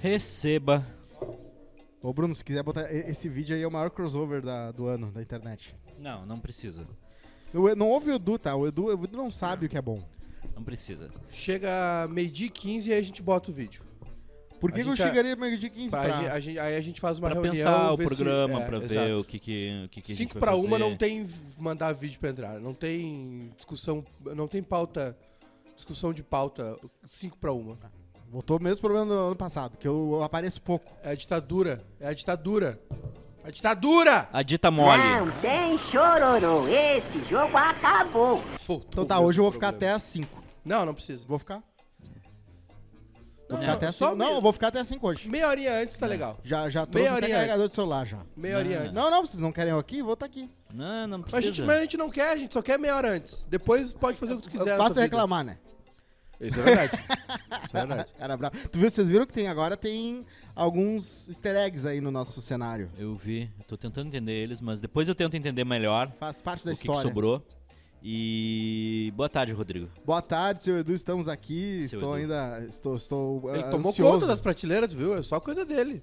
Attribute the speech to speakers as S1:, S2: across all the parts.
S1: Receba.
S2: Ô Bruno, se quiser botar. e- Esse vídeo aí é o maior crossover da- do ano da internet.
S1: Não, não precisa.
S2: O E- Não ouve o Edu, tá? O Edu, o Edu não sabe o que é bom.
S1: Não precisa.
S3: Chega meio-dia e 15 e aí a gente bota o vídeo.
S2: Por que,
S3: A
S2: que eu
S3: gente a-
S2: chegaria meio dia 15
S3: Pra
S2: pra-
S3: gen- a gente- aí a gente faz uma
S1: Pra
S3: reunião.
S1: pensar o
S3: ver se-
S1: programa,
S3: é,
S1: pra ver
S3: exato.
S1: o que que, o que, que a gente
S3: 5
S1: vai
S3: para uma
S1: fazer.
S3: não tem v- mandar vídeo pra entrar, não tem discussão, não tem pauta, discussão de pauta 5 para uma.
S2: Voltou o mesmo problema do ano passado, que eu apareço pouco.
S3: É a ditadura, é a ditadura. é A ditadura!
S1: A dita mole.
S4: Não tem chororô, esse jogo acabou.
S3: Voltou
S2: Então
S3: o
S2: tá,
S3: mesmo
S2: hoje eu vou ficar até
S3: problema.
S2: às 5.
S3: Não, não precisa.
S2: Vou ficar? Vou
S3: Não,
S2: ficar
S3: não,
S2: até às
S3: só
S2: 5. Não,
S3: meia-
S2: eu vou ficar até às 5 hoje.
S3: Meia horinha antes tá legal.
S2: Já, já tô
S3: Meia
S2: até
S3: horinha
S2: carregador
S3: antes. É.
S2: de celular já.
S3: Meia horinha antes.
S2: Não, não, vocês não querem eu aqui? Vou estar aqui.
S1: Não, não precisa.
S3: Mas a, gente, mas a gente não quer, a gente só quer meia hora antes. Depois pode fazer o que tu quiser. na
S2: Faça
S3: tua vida.
S2: reclamar, né?
S3: Isso é verdade. Isso é verdade.
S2: Era brabo. Tu viu, vocês viram que tem agora tem alguns easter eggs aí no nosso cenário.
S1: Eu vi, eu tô tentando entender eles, mas depois eu tento entender melhor
S2: Faz parte
S1: o
S2: da
S1: que, que
S2: história.
S1: sobrou. E boa tarde, Rodrigo.
S2: Boa tarde, seu Edu, estamos aqui.
S1: Seu
S2: estou
S1: Edu.
S2: ainda. Estou. estou
S3: Ele
S2: ah,
S3: tomou
S2: ansioso.
S3: conta das prateleiras, tu viu? É só coisa dele.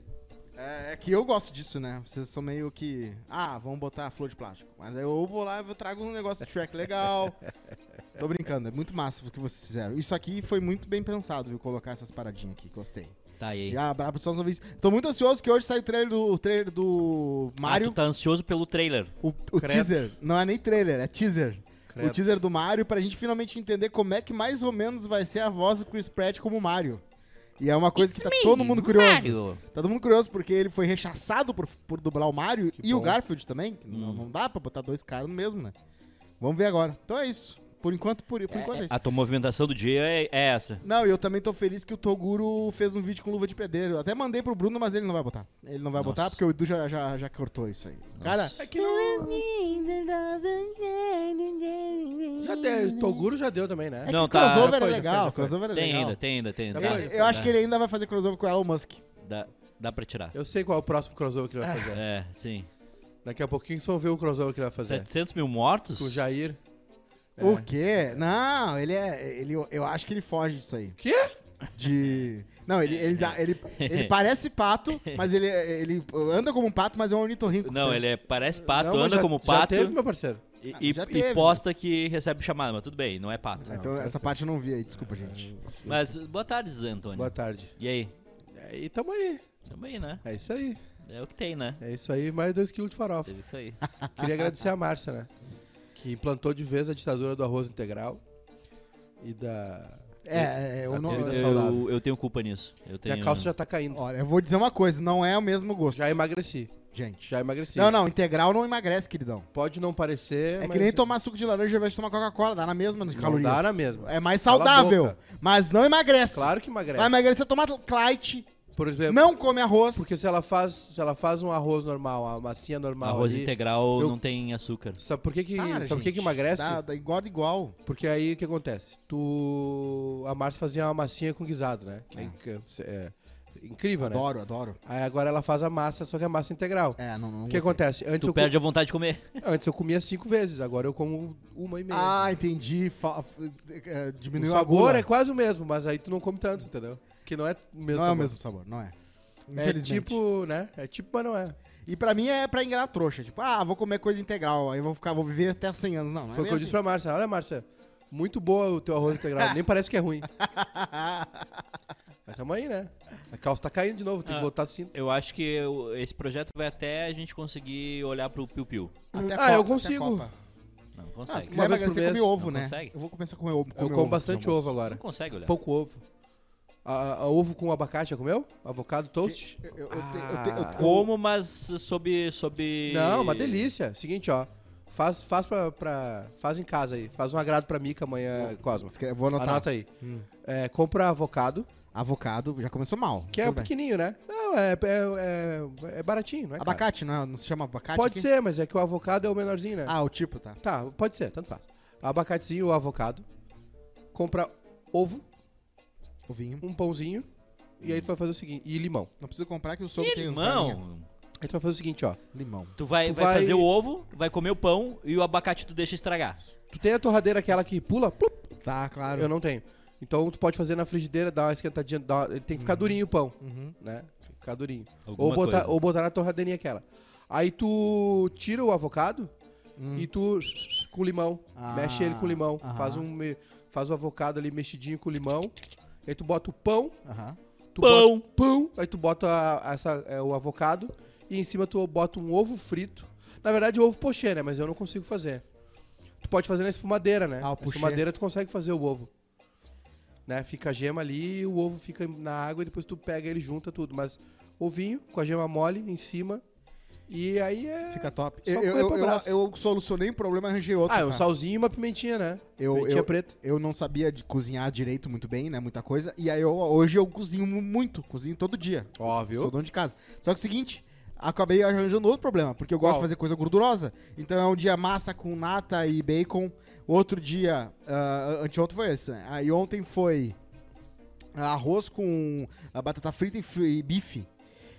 S2: É, é que eu gosto disso, né? Vocês são meio que. Ah, vamos botar flor de plástico. Mas aí eu vou lá e eu trago um negócio de track legal. Tô brincando, é muito massa o que vocês fizeram. Isso aqui foi muito bem pensado, viu? Colocar essas paradinhas aqui, gostei.
S1: Tá e aí.
S2: E a Brabo só não vi isso. Tô muito ansioso que hoje sai o trailer do, o trailer do
S1: Ah,
S2: Mario.
S1: tu tá ansioso pelo trailer.
S2: O, o
S3: Credo.
S2: teaser. Não é nem trailer, é teaser.
S3: Credo.
S2: O teaser do Mario pra gente finalmente entender como é que mais ou menos vai ser a voz do Chris Pratt como Mario. E é uma coisa que tá todo
S1: Hum.
S2: mundo curioso. Tá todo mundo curioso porque ele foi rechaçado por, por dublar o Mario e o
S3: bom. Hum.
S2: Garfield também. que Não, não dá pra botar dois caras no mesmo, né? Vamos ver agora. Então é isso. Por enquanto, por, por enquanto é isso.
S1: A tua movimentação do dia é, é essa.
S2: Não, e eu também tô feliz que o Toguro fez um vídeo com luva de pedreiro. Eu até mandei pro Bruno, mas ele não vai botar. Ele não vai
S1: Nossa.
S2: botar porque o Edu já, já, já cortou isso aí. Cara,
S3: É que não. Já deu, Toguro já deu também, né?
S2: é
S1: Não,
S2: que o crossover
S3: tá, já foi,
S2: é
S3: já
S2: legal.
S3: foi, já foi.
S2: crossover é
S1: Tem
S2: legal.
S1: ainda, tem ainda, tem ainda.
S3: Já
S1: Dá-
S3: foi, já
S2: Eu acho que ele ainda vai fazer crossover com o Elon Musk.
S1: Dá, dá pra tirar.
S3: Eu sei qual é o próximo crossover que ele vai fazer.
S1: É, sim.
S3: Daqui a pouquinho vocês vão ver o crossover que ele vai fazer.
S1: 700 mil mortos?
S3: Com o Jair. É.
S2: O quê? Não, ele é. Ele, eu acho que ele foge disso aí.
S3: Quê?
S2: De. Não, ele, ele, dá, ele, ele parece pato, mas ele, ele anda como um pato, mas é um ornitorrinco.
S1: Não, ele é- parece pato,
S3: Não, mas
S1: anda
S3: já-
S1: como pato
S3: Já teve, meu parceiro.
S1: e,
S2: Ah,
S1: e-
S2: já
S1: e
S2: teve,
S1: posta
S2: mas-
S1: que recebe chamada, mas tudo bem, não é pato.
S2: Então, essa parte eu não vi aí, desculpa, gente.
S1: Mas boa tarde, Zé Antônio.
S3: Boa tarde.
S1: E aí?
S3: É, E tamo aí.
S1: Também, né?
S3: É isso aí.
S1: É o que tem, né?
S3: É Ah, isso aí, mais 2kg de farofa.
S1: É isso aí.
S3: Queria agradecer a Márcia, né? Que implantou de vez a ditadura do arroz integral e da.
S2: É, eu
S3: A
S2: não.
S3: comida
S2: eu-
S3: saudável.
S1: Eu, eu tenho culpa nisso. Eu tenho...
S3: Minha calça já tá caindo.
S2: um Olha, eu vou dizer uma coisa, não é o mesmo gosto,
S3: Já emagreci.
S2: gente.
S3: Já é emagreci.
S2: Não, não, integral não emagrece, queridão.
S3: Pode não parecer.
S2: É que
S3: mas-
S2: nem tomar suco de laranja ao invés de tomar Coca-Cola, dá na mesma de
S3: Não
S2: calorias.
S3: dá na mesma.
S2: É mais
S3: Cala a
S2: saudável,
S3: boca.
S2: mas não emagrece.
S3: Claro que emagrece.
S2: Vai emagrecer tomar Clyde,
S3: Por exemplo,
S2: não come arroz.
S3: porque se ela faz, se ela faz um arroz normal, uma massinha normal
S1: Arroz
S3: ali,
S1: integral
S3: eu-
S1: não tem açúcar.
S3: Sabe por que que,
S2: Para,
S3: sabe por que,
S2: gente,
S3: que emagrece?
S2: Dá, dá, engorda igual.
S3: Porque aí o que acontece? Tu a Márcia fazia uma massinha com guisado, né? É inc- é incrível, né?
S2: Adoro, adoro.
S3: Aí agora ela faz a massa, só que é massa integral.
S2: É, não, não
S3: O que
S2: gostei.
S3: acontece? Antes
S1: Tu
S3: eu,
S1: perde a vontade de comer.
S3: com- antes eu comia cinco vezes, agora eu como uma e meia.
S2: Ah, entendi. Fa- f- eh,
S3: o
S2: Diminuiu a
S3: sabor
S2: gula.
S3: é quase o mesmo, mas aí tu não come tanto, entendeu? Que não é o mesmo.
S2: Não é o
S3: sabor.
S2: mesmo sabor, não é.
S3: É
S2: Infelizmente.
S3: tipo, né? É tipo, mas não é.
S2: E pra mim é pra enganar trouxa. Tipo, ah, vou comer coisa integral, aí vou ficar, vou viver até 100 anos. Não, não
S3: Foi o
S2: é
S3: que eu disse pra Márcia. Olha, Márcia, muito boa o teu arroz integral. Nem parece que é ruim. Mas tamo aí, né? A calça tá caindo de novo, tem
S1: Ah.
S3: que botar assim. cinto.
S1: Eu acho que eu- esse projeto vai até a gente conseguir olhar pro Piu Piu.
S2: assim. Até
S3: Ah,
S2: Copa,
S3: eu
S2: até
S3: consigo.
S2: Copa.
S1: Não
S2: Ah, se
S1: consegue.
S2: quiser
S3: Uma vez por
S2: emagrecer, come
S3: mês.
S2: ovo,
S1: Não
S2: né?
S1: consegue.
S2: Eu vou começar a comer ovo.
S3: Eu
S2: comer
S3: como
S2: ovo,
S3: bastante
S2: meu
S3: um ovo
S2: almoço.
S3: agora.
S1: não consegue olhar.
S3: Pouco ovo. A, a- ovo com abacate, já comeu? Avocado toast?
S2: Eu, eu, eu, te- eu, te- eu, eu,
S1: Como, mas sob. sob...
S3: Não, uma delícia. Seguinte, ó. Faz, faz, pra, pra- faz em casa aí. Faz um agrado pra Mica amanhã, Cosmo.
S2: Escreve- Vou anotar. Hum.
S3: Anota aí. É, compra avocado,
S2: Avocado, já começou mal.
S3: que é
S2: Tudo bem.
S3: pequenininho, né? Não, é, é, é- é baratinho, não é? caro.
S2: Abacate, não, é? não se chama abacate?
S3: Pode
S2: aqui?
S3: ser, mas é que o avocado é o menorzinho, né?
S2: Ah, o tipo, tá.
S3: Tá, pode ser, tanto faz. Abacatezinho ou avocado. Compra ovo,
S2: O vinho.
S3: um pãozinho. E aí tu vai fazer o seguinte. E limão.
S2: Não preciso comprar que o sogro
S1: E
S3: um
S2: tem.
S1: limão.
S3: Aí tu vai fazer o seguinte, ó.
S2: Limão.
S1: Tu vai,
S3: Tu
S1: vai
S3: vai-
S1: fazer o ovo, vai comer o pão e o abacate tu deixa estragar.
S3: Tu tem a torradeira aquela que pula? Plup,
S2: Tá, claro.
S3: Eu não tenho. Então tu pode fazer na frigideira, dar uma esquentadinha, dar uma- ele tem que ficar durinho o pão,
S2: Uhum.
S3: né? Ficar durinho.
S1: Alguma
S3: Ou botar,
S1: coisa.
S3: ou botar na torradeirinha aquela. Aí tu tira o avocado e tu com limão,
S2: Hum. Ah,
S3: mexe ele com limão,
S2: aham.
S3: faz um me- faz o avocado ali mexidinho com limão. Aí tu bota o pão,
S2: Aham.
S3: tu
S1: Pão.
S3: bota pão, aí tu bota a- essa, é, o avocado e em cima tu bota um ovo frito. Na verdade, ovo pochê, né? Mas eu não consigo fazer. Tu pode fazer na espumadeira, né?
S2: Ah, o
S3: na
S2: pochê.
S3: espumadeira tu consegue fazer o ovo. Né? Fica a gema ali, o ovo fica na água e depois tu pega ele junta tudo. Mas ovinho com a gema mole em cima e aí é...
S2: Fica top.
S3: Só
S2: Eu, eu,
S3: comer pro
S2: eu,
S3: braço.
S2: eu solucionei um problema e arranjei outro.
S3: Ah, é um
S2: cara.
S3: salzinho e uma pimentinha, né?
S2: Eu-
S3: pimentinha
S2: eu-
S3: preta.
S2: Eu não sabia de cozinhar direito muito bem, né? Muita coisa. E aí eu, hoje eu cozinho mu- muito, cozinho todo dia.
S3: Óbvio.
S2: Sou dono de casa. Só que é o seguinte, acabei arranjando outro problema, porque eu gosto
S3: Qual?
S2: de fazer coisa gordurosa. Então é um dia massa com nata e bacon. Outro dia, ah, anteontem foi esse. né? Aí ontem foi arroz com ah, batata frita e, fri- e bife.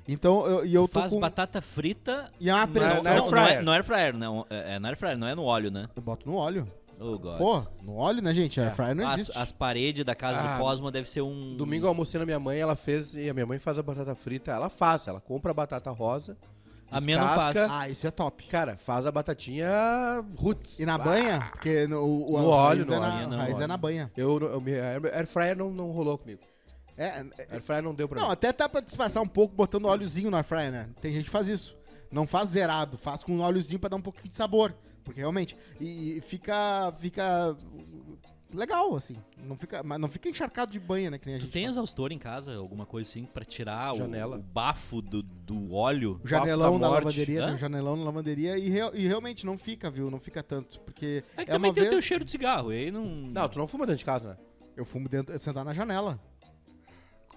S2: Então, eu, e eu tô
S1: Faz
S2: com...
S1: batata frita.
S2: E é uma
S1: Não,
S2: pressão...
S3: na air
S1: não, não
S3: fryer.
S1: é, não é air fryer, não. É, é na air fryer, não é no óleo, né?
S2: Eu boto no óleo.
S1: Oh, God.
S2: Pô, no óleo, né, gente? A
S3: É.
S2: air fryer não
S1: as,
S2: existe.
S1: as paredes da casa
S3: Ah,
S1: do Cosmo deve ser um.
S3: Domingo eu almocei na minha mãe, ela fez, e a minha mãe faz a batata frita, ela faz, ela compra a batata rosa,
S1: A minha não faz.
S3: descasca,
S2: Ah, isso é top.
S3: Cara, faz a batatinha roots. Ah,
S2: E na banha? Porque no, o,
S3: No
S2: a
S3: óleo,
S2: raiz
S3: no
S2: é na,
S3: óleo,
S1: não,
S2: a raiz é
S1: óleo.
S2: na banha.
S3: Eu, não- eu, me- a air fryer não, não rolou comigo.
S2: É, é-
S3: A air fryer não deu pra
S2: não,
S3: mim.
S2: até tá pra disfarçar um pouco botando óleozinho na fryer, né? Tem gente que faz isso. Não faz zerado, faz com óleozinho pra dar um pouquinho de sabor. Porque realmente, e, e fica, fica legal, assim. Não fica, mas não fica encharcado de banha, né? Que nem a
S1: Tu
S2: gente
S1: tem
S2: faz.
S1: exaustor em casa, alguma coisa assim, pra tirar o-
S3: Janela.
S1: O, bafo do, do óleo?
S2: O
S3: bafo
S2: janelão
S3: da
S2: na
S3: morte,
S2: lavanderia,
S1: né?
S2: tem um janelão na lavanderia e, real- e realmente não fica, viu? Não fica tanto, porque
S1: É que
S2: é
S1: também
S2: uma
S1: tem
S2: vez...
S1: o teu cheiro de cigarro, aí não.
S3: Não, tu não fuma dentro de casa, né?
S2: Eu fumo dentro, sentar na janela.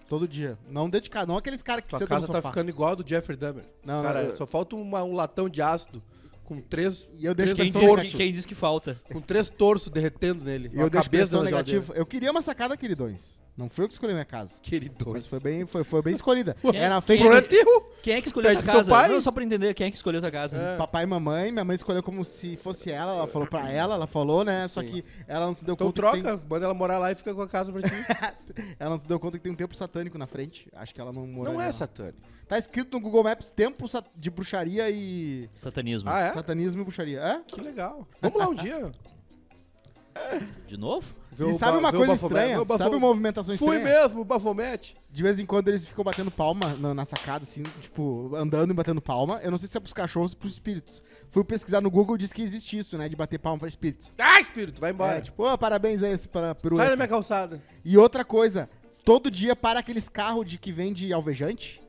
S2: Todo dia. Não dentro de casa, não aqueles caras que
S3: Tua
S2: sentam no
S3: casa tá
S2: sofá.
S3: ficando igual a do Jeffrey Dahmer.
S2: Não,
S3: Cara,
S2: não, eu-
S3: só falta uma- um latão de ácido com três,
S2: E eu deixo
S1: quem, diz que,
S2: pressão
S3: três torços,
S2: negativa.
S1: quem diz que falta?
S3: com três torços derretendo nele.
S2: E eu deixo pressão
S3: na geladeira.
S2: negativa. Eu queria uma sacada, queridões. Não fui eu que escolhi minha casa. Mas
S3: Queridões.
S2: foi bem, foi, foi bem escolhida.
S1: Quem-
S2: Era
S1: quem-
S2: feito
S3: Problema é teu.
S1: Quem é que escolheu
S3: Pede
S1: tua
S3: pro teu
S1: casa?
S3: pai.
S1: Não, só pra entender quem é que escolheu tua casa. né?
S2: papai e mamãe. Minha mãe escolheu como se fosse ela. Ela falou pra ela, ela falou, né? Só
S3: Sim.
S2: que ela não se deu
S3: Então
S2: conta. Que
S3: troca, manda ela morar lá e fica com a casa pra ti.
S2: tem, ela não se deu conta que tem um tempo satânico na frente. Acho que ela não mora.
S3: não é
S2: nela.
S3: satânico.
S2: Tá escrito no Google Maps tempo sa- de bruxaria e.
S1: Satanismo.
S3: Ah, é?
S2: Satanismo e bruxaria. É?
S3: Que legal. Vamos lá um dia.
S1: De novo?
S3: Ver
S2: e
S3: o
S2: sabe
S3: ba-
S2: uma
S3: ver o
S2: coisa
S3: Baphomet.
S2: estranha?
S3: Ver o
S2: Sabe
S3: Baphomet.
S2: uma movimentação
S3: Fui
S2: estranha?
S3: mesmo, Baphomet.
S2: De vez em quando eles ficam batendo palma na, na sacada, assim, tipo, andando e batendo palma. Eu não sei se é pros cachorros ou pros espíritos. Fui pesquisar no Google e disse que existe isso, né? De bater palma pra espíritos.
S3: Ah, espírito, vai embora.
S2: É, tipo, "Ô, parabéns a esse para
S3: Sai da minha calçada.
S2: E outra coisa, todo dia para aqueles carros de que vende alvejante.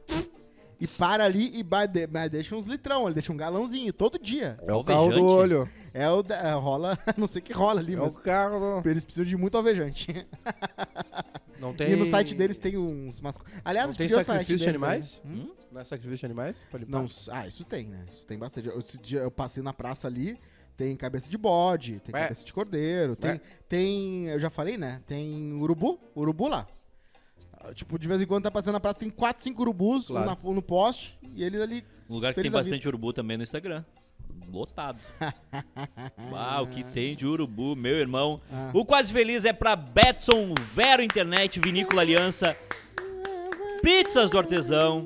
S2: E para ali e ba- de- mas deixa uns litrão, ele deixa um galãozinho, todo dia.
S1: É o carro do olho.
S2: É o da- é, rola, não sei o que rola ali,
S3: É o
S2: mas
S3: carro do...
S2: eles precisam de muito alvejante.
S3: Não tem...
S2: E no site deles tem uns mascotes. Aliás,
S3: Não tem
S2: pedir o site
S3: sacrifício de
S2: deles aí.
S3: animais? Não é sacrifício de animais? Pra limpar?
S2: Não, s- ah, isso tem, né? Isso tem bastante. Eu, esse dia eu passei na praça ali, tem cabeça de bode, tem
S3: Ué.
S2: cabeça de cordeiro, tem,
S3: Ué.
S2: tem. Eu já falei, né? Tem urubu, urubu lá. Ah, Tipo, de vez em quando tá passando na praça, tem 4, 5 urubus um
S3: Claro.
S2: na- um no poste e eles ali.
S1: Um lugar que tem
S2: Feliz da
S1: bastante urubu também no Instagram. Lotado. ah, o que tem de urubu, meu irmão.
S3: Ah.
S1: O Quase Feliz é pra Betson, Vero Internet, Vinícola Aliança, Pizzas do Artesão.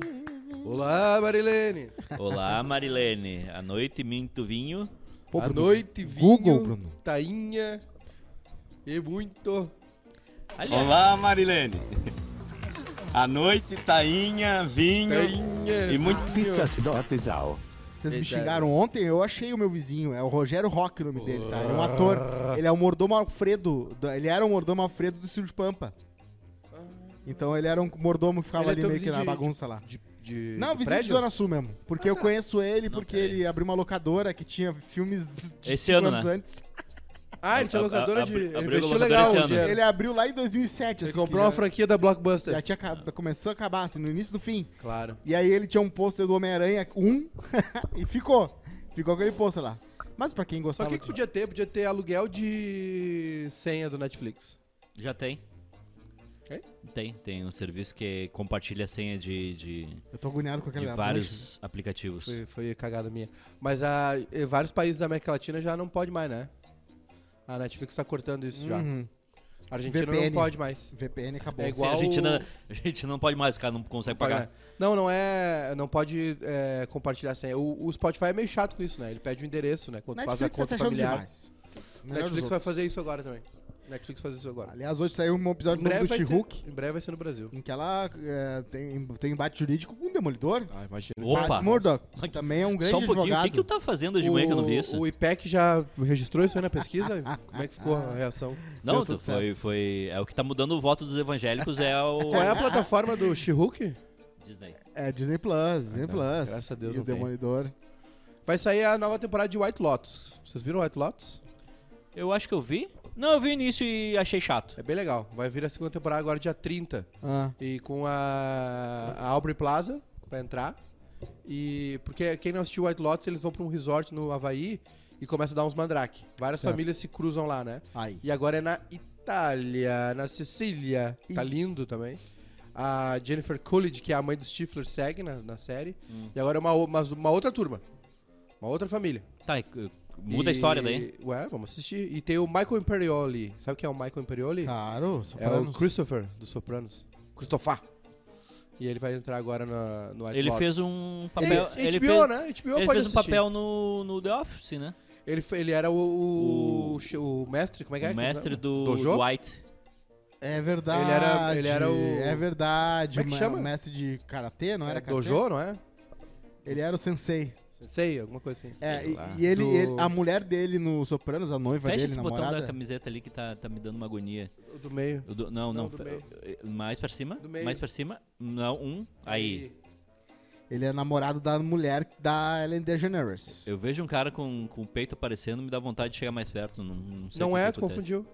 S3: Olá, Marilene.
S1: Olá, Marilene. A noite minto vinho.
S2: Pô,
S3: A
S2: Bruno,
S3: noite, vinho,
S2: Google, Bruno.
S3: tainha e muito...
S1: Aliás,
S5: Olá, Marilene. À noite, tainha, vinho
S3: Tainha
S5: e muito
S3: vinho.
S5: pizzas do artesão.
S2: Vocês me
S3: Eita,
S2: xingaram ontem, eu achei o meu vizinho. É o Rogério Rock o nome dele, tá? Ele é um ator. Ele é o Mordomo Alfredo. do- Ele era o Mordomo Alfredo do Estúdio Pampa. Então ele era um mordomo que ficava
S3: Ah.
S2: ali
S3: Ele é teu
S2: meio que
S3: vizinho
S2: na
S3: de-
S2: bagunça lá.
S3: De, de,
S2: Não, vizinho
S3: do
S2: de
S3: prédio?
S2: Zona Sul mesmo. Porque eu conheço ele, porque
S1: Ah, tá. peraí.
S2: ele abriu uma locadora que tinha filmes de
S1: Esse
S2: cinco
S1: ano,
S2: anos
S1: né?
S2: antes.
S3: Ah, ele tinha
S1: A- a-
S3: locadora de...
S1: abri-
S3: Ele
S1: abriu
S3: investiu
S1: locadora
S3: legal
S1: esse
S3: o
S1: ano.
S3: dinheiro.
S2: Ele é- abriu lá em 2007.
S3: Ele
S2: assim,
S3: comprou
S2: que
S3: uma franquia da
S2: já, já
S3: Blockbuster.
S2: tinha acab- começou a acabar, assim, no início do fim.
S3: Claro.
S2: E aí ele tinha um pôster do Homem-Aranha 1 e ficou. Ficou aquele pôster lá. Mas pra quem
S3: Só
S2: gostava...
S3: que o que
S2: de-
S3: podia ter? Podia ter aluguel de senha do Netflix.
S1: já tem.
S3: Tem?
S1: Tem, tem um serviço que compartilha a senha de, de,
S2: Eu tô agoniado com
S1: de
S2: aquele...
S1: vários aplicativos.
S3: Foi, foi cagada minha. Mas a, eh, vários países da América Latina já não pode mais, né? A Netflix tá cortando isso já.
S2: Uhum.
S3: A Argentina
S2: VPN.
S3: não pode mais.
S2: VPN acabou.
S3: É
S1: Sim,
S3: igual
S1: a, gente não,
S3: o-
S1: a gente não pode mais, o cara não consegue
S3: Pode
S1: pagar.
S3: mais. Não, não é. Não pode é, compartilhar senha. O, o Spotify é meio chato com isso, né? Ele pede o endereço, né? Quando tu faz a
S2: Netflix tá se
S3: conta
S2: achando
S3: familiar.
S2: demais. Melhor dos
S3: Netflix vai
S2: outros.
S3: fazer isso agora também. Netflix faz isso agora.
S2: Aliás, hoje saiu um episódio novo do
S3: vai
S2: T-Hulk,
S3: ser, em breve vai ser no Brasil.
S2: em que ela é, tem, tem embate jurídico com o Demolidor.
S3: Ah, imagina.
S1: Opa!
S2: Matt Murdock, que também é um
S3: Tá
S2: grande
S1: Só um pouquinho,
S2: advogado.
S1: o que que eu tava fazendo de manhã que eu não vi isso?
S3: O IPEC já registrou isso aí na pesquisa? Como é que ficou a reação?
S1: Não,
S3: Deu tudo
S1: foi,
S3: certo.
S1: foi. É o que tá mudando o voto dos evangélicos é o.
S3: Qual é a plataforma do She-Hulk?
S1: Disney.
S2: É Disney Plus, Disney
S3: não,
S2: Plus.
S3: graças a Deus
S2: E o
S3: não tem.
S2: Demolidor.
S3: Vai sair a nova temporada de White Lotus. Vocês viram White Lotus?
S1: Eu acho que eu vi. Não, eu vi o início e achei chato.
S3: É bem legal. Vai vir a segunda temporada agora, dia 30.
S2: Ah,
S3: E com a, a Aubrey Plaza pra entrar. E porque quem não assistiu White Lotus, eles vão pra um resort no Havaí e começa a dar uns mandrake. Várias
S2: Certo.
S3: famílias se cruzam lá, né?
S2: aí.
S3: E agora é na Itália, na Sicília. Tá lindo também. A Jennifer Coolidge, que é a mãe do Stifler, segue na, na série.
S1: Hum.
S3: E agora é uma, o- mas uma outra turma. Uma outra família.
S1: Tá, e- e- muda a
S3: E-
S1: história daí.
S3: Ué, vamos assistir. E tem o Michael Imperioli. Sabe quem é o Michael Imperioli?
S2: Claro,
S3: é o
S2: Sopranos.
S3: Christopher, dos Sopranos. Christopher. E ele vai entrar agora na, no White
S1: Ele
S3: Lotus.
S1: fez um papel.
S3: Ele,
S1: Ele,
S3: HBO,
S1: fez,
S3: né? HBO
S1: ele
S3: pode
S1: fez um
S3: assistir.
S1: papel no, no The Office, né?
S3: Ele, fe- ele era o, o, o mestre, como é que é?
S1: O mestre do,
S3: Dojo?
S1: do White.
S2: É verdade.
S3: Ele era- ele era o-
S2: É verdade.
S3: Como é que
S2: ma-
S3: chama?
S2: O mestre de karatê, não era
S3: É,
S2: karatê?
S3: Dojo, não é?
S2: Ele era o sensei.
S3: Sei, alguma coisa assim.
S2: É,
S1: Sei
S2: e,
S1: lá.
S2: e ele,
S3: Do-
S2: ele- a mulher dele no Sopranos, a noiva
S1: Fecha
S2: dele,
S1: esse botão da
S2: namorada.
S1: camiseta ali que tá, tá me dando uma agonia.
S2: É.
S3: O do meio.
S1: Eu dou- não, não.
S3: Não, do
S1: fe-
S3: meio.
S1: eh, Mais pra cima?
S3: Do meio.
S1: Mais pra cima? Não, um. Aí.
S2: Ele é namorado da mulher da Ellen DeGeneres.
S1: Eu vejo um cara com, com o peito aparecendo, me dá vontade de chegar mais perto. Não, não, sei o
S3: Não
S1: que
S3: é,
S1: que acontece.
S3: tu confundiu.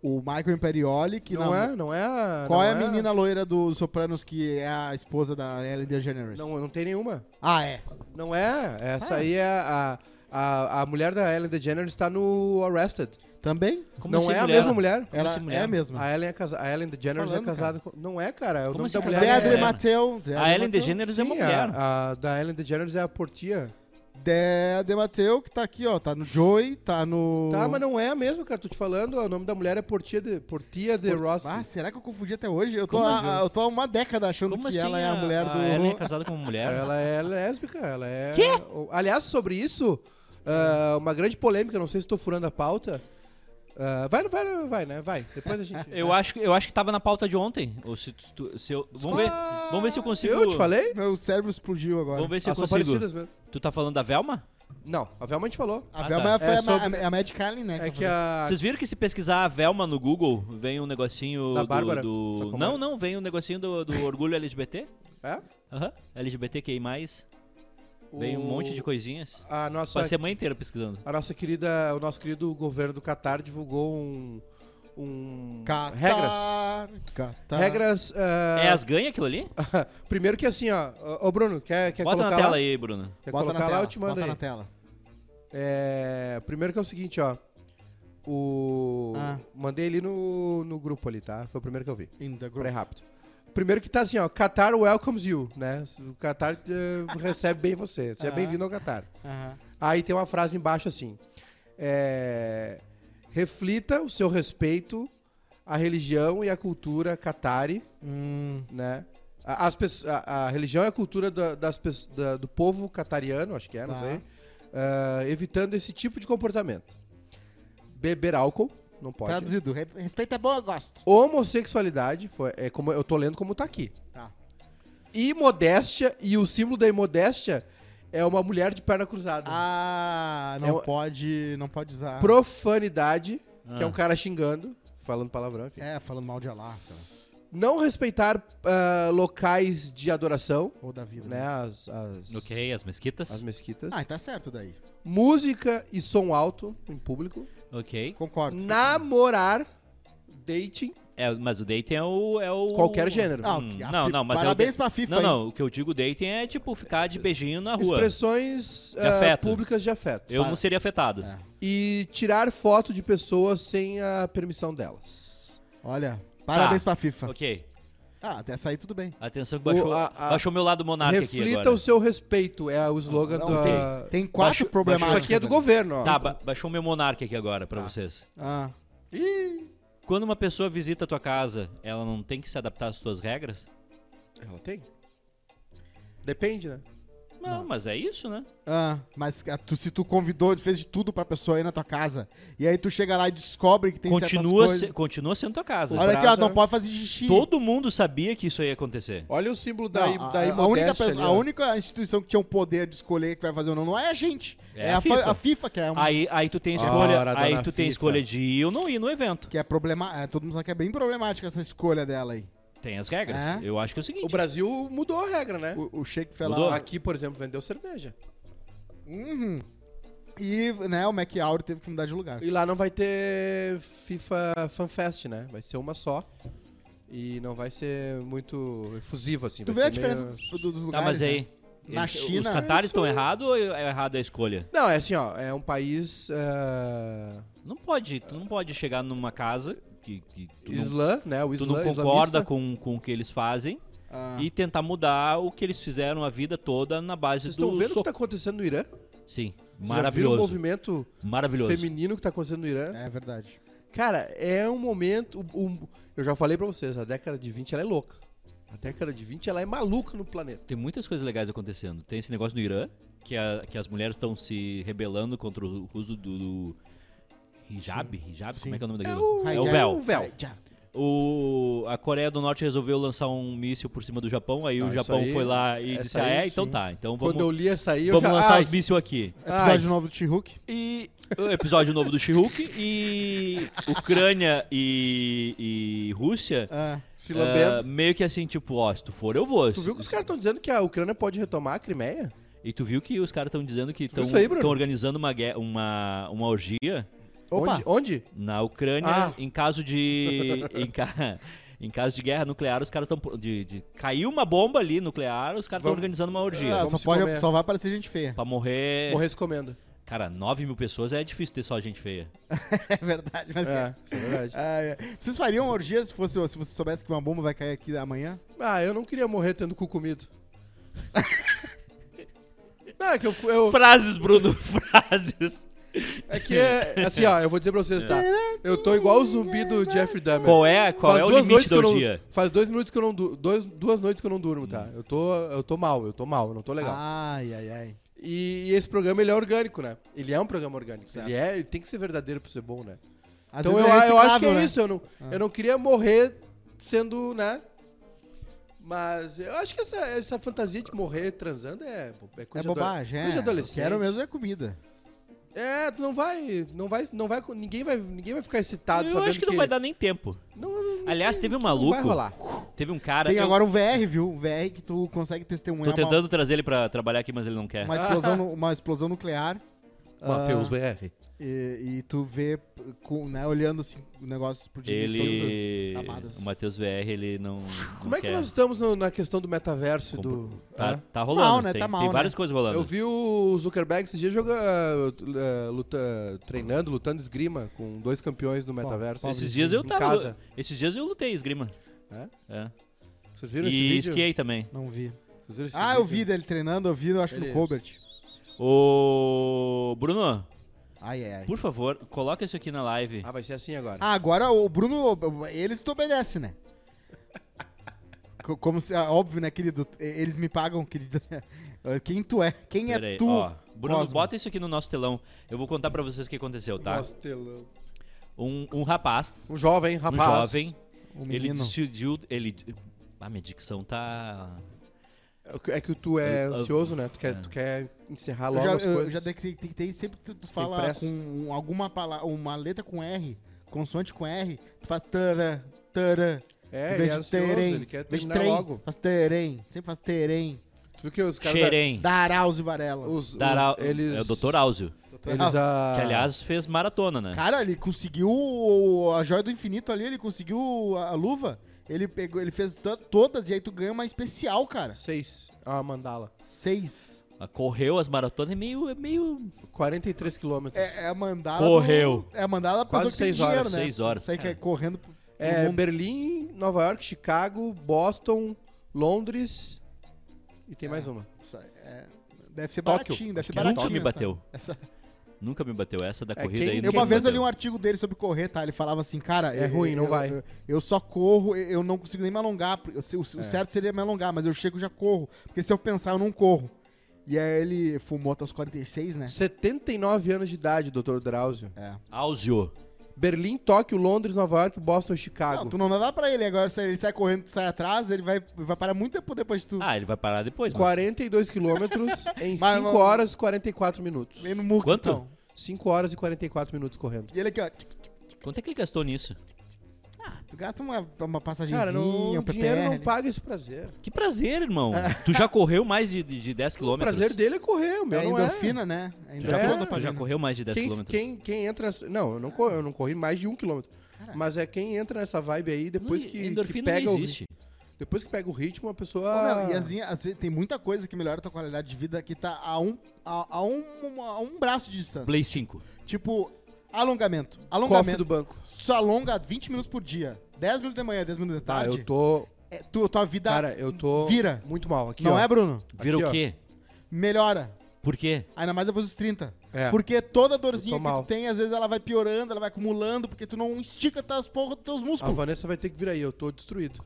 S2: O Michael Imperioli, que
S3: não
S2: namo-
S3: é, não é. a-
S2: Qual
S3: não
S2: é a menina loira do Sopranos que é a esposa da Ellen DeGeneres?
S3: Não, é. não tem nenhuma.
S2: Ah, é.
S3: Não é. Essa
S2: Ah.
S3: aí é a, a, a mulher da Ellen DeGeneres está no Arrested.
S2: Também?
S1: Como
S3: não
S1: assim,
S3: é a
S1: mulher?
S3: mesma mulher?
S1: Como
S2: Ela
S1: assim, mulher?
S2: é a mesma.
S3: A Ellen, é casa, a Ellen DeGeneres
S2: Falando,
S3: é casada com... Não é, cara. É o
S1: Como
S3: nome
S1: assim
S3: da mulher.
S1: casada?
S2: Deandre
S1: É.
S2: Mateu.
S1: A Ellen
S2: Mateu.
S1: DeGeneres é uma
S3: Sim,
S1: mulher.
S3: a, a da Ellen DeGeneres é a portia.
S2: Deandre Mateu, que tá aqui, ó. Tá no Joey, tá no...
S3: Tá, mas não é a mesma, cara. Tô te falando, o nome da mulher é Portia de, portia de Rossi.
S2: Ah, será que eu confundi até hoje? Eu tô,
S3: Como
S2: há-
S3: assim?
S2: eu tô há uma década achando
S1: Como
S2: que
S1: assim
S2: ela é a mulher do.
S1: Ellen é casada com uma mulher?
S3: Ela é lésbica, ela é. Quê? Aliás, sobre isso, ah, uma grande polêmica, não sei se tô furando a pauta. Ah, vai, vai, vai, né? Vai. Depois a gente.
S1: Eu
S2: é.
S1: acho, que- eu acho que tava na pauta de ontem. Ou se tu- tu- se eu- vamos, ver, vamos ver se eu consigo.
S3: Ah, Eu te falei?
S2: Meu cérebro explodiu agora.
S1: Vamos ver se eu
S3: Elas são
S1: consigo.
S3: parecidas mesmo.
S1: Tu tá falando da Velma?
S3: Não, a Velma a gente falou.
S2: A
S1: Ah,
S2: Velma
S1: tá.
S2: foi
S3: É
S2: a, Ma-
S3: sobre-
S2: a Mad Carlin,
S1: Ah,
S2: né?
S1: então
S3: É que
S2: ela
S3: a.
S1: Vocês viram que se pesquisar a Velma no Google, vem um negocinho
S3: Da
S1: do.
S3: Bárbara é?
S1: do-
S3: Sacomori.
S1: Não, não, vem um negocinho do, do orgulho LGBT.
S3: É?
S1: Aham. LGBTQI. Vem um
S3: O-
S1: monte de coisinhas.
S3: A nossa,
S1: Passei a manhã inteira pesquisando.
S3: a nossa querida. O nosso querido governo do Catar divulgou um. um
S2: Catar,
S3: regras.
S2: Catar.
S3: Regras. ah,
S1: É as ganhas aquilo ali?
S3: Primeiro que assim, ó. Ô, Bruno, quer, quer
S1: Bota
S3: colocar
S1: na tela
S3: lá?
S1: aí, Bruno.
S3: Quer
S2: Bota
S3: colocar
S2: na
S3: lá,
S2: tela.
S3: eu te mando
S2: bota
S3: aí.
S2: na tela.
S3: É, primeiro que é o seguinte, ó. O.
S2: Ah.
S3: Mandei ali no, no grupo ali, tá? Foi o primeiro que eu vi.
S2: In the group.
S3: Comprei rápido. Primeiro que tá assim, ó. Qatar welcomes you, né? O Qatar eh, recebe bem você. Seja bem-vindo ao Qatar.
S2: Aham.
S3: Aí tem uma frase embaixo assim. é, reflita o seu respeito à religião e à cultura catari,
S2: Hum,
S3: né? A- As pesso- a, a religião e a cultura da- das, pesso- da- do povo catariano, acho que é, não
S2: Tá.
S3: sei. ah, evitando esse tipo de comportamento. Beber álcool, não pode.
S2: traduzido. Re- Respeito é bom, eu gosto.
S3: Homossexualidade, foi, é como eu tô lendo como tá aqui.
S2: Tá.
S3: E modéstia, e o símbolo da imodéstia é uma mulher de perna cruzada.
S2: Ah, não
S3: É o-
S2: pode. Não pode usar.
S3: Profanidade, que é
S1: Ah.
S3: um cara xingando, falando palavrão, enfim.
S2: É, falando mal de Allah, sei lá.
S3: Não respeitar ah, locais de adoração,
S2: ou da vida.
S3: né? As, as,
S1: Ok, as mesquitas.
S3: as mesquitas.
S2: Ah, tá certo daí.
S3: Música e som alto em público.
S1: Ok.
S2: Concordo.
S3: Namorar, dating,
S1: É, mas o dating é o. É o...
S3: Qualquer gênero.
S2: Ah,
S1: Hum,
S2: ok. A
S1: não,
S2: Fi-
S1: não, mas
S2: Parabéns
S1: é o... da-
S2: pra FIFA,
S1: Não,
S2: hein?
S1: não, o que eu digo dating é tipo ficar de beijinho na rua.
S3: expressões
S1: De
S3: ah,
S1: afeto.
S3: públicas de afeto.
S1: Eu não seria afetado.
S2: É.
S3: E tirar foto de pessoas sem a permissão delas.
S2: Olha, parabéns pra FIFA.
S1: Ok.
S2: Ah, até sair tudo bem.
S1: Atenção que baixou,
S3: O- a- a-
S1: baixou meu lado monarca aqui
S3: Reflita
S1: agora.
S3: o seu respeito, é o slogan
S2: Não,
S3: do.
S2: tem, tem quatro
S1: baixo-
S2: problemáticas.
S3: Isso aqui é do
S2: ali.
S3: governo, ó.
S1: Tá, ba baixou meu monarca aqui agora pra vocês.
S2: Ah,
S3: Ih,
S1: Quando uma pessoa visita a tua casa, ela não tem que se adaptar às tuas regras?
S3: Ela tem? Depende, né?
S1: Não, mas é isso, né?
S2: Ah, mas ah, tu- se tu convidou, fez de tudo pra pessoa ir na tua casa, e aí tu chega lá e descobre que tem certas
S1: Continua,
S2: coisas...
S1: se- continua sendo tua casa.
S2: Olha aqui, ó,
S3: Praça-
S2: não pode fazer xixi.
S1: Todo mundo sabia que isso ia acontecer.
S3: Olha o símbolo da,
S2: Não,
S3: i-
S2: a-
S3: da
S2: a,
S3: imodéstia
S2: única pessoa-
S3: ali,
S2: a
S3: ó.
S2: única instituição que tinha o poder de escolher que vai fazer ou não, não é a gente.
S1: É
S2: É,
S1: a
S2: a, fa-
S1: FIFA.
S2: a FIFA, que é, um,
S1: Aí, aí tu tem escolha,
S3: Ora,
S1: aí
S3: dona
S1: tu tem
S3: FIFA.
S1: escolha de ir ou não ir no evento.
S2: que é problema, é, todo mundo sabe que é bem problemática essa escolha dela aí.
S1: Tem as regras.
S2: É.
S1: Eu acho que é o seguinte.
S3: O Brasil mudou a regra, né?
S2: O, o
S1: Mudou?
S2: Fellow
S3: Aqui, por exemplo, vendeu cerveja.
S2: e né, o McAuri teve que mudar de lugar.
S3: E lá não vai ter FIFA FanFest, né? Vai ser uma só. E não vai ser muito efusivo, assim.
S2: Tu vê
S3: vai
S2: a
S3: ser
S2: diferença
S3: meio-
S2: dos, do- dos
S1: Tá,
S2: lugares?
S3: é
S1: mas aí.
S2: né? Na
S1: eles-
S2: China,
S1: Os Qatares
S2: isso-
S1: estão errados ou é errada a escolha?
S3: Não, é assim, ó. É um país eh,
S1: Não pode, tu não pode chegar numa casa que, que tu, não,
S3: islã, né? O
S1: tu
S3: islã,
S1: não concorda
S3: islamista.
S1: com, com o que eles fazem
S2: Ah.
S1: e tentar mudar o que eles fizeram a vida toda na base
S3: Vocês
S1: do
S3: estão vendo o que
S1: soco.
S3: tá acontecendo no Irã?
S1: Sim,
S3: Vocês já viram o
S1: maravilhoso.
S3: movimento
S1: Maravilhoso.
S3: feminino que tá acontecendo no Irã?
S2: É verdade.
S3: Cara, é um momento. o- o- eu já falei pra vocês, a década de 20 ela é louca. A década de 20 ela é maluca no planeta.
S1: Tem muitas coisas legais acontecendo. Tem esse negócio no Irã, que, a- que as mulheres estão se rebelando contra o uso do, do hijab, hijab, como é que é o nome daquilo? É o,
S2: hijab.
S1: véu.
S3: O véu.
S1: O, a Coreia do Norte resolveu lançar um míssil por cima do Japão, aí
S3: Não,
S1: o
S3: isso
S1: Japão
S3: aí-
S1: foi lá e
S3: essa
S1: disse,
S3: aí,
S1: ah, é, então
S3: sim.
S1: tá, então vamos,
S3: Quando eu li essa aí, eu
S1: vamos
S3: já... Ah, é.
S1: lançar
S3: Ai,
S1: os mísseis aqui.
S2: É Episódio novo do T-Hulk.
S1: E o episódio novo do She-Hulk e Ucrânia e, e Rússia,
S2: Ah,
S3: se
S1: ah,
S3: lambendo.
S1: meio que assim, tipo, ó, se tu for, eu vou.
S3: Tu viu que os caras estão dizendo que a Ucrânia pode retomar a Crimeia?
S1: E tu viu que os caras estão dizendo que
S3: viu isso aí, Bruno?
S1: estão organizando uma, guerra- uma, uma orgia
S2: Opa.
S3: Onde? Onde?
S1: na Ucrânia
S3: Ah.
S1: em caso de. em, ca- em caso de guerra nuclear, os caras estão. De, de- caiu uma bomba ali nuclear, os caras estão
S3: Vamos-
S1: organizando uma orgia.
S2: ah,
S3: vamos
S2: só,
S3: se
S2: pode,
S3: comer.
S2: só vai aparecer gente feia.
S1: Pra morrer.
S3: Morrer se comendo.
S1: Cara, 9 mil pessoas é difícil ter só gente feia.
S2: É verdade, mas.
S3: É, isso é verdade.
S2: Ah, é. Vocês fariam orgia se, fosse, se você soubesse que uma bomba vai cair aqui amanhã?
S3: Ah, eu não queria morrer tendo cu comido. não, é que eu... fu- eu
S1: Frases, Bruno, frases.
S3: é que é... Assim, ó, eu vou dizer pra vocês, tá? Eu tô igual o zumbi do Jeffrey Dahmer.
S1: Qual é, qual é o limite
S3: noites que eu
S1: do
S3: não-
S1: dia?
S3: Faz dois minutos que eu não du- dois, duas noites que eu não durmo, tá? Eu tô, eu tô mal, eu tô mal, eu não tô legal.
S2: Ai, ai, ai.
S3: E, e esse programa ele é orgânico, né? Ele é um programa orgânico.
S2: Certo.
S3: Ele é, ele tem que ser verdadeiro pra ser bom, né?
S2: Às
S3: então eu,
S2: vezes
S3: eu acho que é
S2: reciclável, né?
S3: isso. Eu não, eu não queria morrer sendo, né? Mas eu acho que essa, essa fantasia de morrer transando é, bo- é
S2: É
S3: coisa de ado-
S2: bobagem, é.
S3: coisa de
S2: Eu
S3: adolescente.
S2: quero mesmo é comida.
S3: É, tu não vai, não vai, não vai, ninguém vai, ninguém vai ficar excitado
S1: Eu
S3: sabendo
S1: acho que não vai dar nem tempo.
S3: Não, não- não-
S1: Aliás, teve um
S3: não
S1: maluco.
S3: vai rolar.
S1: Teve um cara.
S2: Tem
S1: eu
S2: agora um VR, viu? Um VR que tu consegue testemunhar
S1: Tô
S2: uma-
S1: tentando trazer ele pra trabalhar aqui, mas ele não quer.
S2: uma, explosão, nu- uma explosão nuclear.
S3: Matheus
S2: Ah,
S3: VR.
S2: e, e tu vê, p- com, né, olhando assim, o negócio explodindo em
S1: Ele.
S2: todas as camadas.
S1: O Matheus VR, ele não.
S3: Como é que nós é? estamos no- na questão do metaverso e do.
S1: Tá,
S3: Hã?
S1: tá rolando.
S2: Mal, né?
S1: Tem,
S2: Tá mal,
S1: tem
S2: né?
S1: várias coisas rolando.
S3: Eu vi o Zuckerberg esses dias jogando, ah, luta- treinando, lutando esgrima com dois campeões do metaverso.
S1: Esses dias eu
S3: Em
S1: tava.
S3: casa.
S1: Esses dias eu lutei esgrima.
S3: É?
S1: É.
S3: Vocês viram esse
S1: E
S3: vídeo?
S1: esquiei também.
S2: Não vi.
S3: Vocês viram esse
S2: Ah, eu vi
S3: vídeo?
S2: dele treinando, eu vi, eu acho que no
S3: Ele-
S2: Colbert.
S1: Ô. Bruno,
S2: Ai, ai, ai.
S1: por favor, coloca isso aqui na live.
S3: Ah, vai ser assim agora.
S2: Ah, agora o Bruno, eles te obedecem, né? Co- Como se, ah, óbvio, né, querido? Eles me pagam, querido. Ah, Quem tu é? Quem
S1: Pera aí,
S2: é tu?
S1: ó. Bruno,
S2: Cosmo?
S1: bota isso aqui no nosso telão. Eu vou contar pra vocês o que aconteceu, tá?
S3: Castelão.
S1: Um, um rapaz,
S3: Um jovem,
S1: um
S3: rapaz. um
S1: jovem,
S2: O
S1: ele
S2: menino.
S1: decidiu. Ele. Ah, minha dicção tá.
S3: É que tu é
S1: Eu- eu-
S3: ansioso, né? Tu quer, tu quer encerrar
S2: Eu
S3: logo
S2: já,
S3: as
S2: eu
S3: coisas.
S2: já detectei detectei sempre que tu, tu fala
S3: pressa.
S2: com alguma palavra, uma letra com R, consoante com R, tu faz tara, tara.
S3: É,
S2: em
S3: ele
S2: vez
S3: é
S2: de
S3: ansioso,
S2: terem,
S3: ele quer
S2: em vez de
S3: terminar
S2: trem,
S3: logo.
S2: Faz terem, sempre faz terem.
S3: Tu viu que os caras...
S1: Xerém.
S2: Daraus e Varela.
S3: Os, os-
S1: Darau-
S3: eles,
S1: É o Dr. Áuzio.
S3: Eles, ah,
S1: Que, aliás, fez maratona, né?
S2: Cara, ele conseguiu o- a joia do infinito ali, ele conseguiu a, a luva. Ele pegou, ele fez to- todas e aí tu ganha uma especial, cara.
S3: Seis. Ah, mandala.
S2: Seis.
S1: Correu as maratonas, é meio. É meio
S3: 43 quilômetros.
S2: É, é a mandala.
S1: Correu.
S2: do- é a mandala pra
S3: Quase
S2: pessoa que tem
S3: seis horas,
S2: dinheiro, né?
S1: seis horas,
S2: Sai que
S1: cara.
S2: é correndo pro- pro
S3: É,
S2: mundo.
S3: Berlim, Nova York, Chicago, Boston, Londres e tem mais uma.
S2: Isso aí, é, deve ser
S3: Tóquio.
S2: baratinho, deve ser
S1: Nunca
S2: baratinho.
S1: me
S2: essa-
S1: bateu.
S2: essa-
S1: Nunca me bateu essa da
S3: né? É,
S1: corrida
S3: quem-
S1: aí.
S2: Eu
S1: nunca
S2: uma
S1: me
S2: vez eu
S1: bateu.
S2: li um artigo dele sobre correr, tá? Ele falava assim, cara...
S3: É
S2: eu-
S3: ruim, não
S2: eu-
S3: vai.
S2: Eu, eu só corro, eu eu não consigo nem me alongar. porque O,
S3: É.
S2: o- o certo seria me alongar, mas eu chego e já corro. Porque se eu pensar, eu não corro. E aí ele fumou até os 46, né?
S3: 79 anos de idade, doutor Drauzio.
S2: É.
S1: Áuzio.
S3: Berlim, Tóquio, Londres, Nova York, Boston, Chicago.
S2: Não, tu não dá pra ele. Agora, se ele sai correndo, tu sai atrás, ele vai, vai parar muito tempo depois de tu.
S1: Ah, ele vai parar depois. mas-
S3: 42 quilômetros em
S2: Mas,
S3: 5
S2: mas-
S3: horas e 44 minutos.
S2: Vem no murro,
S1: Quanto?
S2: então.
S3: 5 horas e 44 minutos correndo.
S2: E ele aqui, ó. tipo,
S1: Quanto é que ele gastou nisso?
S2: Tu gasta uma, uma passagemzinha,
S3: Cara, não,
S2: um
S3: o dinheiro não
S2: PPR.
S3: paga esse prazer.
S1: Que prazer, irmão. tu já correu mais de, de, de 10
S3: O
S1: quilômetros?
S3: É. prazer dele é correr, o meu
S2: É
S3: não é.
S2: endorfina, né? É
S1: Tu já,
S2: endorfina
S3: É,
S1: cor-
S2: da
S1: tu já
S2: dopamina.
S1: correu mais de 10
S3: Quem,
S1: quilômetros?
S3: quem, quem entra... nessa- Não, eu não, corri, eu não corri mais de um quilômetro. Mas é quem entra nessa vibe aí,
S1: Não,
S3: depois que, que
S1: endorfina
S3: pega
S1: não
S3: o,
S1: existe.
S3: depois que pega o ritmo, a pessoa...
S2: Ô, meu, e assim, às vezes, tem muita coisa que melhora a tua qualidade de vida que tá a um, a, a um, a um braço de distância.
S1: Play 5.
S2: Tipo, alongamento.
S3: Cofre do
S2: Alongamento.
S3: banco.
S2: Só alonga 20 minutos por dia. 10 minutos de manhã, 10 minutos de
S3: Tá,
S2: tarde.
S3: eu tô...
S2: É, tu, tua vida
S3: Cara, eu tô...
S2: vira.
S3: Muito mal aqui,
S2: não
S3: ó.
S2: é, Bruno?
S1: Vira
S3: Aqui,
S1: o
S3: ó.
S1: quê?
S2: Melhora.
S1: Por quê?
S2: Ainda mais depois dos 30.
S3: É.
S2: Porque toda dorzinha
S3: Eu tô
S2: que tu
S3: mal.
S2: tem, às vezes ela vai piorando, ela vai acumulando, porque tu não estica as porra dos teus
S3: A
S2: músculos.
S3: Vanessa vai ter que vir aí, eu tô destruído.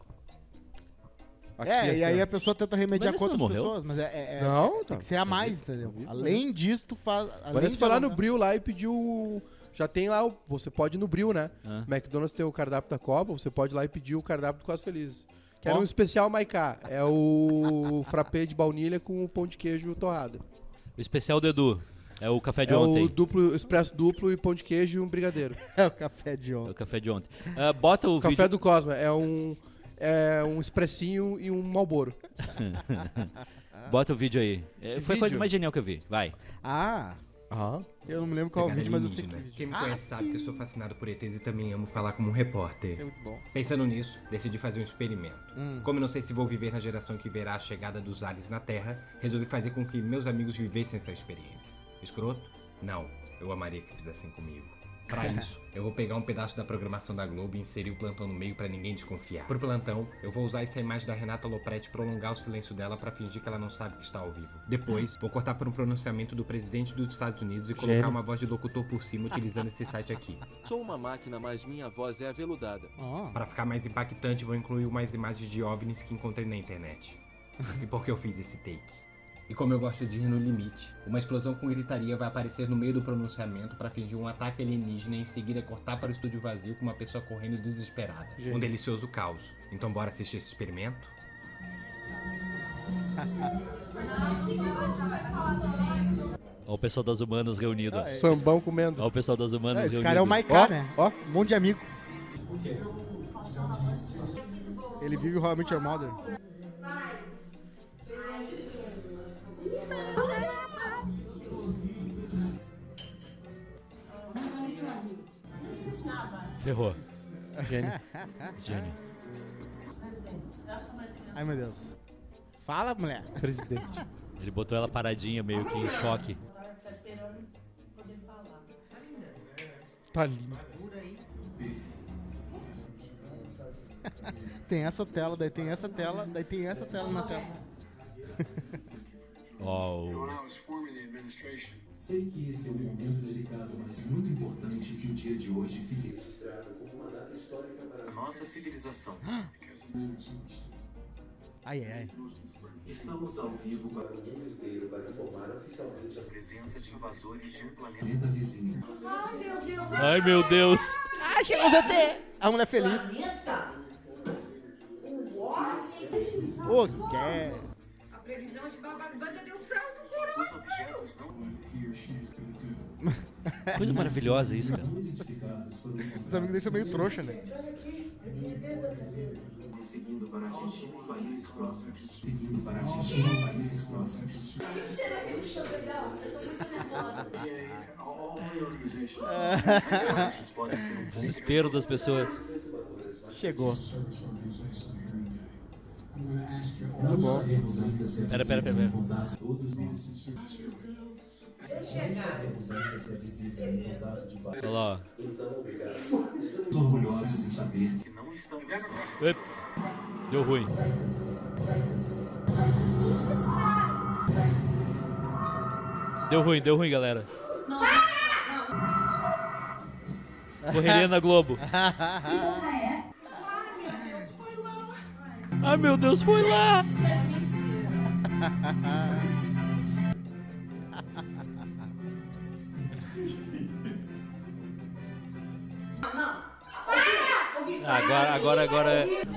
S3: Aqui,
S2: é, e
S3: assim,
S2: aí
S3: ó.
S2: a pessoa tenta remediar
S1: Vanessa
S2: com outras
S1: não morreu?
S2: pessoas, mas é, é, é-
S3: Não, tá.
S2: tem que ser a mais, entendeu?
S3: vi,
S2: Além disso, tu faz. além
S3: Parece
S2: de
S3: foi lá no
S2: alongar-
S3: Bril lá e pediu. Já tem lá, o- você pode ir no Bril, né?
S1: Ah.
S3: McDonald's tem o cardápio da Copa, você pode ir lá e pedir o cardápio do Quase Felizes. Que era
S2: Ó.
S3: um especial Maiká. É o frappé de baunilha com o pão de queijo torrado.
S1: O especial do Edu. É o café de
S3: É
S1: ontem.
S3: o duplo, expresso duplo e pão de queijo e um brigadeiro.
S2: É o café de
S1: É o
S2: ontem.
S1: café de ontem. Ah, bota o
S3: O café
S1: vídeo.
S3: do Cosma é um, é um expressinho e um malboro.
S1: Bota o vídeo aí. É,
S3: Ah, Que
S1: foi a coisa
S3: vídeo?
S1: mais genial que eu vi. Vai.
S2: Ah,
S3: Aham.
S2: eu não me lembro qual o vídeo, mas eu sei que Ah, vídeo.
S6: Quem me conhece sabe que eu sou fascinado por ETs e também amo falar como um repórter.
S2: É muito bom.
S6: Pensando nisso, decidi fazer um experimento. Como eu não sei se vou viver na geração que verá a chegada dos aliens na Terra, resolvi fazer com que meus amigos vivessem essa experiência. Escroto? Não. Eu amaria que fizessem comigo. Pra isso, eu vou pegar um pedaço da programação da Globo e inserir o plantão no meio pra ninguém desconfiar. Pro plantão, eu vou usar essa imagem da Renata Lopretti e prolongar o silêncio dela pra fingir que ela não sabe que está ao vivo. Depois, vou cortar por um pronunciamento do presidente dos Estados Unidos e colocar
S3: Gênio.
S6: uma voz de locutor por cima utilizando esse site aqui.
S7: Sou uma máquina, mas minha voz é aveludada.
S2: Ó.
S6: Pra ficar mais impactante, vou incluir umas imagens de OVNIs que encontrei na internet. E por que eu fiz esse take? E como eu gosto de ir no limite, uma explosão com gritaria vai aparecer no meio do pronunciamento pra fingir um ataque alienígena e em seguida cortar para o estúdio vazio com uma pessoa correndo desesperada. Um delicioso caos. Então bora assistir esse experimento?
S1: Ó o pessoal das humanas reunido.
S3: Ah,
S1: ó.
S3: Sambão comendo.
S1: Ó o pessoal das humanas
S2: Ah,
S1: reunido.
S2: Esse cara é o Maiká,
S3: Ó,
S2: né?
S3: ó.
S2: Um monte de amigo. Ele vive o How I Met Your Mother.
S1: Ferrou.
S3: Gênio.
S1: Gênio.
S2: Ai, meu Deus. Fala, mulher.
S3: Presidente.
S1: Ele botou ela paradinha, meio que em choque.
S3: Tá lindo.
S2: Tem essa tela, daí tem essa tela, daí tem essa tela na tela.
S1: Ó, o-
S8: Sei que esse é um momento delicado, mas muito importante que o dia de hoje fique registrado como uma data histórica para nossa civilização.
S2: Ai, ai, ai.
S8: Estamos ao vivo para o mundo inteiro para informar oficialmente a presença de invasores de um planeta vizinho.
S1: Ai, meu Deus.
S2: Ah, chegou o ZT! A mulher feliz. O que é?
S9: A previsão de Bababanga deu frango, coroa!
S8: Os objetos não
S1: Coisa maravilhosa isso, cara.
S8: identificados foram
S2: Os amigos dele são meio trouxa, né?
S8: seguindo para atingir países próximos. Seguindo para atingir países
S1: Tá
S8: próximos. Eles podem ser um
S1: Desespero das pessoas.
S2: Chegou.
S8: Não sabemos ainda se a
S1: Pera, pera, pera,
S8: visita
S1: pera.
S8: em contato de todos nós. Não sabemos ainda se a visita em contato de
S1: Olha lá, ó.
S8: Estamos orgulhosos em saber que não
S1: Ep. Deu ruim. Deu ruim, deu ruim, galera. Correria na Globo. Ai Ah, meu Deus, foi lá! Agora, agora, agora,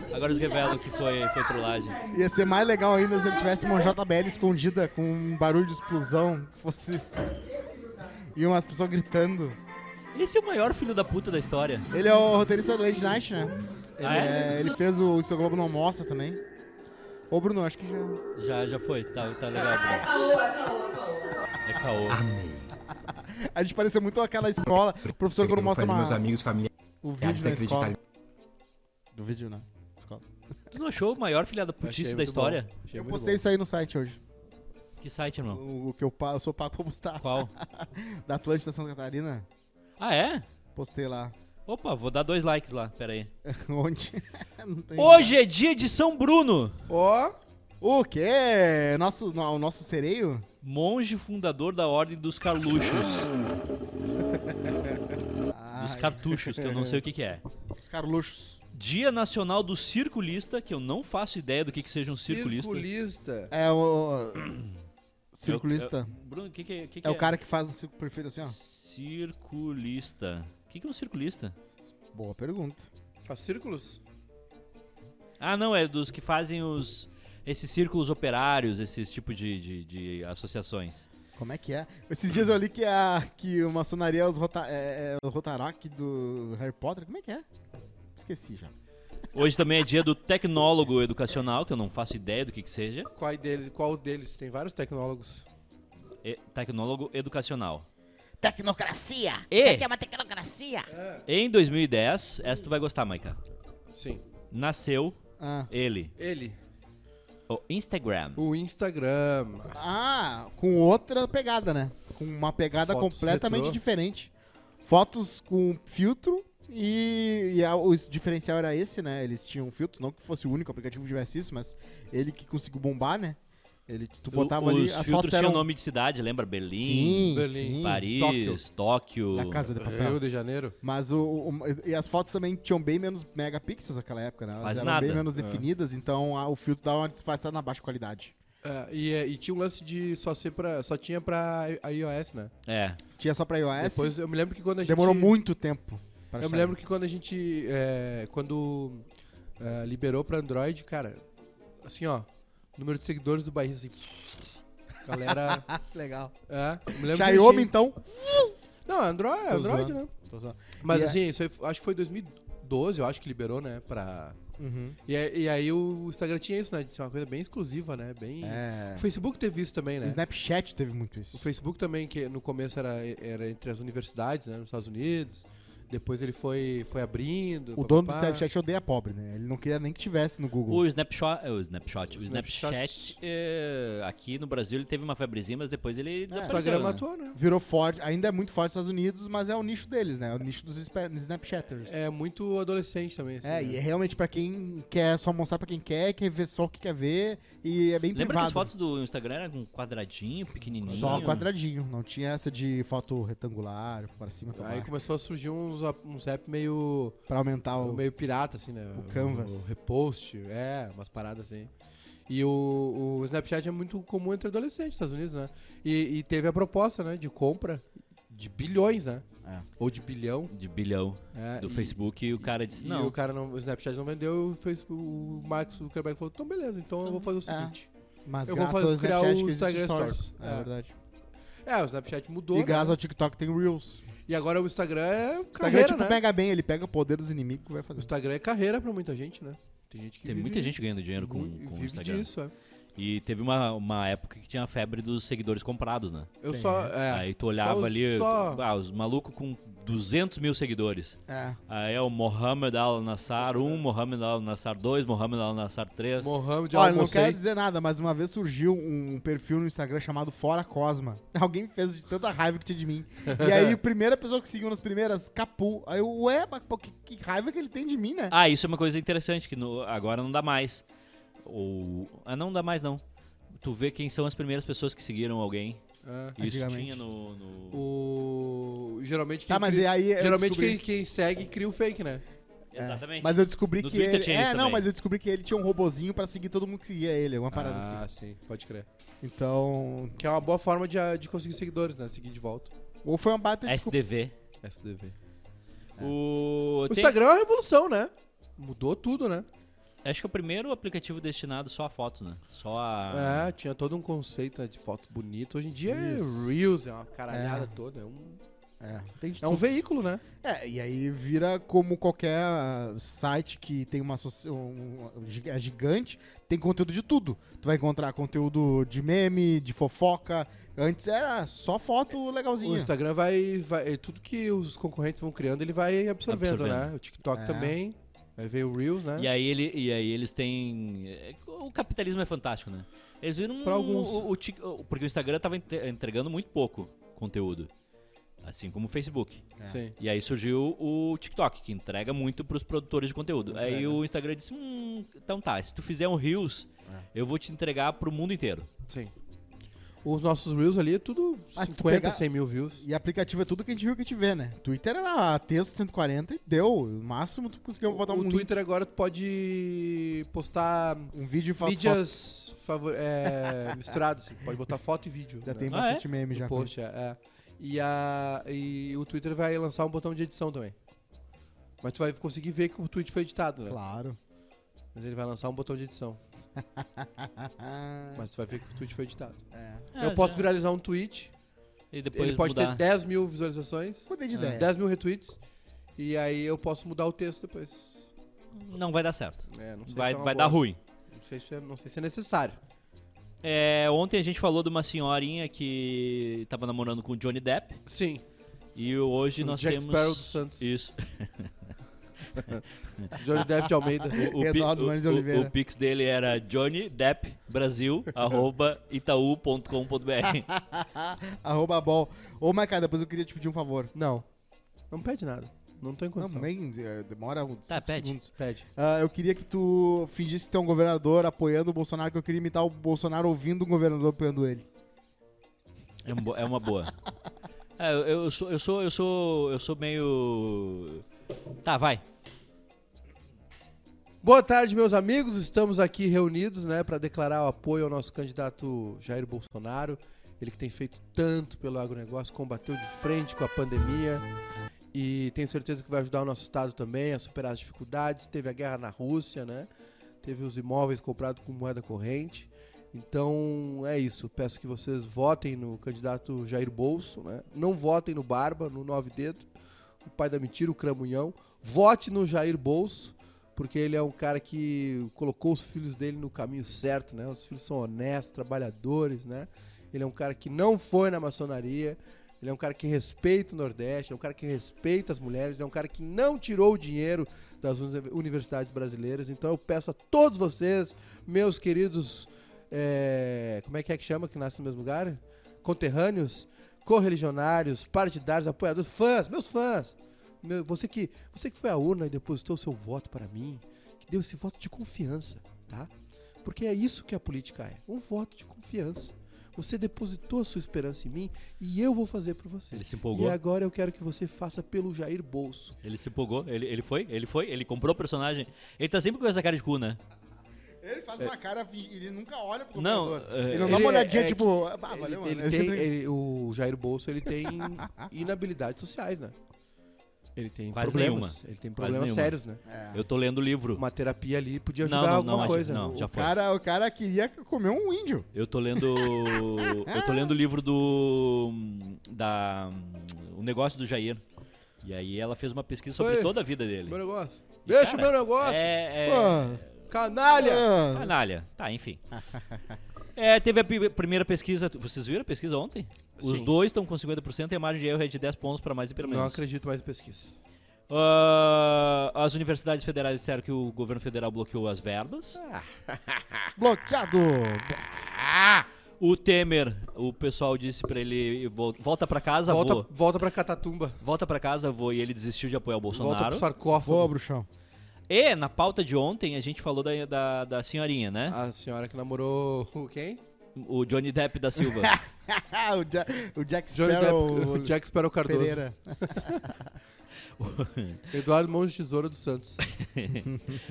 S1: agora eles revelam que foi, foi trollagem.
S2: Ia ser mais legal ainda se ele tivesse uma JBL escondida com um barulho de explosão. que Fosse... E umas pessoas gritando.
S1: Esse é o maior filho da puta da história.
S2: Ele é o roteirista do Late Night, né? Ele,
S1: Ah, é?
S2: é- ele fez o Seu Globo Não Mostra também. Ô, Bruno, acho que
S1: Já,
S2: já.
S1: já foi, tá, tá legal, Bruno. É caô,
S6: Amei.
S2: A gente pareceu muito aquela escola. O professor quando mostra
S6: Faz
S2: uma...
S6: meus amigos, família.
S2: o vídeo da
S6: Acreditar.
S2: escola. Do vídeo, né? Escola.
S1: Tu não achou o maior filho da
S3: Achei
S1: putice
S3: muito
S1: da história?
S3: bom. Achei
S2: Eu
S3: muito
S2: postei
S3: bom.
S2: isso aí no site hoje.
S1: Que site, irmão?
S2: O o que eu, pa- eu sou pago pra postar.
S1: Qual?
S2: Da Atlântida Santa Catarina.
S1: Ah, é?
S2: Postei lá.
S1: Opa, vou dar dois likes lá, pera aí.
S2: Onde? Não tem-
S1: Hoje é dia de São Bruno,
S3: Ó,
S2: O quê? Nosso, no- o nosso sereio?
S1: monge fundador da Ordem dos Carluxos. Dos cartuchos, que eu não sei o que que é.
S2: Os carluxos.
S1: Dia Nacional do Circulista, que eu não faço ideia do que que seja um circulista.
S3: circulista.
S2: É o. Circulista.
S1: É o- é o- Bruno, o que que, é- que que
S2: É o cara que faz o círculo perfeito assim, ó.
S1: Circulista. O que, que é um circulista?
S2: Boa pergunta.
S3: Faz círculos?
S1: Ah, não, é dos que fazem os esses círculos operários, esses tipo de, de, de associações.
S2: Como é que é? Esses dias eu li que a que o maçonaria é os rota, é, é o Rotarac do Harry Potter. Como é que é? Esqueci já.
S1: Hoje também é dia do tecnólogo educacional, que eu não faço ideia do que que seja.
S3: Qual deles? Qual deles? Tem vários tecnólogos.
S1: E- tecnólogo educacional.
S4: Tecnocracia!
S1: E-
S4: Isso aqui é uma tecnocracia!
S1: Em 2010, essa tu vai gostar, Maica.
S3: Sim.
S1: Nasceu
S2: Ah,
S1: ele,
S3: Ele.
S1: o Instagram.
S3: O Instagram.
S2: Ah, com outra pegada, né? Com uma pegada
S3: Fotos
S2: completamente
S3: retrô.
S2: diferente. Fotos com filtro e, e a- o diferencial era esse, né? Eles tinham filtros, não que fosse o único aplicativo que tivesse isso, mas ele que conseguiu bombar, né? Ele, tu botava
S1: O-
S2: ali,
S1: os
S2: as
S1: filtros
S2: fotos
S1: tinham
S2: eram...
S1: nome de cidade, lembra? Berlim,
S2: Sim,
S3: Berlim,
S2: sim.
S1: Paris, Tóquio.
S2: La Casa de Papel.
S3: Rio de Janeiro.
S2: Mas o, o- e as fotos também tinham bem menos megapixels naquela época, né? Elas
S1: Faz
S2: eram
S1: nada.
S2: bem menos
S3: É.
S2: definidas, então a- o filtro dava uma disfarçada na baixa qualidade.
S3: É, e, é, e tinha um lance de só ser pra. Só tinha pra i- a iOS, né?
S1: É.
S2: Tinha só pra iOS,
S3: Depois eu me lembro que quando a gente.
S2: Ah, demorou muito tempo. pra
S3: Eu me
S2: sair.
S3: lembro que quando a gente. é, quando é, liberou pra Android, cara, assim, ó. Número de seguidores do Bahia, assim. Galera.
S2: Legal.
S3: é, eu me lembro que a
S2: Xiaomi,
S3: gente-
S2: então.
S3: Não, Android,
S2: Tô
S3: Android,
S2: zoando. é-
S3: né? Mas assim, isso aí, acho que foi 2012, eu acho que liberou, né? Pra. E, aí- e aí o Instagram tinha isso, né? De ser uma coisa bem exclusiva, né? Bem.
S2: É.
S3: O Facebook teve isso também, né?
S2: O Snapchat teve muito
S3: O
S2: isso.
S3: Facebook também, que no começo era, era entre as universidades, né? Nos Estados Unidos. Depois ele foi, foi abrindo.
S2: O
S3: pá,
S2: dono do
S3: pá, pá.
S2: Snapchat odeia pobre, né? Ele não queria nem que tivesse no Google.
S1: O Snapshot, é o Snapshot, o Snapchat,
S3: Snapshot.
S1: é, aqui no Brasil ele teve uma febrezinha, mas depois ele
S2: É,
S3: O Instagram
S1: desapareceu. né?
S3: matou, né?
S2: Virou forte, ainda é muito forte nos Estados Unidos, mas é o nicho deles, né? É o nicho dos spa- Snapchatters.
S3: É muito adolescente também. Assim,
S2: É,
S3: né?
S2: e é realmente pra quem quer só mostrar pra quem quer, quer ver só o que quer ver, e é bem
S1: Lembra que
S2: privado.
S1: as fotos do Instagram eram com um quadradinho, pequenininho?
S2: Só um quadradinho, não tinha essa de foto retangular, pra cima, pra
S3: Aí
S2: baixo,
S3: começou a surgir uns, uns apps meio,
S2: pra aumentar o...
S3: meio pirata, assim, né?
S2: o Canvas.
S3: O repost, é, umas paradas assim. E o, o Snapchat é muito comum entre adolescentes nos Estados Unidos, né? E, e teve a proposta, né? De compra de bilhões, né?
S2: É.
S3: Ou de bilhão.
S1: De bilhão
S3: né?
S1: do
S3: E-
S1: Facebook e o cara disse,
S3: E
S1: não,
S3: o cara não, o Snapchat não vendeu, e fez o Mark Zuckerberg falou: "Então beleza, então eu vou fazer o
S2: é.
S3: seguinte".
S2: Mas
S3: eu vou
S2: graças
S3: fazer-
S2: ao
S3: criar
S2: Snapchat
S3: o
S2: que existe
S3: Instagram
S2: Stories.
S3: Stories.
S2: É,
S3: É.
S2: verdade.
S3: É, o Snapchat mudou.
S2: E
S3: né?
S2: graças ao TikTok tem Reels.
S3: E agora o Instagram é
S2: O Instagram,
S3: carreira,
S2: tipo,
S3: né?
S2: pega bem, ele pega o poder dos inimigos e vai
S3: O
S2: fazer.
S3: Instagram é carreira pra muita gente, né? Tem gente que
S1: tem
S3: vive-
S1: muita gente ganhando dinheiro com,
S3: vive
S1: com o Instagram.
S3: disso, é.
S1: E teve uma, uma época que tinha a febre dos seguidores comprados, né?
S3: Eu só é,
S1: Aí tu olhava
S3: Só os-
S1: ali,
S3: só-
S1: ah, os malucos com 200 mil seguidores.
S2: É.
S1: Aí é o Mohamed Al-Nassar 1, Mohamed Al-Nassar 2, Mohamed Al-Nassar 3.
S3: Mohamed
S2: Olha, não
S3: Almossei.
S2: quero dizer nada, mas uma vez surgiu um perfil no Instagram chamado Fora Cosma. Alguém fez de tanta raiva que tinha de mim. E aí, a primeira pessoa que seguiu nas primeiras, Capu. Aí eu, ué, mas pô, que, que raiva que ele tem de mim, né?
S1: Ah, isso é uma coisa interessante, que no- agora não dá mais. Ou. Ah, não dá mais não. Tu vê quem são as primeiras pessoas que seguiram alguém.
S3: É,
S1: Isso
S2: Antigamente.
S1: tinha no. no-
S3: O... Geralmente quem
S2: Tá, mas
S3: cria-
S2: e aí eu
S3: geralmente
S2: descobri-
S3: quem, quem segue cria o fake, né?
S1: Exatamente.
S2: Mas eu descobri
S1: No
S2: que
S1: Twitter
S2: ele.
S1: tinha
S2: É,
S1: isso
S2: não,
S1: também.
S2: mas eu descobri que ele tinha um robozinho pra seguir todo mundo que seguia ele, alguma parada assim.
S3: ah, sim, pode crer.
S2: Então.
S3: Que é uma boa forma de, de conseguir seguidores, né? Seguir de volta.
S2: Ou foi uma baita
S1: É,
S2: desculpa.
S1: SDV.
S3: SDV.
S1: O,
S3: O
S1: tem-
S3: Instagram é uma revolução, né? Mudou tudo, né?
S1: Acho que é o primeiro aplicativo destinado só a fotos, né? Só a.
S2: Ah.
S3: É, tinha todo um conceito né, de fotos bonitas. Hoje em dia é Reels, é uma caralhada
S2: É.
S3: toda. É um,
S2: É, tem de
S3: é um veículo, né?
S2: É, e aí vira como qualquer site que tem uma soci- um- um- gi- é gigante, tem conteúdo de tudo. Tu vai encontrar conteúdo de meme, de fofoca. Antes era só foto
S3: O
S2: legalzinha.
S3: Instagram vai, vai. é Tudo que os concorrentes vão criando, ele vai absorvendo,
S1: Absorvendo.
S3: né? O TikTok
S2: É.
S3: também. Aí veio o Reels, né?
S1: E aí, ele, e aí eles têm. é, O capitalismo é fantástico, né? Eles viram
S3: Pra alguns.
S1: O, o Tik- o- porque o Instagram tava entre- entregando muito pouco conteúdo. Assim como o Facebook.
S2: é.
S3: Sim.
S1: E aí surgiu o TikTok, que entrega muito pros produtores de conteúdo. Aí
S3: Entrega.
S1: o Instagram disse: hum, então tá, se tu fizer um Reels,
S3: É.
S1: eu vou te entregar pro mundo inteiro.
S3: Sim. Os nossos Reels ali é tudo
S2: Mas tu
S3: 50,
S2: pegar-
S3: 100 mil views.
S2: E aplicativo é tudo que a gente viu que a gente vê, né? Twitter era texto 140 e deu. O máximo tu conseguiu botar
S3: o
S2: um, link,
S3: Twitter agora tu pode postar
S2: um vídeo e fa-
S3: mídias favor... é, misturadas. assim. Pode botar foto e vídeo.
S2: foto. Já
S3: né?
S2: tem
S1: Ah,
S2: bastante
S3: No
S2: meme já.
S3: post, é, é. E, a, e o Twitter vai lançar um botão de edição também. Mas tu vai conseguir ver que o tweet foi editado, né?
S2: Claro.
S3: Mas ele vai lançar um botão de edição. Mas tu vai ver que o tweet foi editado.
S2: É.
S3: Eu posso viralizar um tweet,
S1: E depois
S3: ele pode
S1: mudar.
S3: ter 10 mil visualizações,
S2: Mudei de ideia.
S3: 10 mil retweets, e aí eu posso mudar o texto depois.
S1: Não vai dar certo.
S3: É, não sei
S1: Vai,
S3: se é uma
S1: vai
S3: boa.
S1: dar ruim.
S3: Não sei se é, não sei se é necessário.
S1: É, ontem a gente falou de uma senhorinha que tava namorando com o Johnny Depp.
S3: Sim.
S1: E hoje
S3: O
S1: nós
S3: Jack
S1: temos.
S3: Sparrow dos Santos.
S1: Isso.
S3: Johnny Depp de Almeida.
S1: O, pi-
S2: Eduardo
S1: o-
S2: Nunes
S1: o-
S2: Oliveira.
S1: o pix dele era Johnny Depp Brasil, arroba itaú.com.br.
S2: Arroba bol. Ô, Macá, depois eu queria te pedir um favor.
S3: Não. Não pede nada. Não tô em
S2: Não,
S3: condição.
S2: bem, eh, demora uns
S1: Tá,
S2: cinco
S1: pede.
S2: segundos.
S3: Pede.
S2: Ah, eu queria que tu fingisse ter um governador apoiando o Bolsonaro, que eu queria imitar o Bolsonaro ouvindo o governador apoiando ele.
S1: É, um bo- é uma boa. É, eu, eu sou, eu sou, eu sou, eu sou meio. Tá, vai.
S3: Boa tarde, meus amigos. Estamos aqui reunidos, né, para declarar o apoio ao nosso candidato Jair Bolsonaro. Ele que tem feito tanto pelo agronegócio, combateu de frente com a pandemia e tenho certeza que vai ajudar o nosso estado também a superar as dificuldades. Teve a guerra na Rússia, né? Teve os imóveis comprados com moeda corrente. Então é isso. Peço que vocês votem no candidato Jair Bolso, né? Não votem no Barba, no Nove Dedo, o pai da mentira, o Cramunhão. Vote no Jair Bolso, porque ele é um cara que colocou os filhos dele no caminho certo, né? Os filhos são honestos, trabalhadores, né? Ele é um cara que não foi na maçonaria. Ele é um cara que respeita o Nordeste, é um cara que respeita as mulheres, é um cara que não tirou o dinheiro das uni- universidades brasileiras. Então eu peço a todos vocês, meus queridos. é, como é que é que chama que nasce no mesmo lugar? Conterrâneos, correligionários, partidários, apoiadores, fãs, meus fãs. Meu- você, que, você que foi à urna e depositou seu voto para mim, que deu esse voto de confiança, tá? Porque é isso que a política é: um voto de confiança. Você depositou a sua esperança em mim e eu vou fazer por você.
S1: Ele se empolgou.
S3: E agora eu quero que você faça pelo Jair Bolso.
S1: Ele se empolgou, ele, ele foi, ele foi, ele comprou o personagem. Ele tá sempre com essa cara de cu, né?
S2: Ele faz uma cara, ele nunca olha pro
S1: Não,
S2: governador.
S1: é-
S2: ele não dá
S3: Ele
S2: uma olhadinha,
S3: é
S2: tipo, ah, valeu,
S3: Ele,
S2: mano.
S3: ele tem, ele- o Jair Bolso ele tem inabilidades sociais, né? Ele tem
S1: Quase
S3: problemas.
S1: nenhuma.
S3: Ele tem
S1: Quase
S3: problemas
S1: nenhuma.
S3: sérios, né?
S1: Eu tô lendo o livro.
S3: Uma terapia ali podia
S1: Não,
S3: ajudar
S1: não,
S3: alguma
S1: não,
S3: coisa.
S1: não,
S3: né?
S1: já
S2: o,
S1: foi.
S2: cara, o cara queria comer um índio.
S1: Eu tô lendo. eu tô lendo o livro do. da. O negócio do Jair. E aí ela fez uma pesquisa sobre
S3: Foi.
S1: toda a vida dele.
S3: Meu negócio.
S1: E,
S3: Deixa o
S1: cara,
S3: meu negócio,
S1: É. é
S2: Pô,
S3: canalha!
S2: ah,
S1: Canalha. Tá, enfim. É, teve a pi- primeira pesquisa. Vocês viram a pesquisa ontem? Os
S3: Sim.
S1: dois estão com 50% e a margem de erro é de 10 pontos pra mais e pelo
S3: Não
S1: menos.
S3: acredito mais em pesquisa.
S1: Ah, as universidades federais disseram que o governo federal bloqueou as verbas.
S3: Ah.
S2: bloqueado.
S1: O Temer, o pessoal disse pra ele: "Vol- volta pra casa,
S3: Volta,
S1: vou.
S3: volta pra Catatumba.
S1: Volta pra casa, vou. E ele desistiu de apoiar o
S3: Volta pro
S1: Bolsonaro.
S3: sarcófago.
S2: Boa, bruxão.
S1: E
S3: Ah,
S1: na pauta de ontem a gente falou da, da, da senhorinha, né?
S3: A senhora que namorou o quem?
S1: O Johnny Depp da Silva.
S2: Ah, o, Ja- o Jack
S3: Johnny
S2: Sparrow
S3: Depp, o Jack Sparrow Cardoso.
S2: Pereira.
S3: Eduardo Monge Tesouro dos Santos.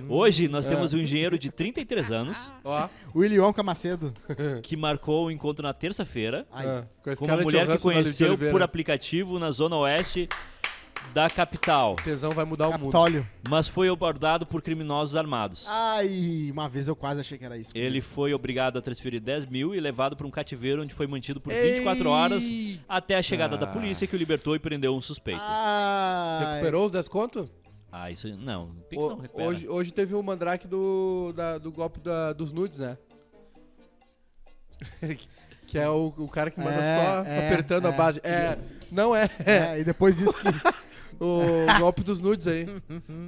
S1: Hoje nós temos um engenheiro de 33 anos
S3: Ó,
S2: William Camacedo.
S1: que marcou o encontro na terça-feira
S2: Ai,
S3: Ah, com a
S1: com uma
S3: Scarlett
S1: mulher que
S3: Johansson e Olivia
S1: conheceu
S3: Oliveira. né?
S1: por aplicativo na zona oeste da capital,
S3: Tesão vai mudar o mundo.
S2: Capitólio.
S1: mas foi abordado por criminosos armados.
S2: Ai, uma vez eu quase achei que era isso.
S1: Ele foi obrigado a transferir 10 mil e levado para um cativeiro onde foi mantido por 24 horas até a chegada da polícia que o libertou e prendeu um suspeito.
S2: Ai.
S3: Recuperou os 10 conto?
S1: Ah, isso não. Pix
S3: O-
S1: não recupera.
S3: hoje, hoje teve o mandrake do, da- do golpe da- dos nudes, né? que é o, o cara que manda
S2: É,
S3: só
S2: é,
S3: apertando a
S2: é.
S3: base. É, não é.
S2: É, e depois disse que.
S3: O golpe dos nudes aí.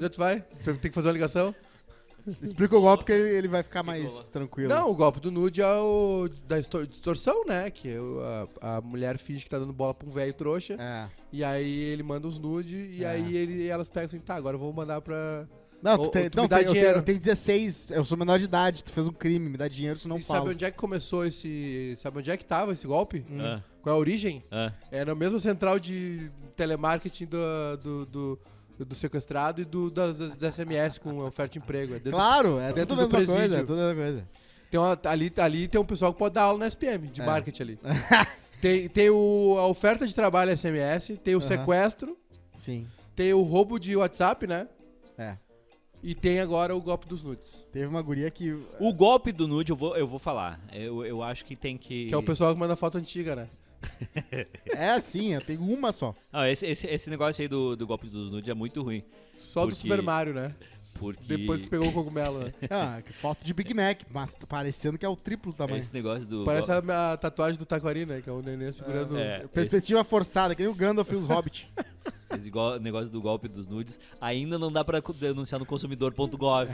S3: Já tu vai? Você Tem que fazer uma ligação?
S2: Explica o golpe que ele, ele vai ficar mais tranquilo.
S3: Não, o golpe do nude é o da extor- distorção, né? Que o- a, a mulher finge que tá dando bola pra um velho trouxa.
S2: É.
S3: E aí ele manda os nudes. E
S2: É.
S3: aí ele, elas pegam assim, tá, agora eu vou mandar pra...
S2: Não,
S3: Ou-
S2: tu
S3: ou
S2: tem,
S3: tu
S2: não,
S3: me dá
S2: tem- eu, tenho,
S3: dinheiro.
S2: eu tenho 16, eu sou menor de idade, tu fez um crime, me dá dinheiro, isso não
S3: e
S2: falo.
S3: sabe onde é que começou esse... Sabe onde é que tava esse golpe?
S2: Hum.
S1: Ah,
S3: Qual é a origem?
S1: ah.
S3: É na mesma central de telemarketing do, do, do, do sequestrado e do, das, das SMS com oferta de emprego. É dentro-
S2: Claro, é dentro da
S3: Dentro do
S2: mesma coisa,
S3: presídio.
S2: é tudo a mesma coisa.
S3: Tem uma- ali, ali tem um pessoal que pode dar aula na SPM, de
S2: É.
S3: marketing ali. tem tem o, a oferta de trabalho SMS, tem o
S2: Aham.
S3: sequestro,
S2: Sim.
S3: tem o roubo de WhatsApp, né?
S2: É.
S3: E tem agora o golpe dos nudes.
S2: Teve uma guria que.
S1: O golpe do nude eu vou, eu vou falar. Eu, eu acho que tem que.
S3: Que é o pessoal que manda foto antiga, né?
S2: É assim, eu tenho uma só.
S1: Ah, esse, esse, esse negócio aí do, do golpe dos nude é muito ruim.
S3: Só do
S1: Porque-
S3: Super Mario, né?
S1: Porque
S3: Depois que pegou o cogumelo, né?
S2: Ah, que foto de Big Mac, mas tá parecendo que é o triplo tamanho.
S1: esse negócio do.
S3: Parece
S1: go-
S3: a, a tatuagem do Taquari, né? Que é o neném segurando...
S1: É, esse,
S2: Perspectiva forçada, que nem o Gandalf e os Hobbit.
S1: esse go- negócio do golpe dos nudes ainda não dá pra co- denunciar no consumidor.gov.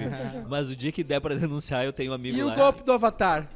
S1: mas o dia que der pra denunciar, eu tenho um amigo
S3: E
S1: lá.
S3: o golpe do Avatar?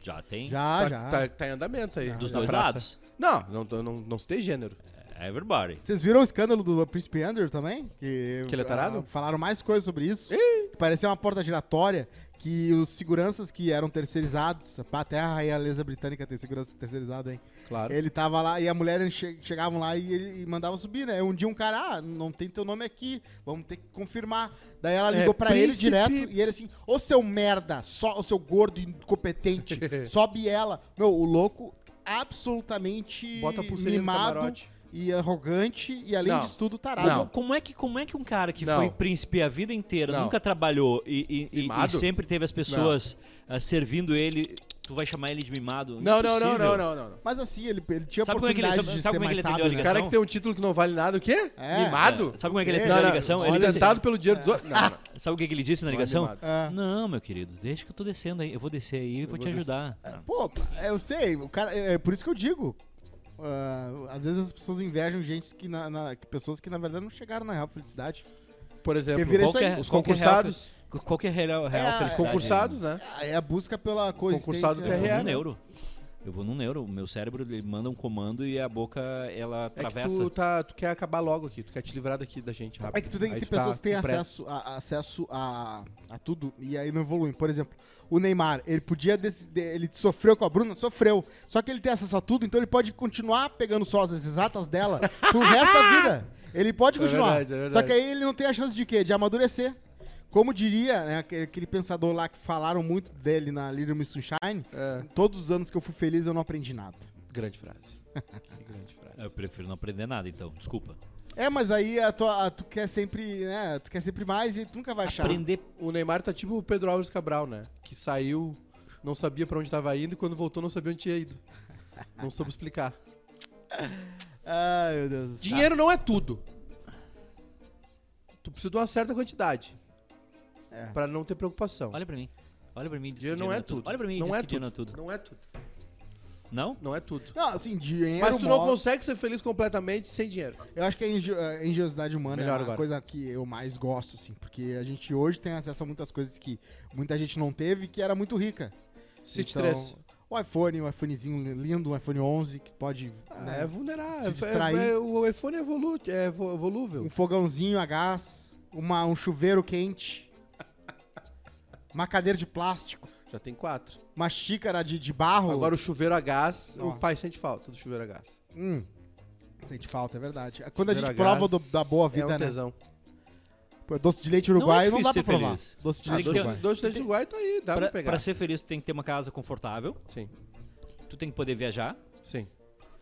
S1: Já tem?
S2: Já,
S3: tá,
S2: Ah, já. Ah,
S3: Tá, tá em andamento aí.
S1: Dos
S3: na
S1: dois
S3: praça.
S1: lados.
S3: Não, não, não, não, não se tem gênero.
S1: Everybody.
S2: Vocês viram o escândalo do Príncipe Andrew também? Que,
S3: Que ele é tarado?
S2: ah, falaram mais coisas sobre isso. Que parecia uma porta giratória. Que os seguranças que eram terceirizados, pá, até a realeza britânica tem segurança terceirizada, hein?
S3: Claro.
S2: Ele tava lá e a mulher ele che chegavam lá e ele e mandava subir, né? Um dia um cara, ah, não tem teu nome aqui, vamos ter que confirmar. Daí ela ligou
S3: É,
S2: pra ele
S3: príncipe-
S2: direto e ele assim, ô seu merda, só o seu gordo incompetente, sobe ela. Meu, o louco absolutamente
S3: Bota a pulseirinha no
S2: mimado
S3: camarote.
S2: e arrogante e além
S3: Não.
S2: disso tudo tarado.
S1: Mas
S3: Não.
S1: Como é que como é que um cara que
S3: Não.
S1: foi príncipe a vida inteira,
S3: Não.
S1: nunca trabalhou e, e- e- e
S3: Mimado?
S1: sempre teve as pessoas ah, servindo ele, tu vai chamar ele de mimado?
S3: Não, não, não,
S1: Impossível.
S3: não, não, não, não.
S2: Mas assim, ele, ele tinha
S1: Sabe como é que ele-
S2: oportunidade
S1: sabe- sabe
S2: de
S1: como é
S2: ser
S1: que
S2: mais
S1: ele atendeu
S2: sábio.
S1: a
S3: O
S2: né?
S1: ligação?
S3: cara que tem um título que não vale nada, o quê?
S2: É.
S3: Mimado?
S1: Sabe como é que ele
S2: Não,
S1: atendeu a
S2: não,
S1: ligação? Ele disse-
S3: Sustentado pelo dinheiro
S2: É.
S3: dos outros. Não, não, não.
S1: Sabe o que, que ele disse na
S3: Não é
S1: ligação?
S3: mimado.
S2: Ah.
S1: Não, meu querido, deixa que eu tô descendo aí. Eu vou descer aí e vou te ajudar.
S3: É.
S1: Ah,
S2: Pô, eu sei, o cara, é é por isso que eu digo. ah, às vezes as pessoas invejam gente que, na, na- que pessoas que na verdade não chegaram na real felicidade.
S3: Por exemplo,
S2: Porque vira isso
S1: qualquer-
S2: aí,
S3: os
S1: qualquer
S3: concursados.
S1: é real fe- Qualquer real, real
S2: É, é,
S1: felicidade.
S3: concursados, né?
S2: É a busca pela coisa.
S3: Concursado
S1: Eu vou
S3: TRE,
S1: num
S3: né?
S1: neuro. Eu vou num neuro. O meu cérebro ele manda um comando e a boca ela
S3: É que
S1: atravessa.
S3: tu, tá, tu quer acabar logo aqui, tu quer te livrar daqui da gente rápido.
S2: É que tu tem
S3: Aí
S2: que ter
S3: tá
S2: pessoas que têm
S3: com pressa.
S2: acesso, a, acesso a, a tudo e aí não evoluem. Por exemplo, o Neymar, ele podia decidir, ele sofreu com a Bruna, sofreu. Só que ele tem acesso a tudo, então ele pode continuar pegando só as exatas dela pro resto da vida. Ele pode
S3: É
S2: continuar.
S3: verdade, é verdade.
S2: Só que aí ele não tem a chance de quê? De amadurecer. Como diria né, aquele, aquele pensador lá que falaram muito dele na Little Miss Sunshine,
S3: É.
S2: todos os anos que eu fui feliz eu não aprendi nada.
S3: Grande frase. Que grande frase.
S1: Eu prefiro não aprender nada, então. Desculpa.
S2: É, mas aí a tua, a- tu quer sempre, né? Tu quer sempre mais e tu nunca
S3: Tá.
S2: vai achar.
S1: Aprender
S3: O Neymar tá tipo o Pedro Álvares Cabral, né? Que saiu, não sabia pra onde tava indo e quando voltou não sabia onde tinha ido. Não soube explicar.
S2: Ai, meu Deus. do céu.
S3: Dinheiro não é tudo. Tu precisa de uma certa quantidade.
S2: É.
S3: Pra não ter preocupação.
S1: Olha pra mim. Olha pra mim. e Diz que
S3: dinheiro não é tudo.
S1: Olha pra mim. e
S3: não
S1: diz
S3: é
S1: que
S3: tudo.
S1: dinheiro não é tudo.
S3: Não é tudo.
S1: Não?
S3: Não é tudo.
S2: Não, assim, dinheiro.
S3: Mas tu não
S2: move-
S3: consegue ser feliz completamente sem dinheiro.
S2: Eu acho que a inge- a engenhosidade humana é
S3: Melhor
S2: a
S3: agora.
S2: coisa que eu mais gosto, assim, porque a gente hoje tem acesso a muitas coisas que muita gente não teve e que era muito rica.
S3: City
S2: Então,
S3: 3.
S2: O iPhone, um iPhonezinho lindo, um iPhone 11 que pode. né,
S3: é vulnerável.
S2: se
S3: é-
S2: distrair.
S3: é- o iPhone é, evolu é vo-
S2: um
S3: volúvel.
S2: fogãozinho a gás, uma, um chuveiro quente, uma cadeira de plástico.
S3: Já já tem quatro.
S2: Uma xícara de, de barro.
S3: Agora o chuveiro a gás,
S2: Ó.
S3: o pai sente falta do chuveiro a gás.
S2: Hum. Sente falta, é verdade. Quando a gente
S3: Chuveiro
S2: prova
S3: gás
S2: do- da boa vida,
S3: é um
S2: né?
S3: tesão.
S2: Pô, doce de leite
S1: Não é
S2: uruguaio não, dá pra
S1: difícil ser
S2: provar.
S1: feliz.
S2: Doce de
S1: Ah,
S3: Ah,
S2: leite
S1: doce-
S2: uruguai.
S3: dois, dois de leite Uruguai tá aí, dá pra,
S1: Pra,
S3: pegar.
S1: pra ser feliz, tu tem que ter uma casa confortável,
S3: Sim,
S1: tu tem que poder viajar
S3: sim. Hum.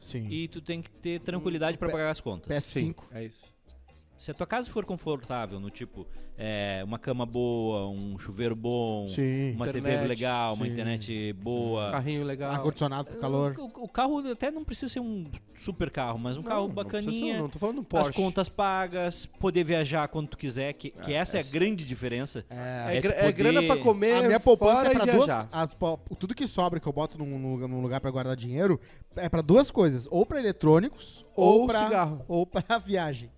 S2: Sim.
S1: e tu tem que ter tranquilidade pra pagar as contas.
S2: PS5.
S3: É isso.
S1: Se a tua casa for confortável, no tipo, é, uma cama boa, um chuveiro bom,
S2: Sim.
S1: uma TV
S3: Internet,
S1: legal, uma
S2: sim,
S1: internet boa.
S3: Carrinho legal.
S2: Ar-condicionado pro calor.
S1: O, o carro até não precisa ser um super carro, mas um carro
S3: não precisa ser um-
S1: bacaninha.
S3: Não, tô falando um
S1: as
S3: Porsche.
S1: contas pagas, poder viajar quando tu quiser, que, que essa é a grande diferença.
S3: Ah, É,
S1: É
S3: gra-
S1: tu
S3: é
S1: poder-
S3: grana pra comer,
S2: a minha poupança
S3: fora
S2: é
S3: e
S2: pra duas.
S3: viajar.
S2: as po- tudo que sobra que eu boto num, lu- num lugar pra guardar dinheiro é pra duas coisas. Ou pra eletrônicos, ou,
S3: Ou
S2: pra.
S3: cigarro.
S2: Ou pra viagem.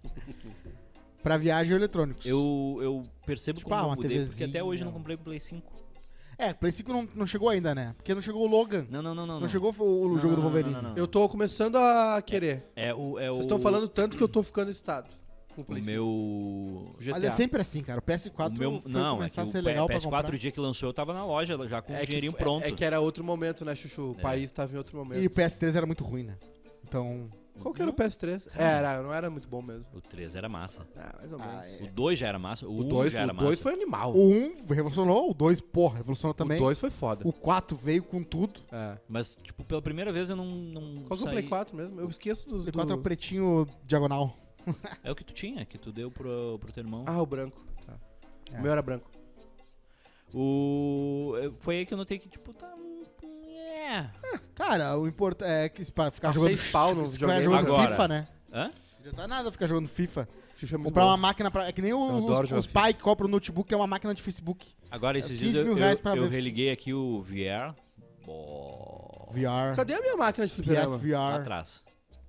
S2: pra viagem ou eletrônicos.
S1: Eu, eu percebo
S2: Tipo,
S1: como
S2: ah,
S1: eu
S2: uma
S1: mudei, porque
S2: TVzinha.
S1: até hoje eu não comprei o Play 5.
S2: É, Play 5 não, não chegou ainda, né? Porque não chegou o Logan. Não,
S1: Não, não, não, não.
S2: chegou o, o
S1: Não,
S2: jogo
S1: não,
S2: do
S1: não,
S2: Wolverine.
S1: não, não, não.
S3: Eu tô começando a querer.
S1: É o, é
S3: Vocês
S1: o-
S3: estão falando tanto que eu tô ficando excitado. Com o
S1: o
S3: Play cinco.
S1: meu
S3: O GTA.
S2: Mas é sempre assim, cara. O
S1: o
S2: PS4
S1: meu
S2: foi
S1: não, é que
S2: começar
S1: o
S2: a ser legal pra
S1: PS4
S2: comprar.
S1: o dia que lançou eu tava na loja já com o
S3: É que,
S1: um dinheirinho
S3: f-
S1: pronto. É.
S3: é que era outro momento, né, Chuchu? O país tava em outro momento.
S2: E o PS3 era muito ruim, né? Então.
S3: Qual que era o PS3? Era, não era muito bom mesmo.
S1: O 3 era massa.
S3: Ah, mais ou menos.
S1: O 2 já era massa, o
S3: O
S1: 1
S3: 2
S1: é. já era
S3: o dois
S1: massa.
S3: foi animal.
S2: O 1 revolucionou, o 2, porra, revolucionou Um também. Um
S3: O 2 foi foda.
S2: O 4 veio com tudo.
S3: É.
S1: Mas tipo, pela primeira vez eu não não
S3: Qual que é o
S1: saí-
S3: Play 4 mesmo? Eu esqueço dos.
S2: O 4 é o
S3: do-
S2: pretinho diagonal.
S1: É o que tu tinha, que tu deu pro, pro teu irmão.
S3: Ah, o branco. Tá.
S2: É.
S3: O meu era branco.
S1: O eu- foi aí que eu notei que tipo tá hum, é.
S2: Cara, o importante é que pra ficar
S3: Ah,
S2: jogando.
S3: seis pau no
S2: ficar
S3: videogame.
S2: jogando
S1: Agora.
S2: FIFA, né?
S1: Hã?
S2: Já tá nada ficar jogando FIFA.
S3: FIFA é muito
S2: Comprar
S3: bom.
S2: uma máquina pra. É que nem
S3: Eu
S2: o-
S3: adoro
S2: os,
S3: jogar
S2: os pais que compram um notebook, que é uma máquina de Facebook.
S3: É
S1: Agora esses
S2: 15
S1: dias eu,
S2: mil reais
S1: eu-
S2: pra
S1: eu
S2: ver-
S1: religuei aqui o VR. Bo...
S2: VR,
S3: Cadê a minha máquina de fliperama?
S1: Lá
S2: PSVR.
S1: atrás.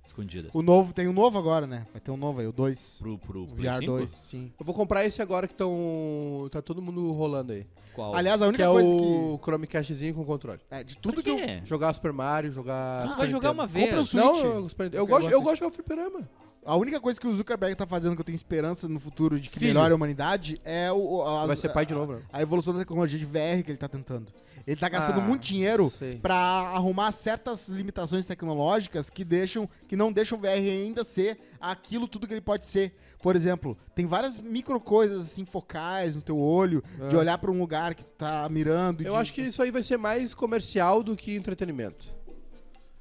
S1: Escondida.
S2: O novo, tem um novo agora, né? Vai ter um novo aí, o 2.
S1: Pro, pro
S2: O
S1: Play
S2: VR
S1: 5?
S2: 2, sim.
S3: Eu vou comprar esse agora que tão. Tá todo mundo rolando aí.
S1: Qual?
S2: Aliás, a
S3: Que
S2: única
S3: é
S2: coisa
S3: o Chromecastzinho com controle.
S2: que. É, de tudo que
S1: Por
S2: eu.
S1: quê?
S3: Jogar Super Mario, jogar.
S1: Tu
S3: Super
S1: vai Ah, jogar
S3: Nintendo.
S1: uma vez.
S2: Compra o Switch.
S3: Não, eu, Super Nintendo.
S2: Eu
S3: eu, gosto,
S2: gosto
S3: eu gosto de jogar fliperama.
S2: A única coisa que o Zuckerberg tá fazendo que eu tenho esperança no futuro de que
S3: Filho.
S2: melhore a humanidade é o, o- as-
S3: Vai ser pai de novo, né?
S2: a evolução da tecnologia de VR que ele tá tentando. Ele tá gastando
S3: Ah,
S2: muito dinheiro
S3: sei.
S2: pra arrumar certas limitações tecnológicas que deixam que não deixam o VR ainda ser aquilo tudo que ele pode ser. Por exemplo, tem várias micro coisas assim focais no teu olho, de olhar pra um lugar que tu tá mirando. e
S3: É. Eu
S2: de-
S3: acho que isso aí vai ser mais comercial do que entretenimento.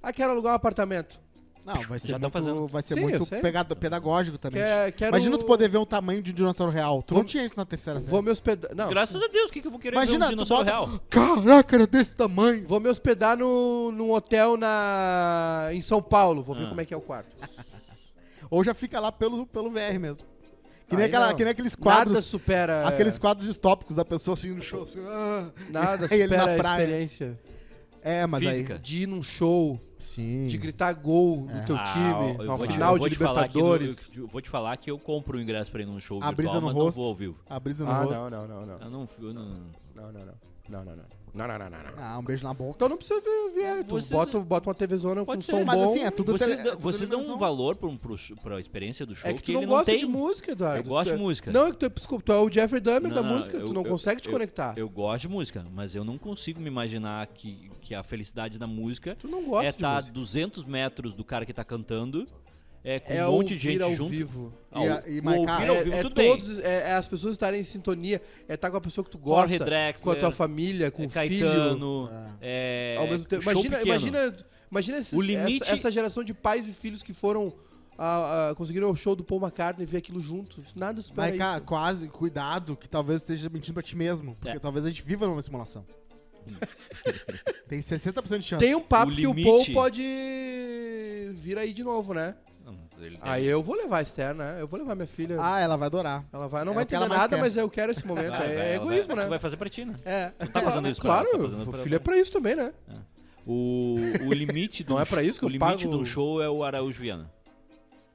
S3: Ah, quero alugar um apartamento.
S2: não vai ser
S1: Já tá
S2: muito,
S1: fazendo.
S2: vai ser
S3: Sim, eu
S2: muito
S3: sei.
S2: pegado- pedagógico também.
S3: Quer, quero...
S2: Imagina tu poder ver o tamanho de um dinossauro real. Tu não tinha isso na terceira
S1: é.
S2: série.
S3: Vou me hospedar. Não,
S1: Graças a Deus, o que, que eu vou querer
S2: Imagina,
S1: ver um
S2: tu
S1: dinossauro
S2: bota-
S1: real?
S2: Caraca, era desse tamanho.
S3: vou me hospedar no, num hotel na... em São Paulo. Vou ver
S1: Ah.
S3: como é que é o quarto.
S2: Ou já fica lá pelo, pelo VR mesmo. Que nem,
S3: Aí
S2: aquela-
S3: não.
S2: que nem aqueles
S3: Nada é.
S2: quadros.
S3: supera.
S2: Aqueles quadros distópicos da pessoa assim no show. assim, ah.
S3: Nada
S2: E ele
S3: supera
S2: na
S3: a
S2: praia.
S3: experiência
S2: É, mas
S1: Física.
S2: aí.
S3: de ir num show,
S2: Sim.
S3: de gritar gol do teu
S1: Ah,
S3: time,
S1: eu
S3: numa
S1: vou te-
S3: final
S1: eu vou
S3: de
S1: te falar que no-
S3: Libertadores.
S1: eu vou te falar que eu compro o ingresso pra ir num show
S2: A brisa
S1: virtual,
S2: no
S1: mas não
S2: rosto.
S1: vou ao vivo.
S2: A brisa no
S3: Ah,
S2: rosto.
S3: não, não, não, não.
S1: Eu não... Eu não...
S3: Não, não, não. Não, não, não. Não, não, não, não, não.
S2: Ah, um beijo na boca.
S3: Então não precisa ver, ver. Tu
S1: Vocês-
S3: bota, bota uma TV zona com
S1: Pode ser,
S3: som
S2: mas
S3: bom.
S2: assim, é tudo
S1: vocês
S2: tele-
S1: dão-
S2: é tudo
S1: vocês dão um
S2: televisão.
S1: valor pro, pro, pra experiência do show
S3: É que tu não
S1: ele
S3: gosta
S1: não tem.
S3: de música, Eduardo.
S1: Eu gosto
S3: Tu é-
S1: de música.
S3: Não, é que tu é, psico- tu é o Jeffrey Dahmer da
S1: Não, não,
S3: música, tu
S1: eu-
S3: não
S1: eu-
S3: consegue te
S1: eu-
S3: conectar.
S1: Eu gosto de música, mas eu não consigo me imaginar que, que a felicidade da música
S3: Tu não gosta
S1: é
S3: de
S1: tá a
S3: música.
S1: 200 metros do cara que tá cantando, é com
S3: é
S1: um monte de
S3: ouvir
S1: gente
S3: ao
S1: junto.
S3: vivo.
S1: Ah,
S2: E
S1: o-
S2: a- e
S1: o
S2: marcar-
S1: ouvir ao
S3: É,
S1: vivo
S3: é
S1: tudo bem.
S3: todos, é, é as pessoas estarem em sintonia, é estar com a pessoa que tu gosta,
S1: Jorge Drexler,
S3: com a tua família, com
S1: É
S3: o filho.
S1: Caetano, é,
S3: Ao mesmo tempo.
S1: show
S3: Imagina,
S1: pequeno.
S3: imagina, imagina esses-
S1: O limite-
S3: essa, essa geração de pais e filhos que foram a, a- conseguiram o show do Paul McCartney e ver aquilo junto. Nada supera
S2: Mas, cara,
S3: isso.
S2: quase, cuidado, que talvez esteja mentindo pra ti mesmo. Porque
S1: É.
S2: talvez a gente viva numa simulação. Tem 60% de chance.
S3: Tem um papo
S1: O
S3: que o
S1: limite-
S3: Paul pode vir aí de novo, né?
S1: Não, ele tem-
S3: Aí eu vou levar a Esther, né? Eu vou levar minha filha.
S2: Ah, ela vai adorar.
S3: Ela vai, não
S2: É
S3: vai
S2: o que
S3: entender
S2: ela mais
S3: nada,
S2: quer.
S3: mas eu quero esse momento.
S1: vai,
S3: é
S1: vai, ela vai-
S3: egoísmo,
S1: Tu vai
S3: né?
S1: fazer pra ti, né?
S3: É.
S1: Tu tá fazendo isso pra
S3: claro,
S1: ela, tá fazendo
S3: o
S1: pra-
S3: filho é pra isso também, né?
S1: O, o limite do
S3: Não é pra isso que
S1: o
S3: eu
S1: limite
S3: pago-
S1: do show é o Araújo Viana.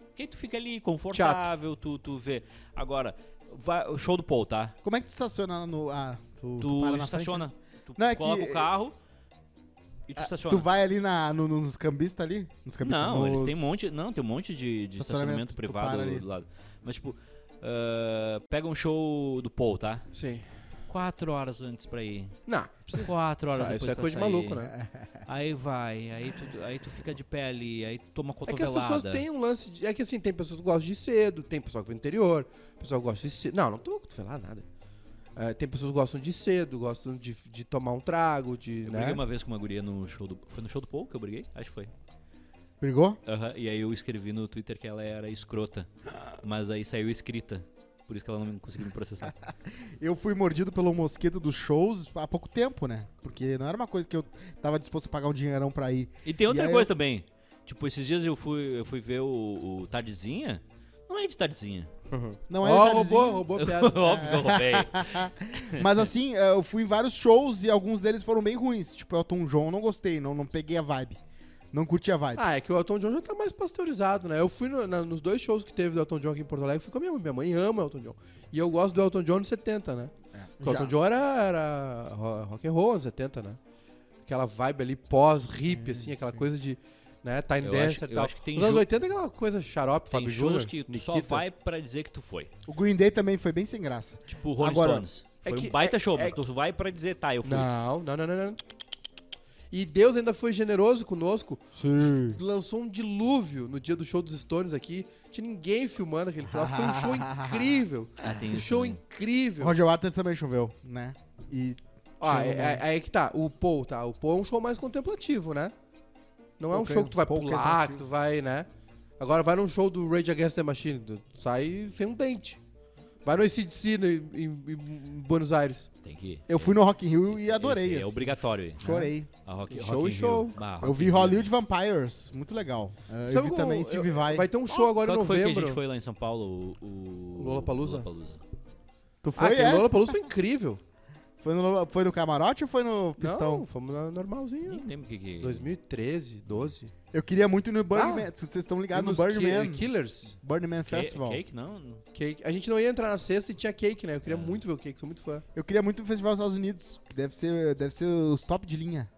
S1: Porque aí tu fica ali confortável, tu, tu vê. Agora, vai, o show do Paul, tá?
S2: Como é que tu estaciona no. Ah, tu,
S1: Tu,
S2: para na
S1: estaciona.
S3: né?
S2: frente,
S1: Tu
S2: Não, é que-
S1: coloca o carro
S3: é
S1: e tu
S2: né?
S1: estaciona.
S2: Tu vai ali na, no- nos cambistas ali? Nos cambistas
S1: Não,
S2: nos...
S1: eles têm um monte. Não, tem um monte de, de estacionamento
S2: Estacionamento, tu
S1: privado
S2: para ali.
S1: do lado. Mas, tipo, ah, pega um show do Paul, tá?
S3: Sim.
S1: quatro horas antes pra ir.
S3: Não,
S1: Quatro horas
S3: isso,
S1: depois
S3: isso é
S1: pra
S3: coisa de
S1: sair.
S3: maluco, né?
S1: Aí vai, aí tu, aí tu fica de pé ali, aí tu toma
S3: É que as
S1: cotovelada.
S3: pessoas têm um lance de. É que assim, tem pessoas que gostam de ir cedo, tem pessoal que vem do interior, pessoal que gosta de ir cedo. Não, não tô cotovelado nada. É, tem pessoas que gostam de ir cedo, gostam de, de tomar um trago, de.
S1: Eu
S3: né?
S1: briguei uma vez com uma guria no show do... Foi no show do Paul que eu briguei? Acho que foi.
S2: Brigou?
S1: Aham, E aí eu escrevi no Twitter que ela era escrota. Mas aí saiu escrita. Por isso que ela não conseguiu me processar.
S2: Eu fui mordido pelo mosquito dos shows há pouco tempo, né? Porque não era uma coisa que eu tava disposto a pagar um dinheirão pra ir.
S1: E tem outra
S2: aí
S1: coisa também. Tipo, esses dias eu fui, eu fui ver o, o Tardezinha. Não é de Tardezinha. É.
S2: Não é, era
S3: Ó,
S2: tardezinha,
S3: roubou, roubou a piada.
S1: Óbvio que eu roubei.
S2: Mas assim, eh, eu fui em vários shows e alguns deles foram bem ruins. Tipo, Elton John, eu não gostei, não, não peguei a vibe. Não curti a vibe.
S3: Ah, é que o Elton John já tá mais pasteurizado, né? Eu fui no- na- nos dois shows que teve do Elton John aqui em Porto Alegre, fui com a minha mãe. Minha mãe ama o Elton John. E eu gosto do Elton John nos 70, né?
S1: É,
S3: Porque o
S2: já.
S3: Elton John era, era ro- rock and roll nos 70, né? Aquela vibe ali pós-hip, assim, aquela coisa de né, time
S1: Hum, Eu
S3: dancer
S1: acho-
S3: e
S1: eu
S3: tal.
S1: acho que tem
S3: nos anos
S1: jo-
S3: 80 é aquela coisa xarope,
S1: Tem
S3: Fábio
S1: shows
S3: Júnior,
S1: que tu só
S3: Nikita.
S1: vai pra dizer que tu foi.
S2: O Green Day também foi bem sem graça.
S1: Tipo o Rolling
S2: Agora,
S1: Stones.
S3: é
S1: Foi
S3: que-
S1: um baita
S3: é-
S1: show,
S3: é
S1: mas tu vai pra dizer, tá, eu fui.
S3: Não, não, não, não, não. E Deus ainda foi generoso conosco.
S2: Sim.
S3: Lançou um dilúvio no dia do show dos Stones aqui. Tinha ninguém filmando aquele troço. Foi um show incrível.
S1: Ah, tem
S3: um
S1: isso
S3: show
S1: também.
S3: incrível.
S2: Roger Waters também choveu, né? E
S3: Ó,
S2: né?
S3: é, é- aí que tá. O Paul, tá? O Paul é um show mais contemplativo, né? Não é um
S2: Paul
S3: show
S2: que-
S3: que tu vai
S2: Paul
S3: pular, que
S2: contemplativo.
S3: tu vai, né? Agora vai num show do Rage Against the Machine. Tu sai sem um dente. Vai no ICDC no- em, em- em Buenos Aires.
S1: Tem que ir.
S2: eu fui no Rock in Rio e
S1: Esse
S2: adorei.
S1: É
S2: assim.
S1: obrigatório ir.
S2: Chorei.
S1: A Rock,
S3: Show
S1: Rock
S3: e
S1: in
S3: show.
S1: Rio. Ah,
S2: Eu
S1: Rock
S2: vi
S1: in Rio.
S2: Hollywood Vampires, muito legal. Eh, eu
S3: Sabe
S2: vi
S3: como-
S2: também
S3: eu-
S2: Steve Vai.
S3: Vai ter um show agora em
S1: Qual que foi que a gente
S3: novembro.
S1: foi lá em São Paulo? O, o
S3: Lollapalooza?
S1: Lollapalooza.
S2: Tu
S3: Ah,
S2: foi,
S3: aquele
S2: é?
S3: Lola Palusa foi incrível.
S2: Foi, no, foi no camarote ou foi no pistão?
S3: Não, fomos na normalzinho.
S1: Nem lembro o que que...
S3: 2013, 12.
S2: Eu queria muito ir no Burning
S3: Ah.
S2: Man. Vocês estão
S3: E
S2: ligados no
S3: nos
S2: Burning
S3: Ki-
S2: Man.
S3: Killers.
S2: Burning Man
S1: Ca-
S2: Festival.
S1: Cake, não?
S3: Cake. A gente não ia entrar na sexta e tinha cake, né? Eu queria muito ver o cake, sou muito fã.
S2: Eu queria muito o festival dos Estados Unidos. que Deve ser, deve ser os top de linha.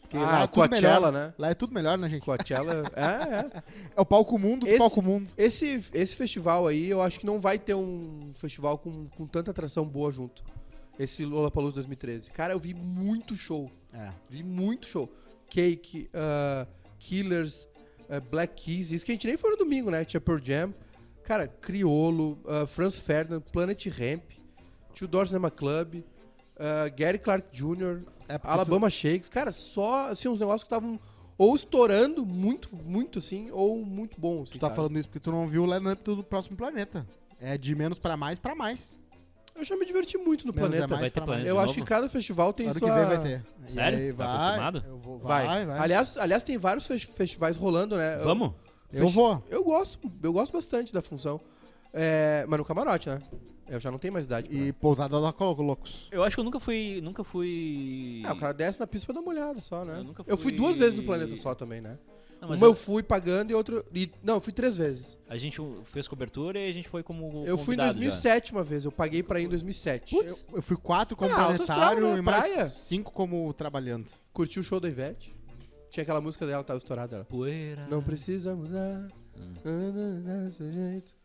S2: Porque
S3: ah,
S2: é tudo
S3: Coachella,
S2: melhor.
S3: né?
S2: Lá é tudo melhor, né, gente?
S3: Coachella. é, é.
S2: É o palco mundo do
S3: Esse-
S2: palco mundo.
S3: Esse, esse festival aí, eu acho que não vai ter um festival com, com tanta atração boa junto. Esse Lollapalooza 2013. Cara, eu vi muito show.
S2: É.
S3: Vi muito show. Cake, ah, Killers, ah, Black Keys. Isso que a gente nem foi no domingo, né? Tinha Pearl Jam. Cara, Criolo, ah, Franz Ferdinand, Planet Ramp, Two Door Cinema Club, ah, Gary Clark Jr.,
S2: É, porque
S3: Alabama Shakes. Cara, só assim, uns negócios que estavam ou estourando muito, muito assim, ou muito bons.
S2: Tu, tu tá
S3: sabe?
S2: falando isso porque tu não viu o lineup do próximo planeta. É de menos pra mais pra mais.
S3: Eu já me diverti muito no
S2: Menos é
S3: planeta.
S2: mais
S1: Vai ter
S2: pra mais.
S1: planeta.
S3: Eu
S1: de
S3: acho
S1: novo?
S3: que cada festival tem
S2: Ano
S3: sua...
S2: que vem vai ter. E
S1: Sério?
S2: aí
S1: Tá
S2: vai,
S1: confirmado?
S2: Eu vou,
S3: Vai.
S2: vai, vai.
S3: Aliás, aliás, tem vários fes- festivais rolando, né? Eu-
S1: Vamos?
S2: eu vou.
S3: Eu gosto, eu gosto bastante da função. É, mas no camarote, né? Eu já não tenho mais idade. pra-
S2: E pousada lá coloco loucos.
S1: Eu acho que eu nunca fui... Nunca fui...
S3: Ah, o cara desce na pista pra dar uma olhada só, né?
S1: Eu
S3: Eu,
S1: nunca
S3: fui
S1: fui-
S3: duas vezes no Planeta Só também, né?
S1: Não,
S3: Uma
S1: mas
S3: eu...
S1: eu-
S3: fui pagando e outra. e- não, eu fui três vezes.
S1: A gente fez cobertura e a gente foi como
S3: Eu fui em
S1: convidado já.
S3: 2007 uma vez, eu paguei pra ir em 2007. Eu
S2: Eu fui quatro como
S3: Ah, alto astral,
S2: planetário
S3: né?
S2: e mais
S3: Praia.
S2: cinco como trabalhando.
S3: curti o show da Ivete. Tinha aquela música dela, tava estourada. Ela.
S1: Poeira.
S3: Não precisa mudar. andar desse jeito.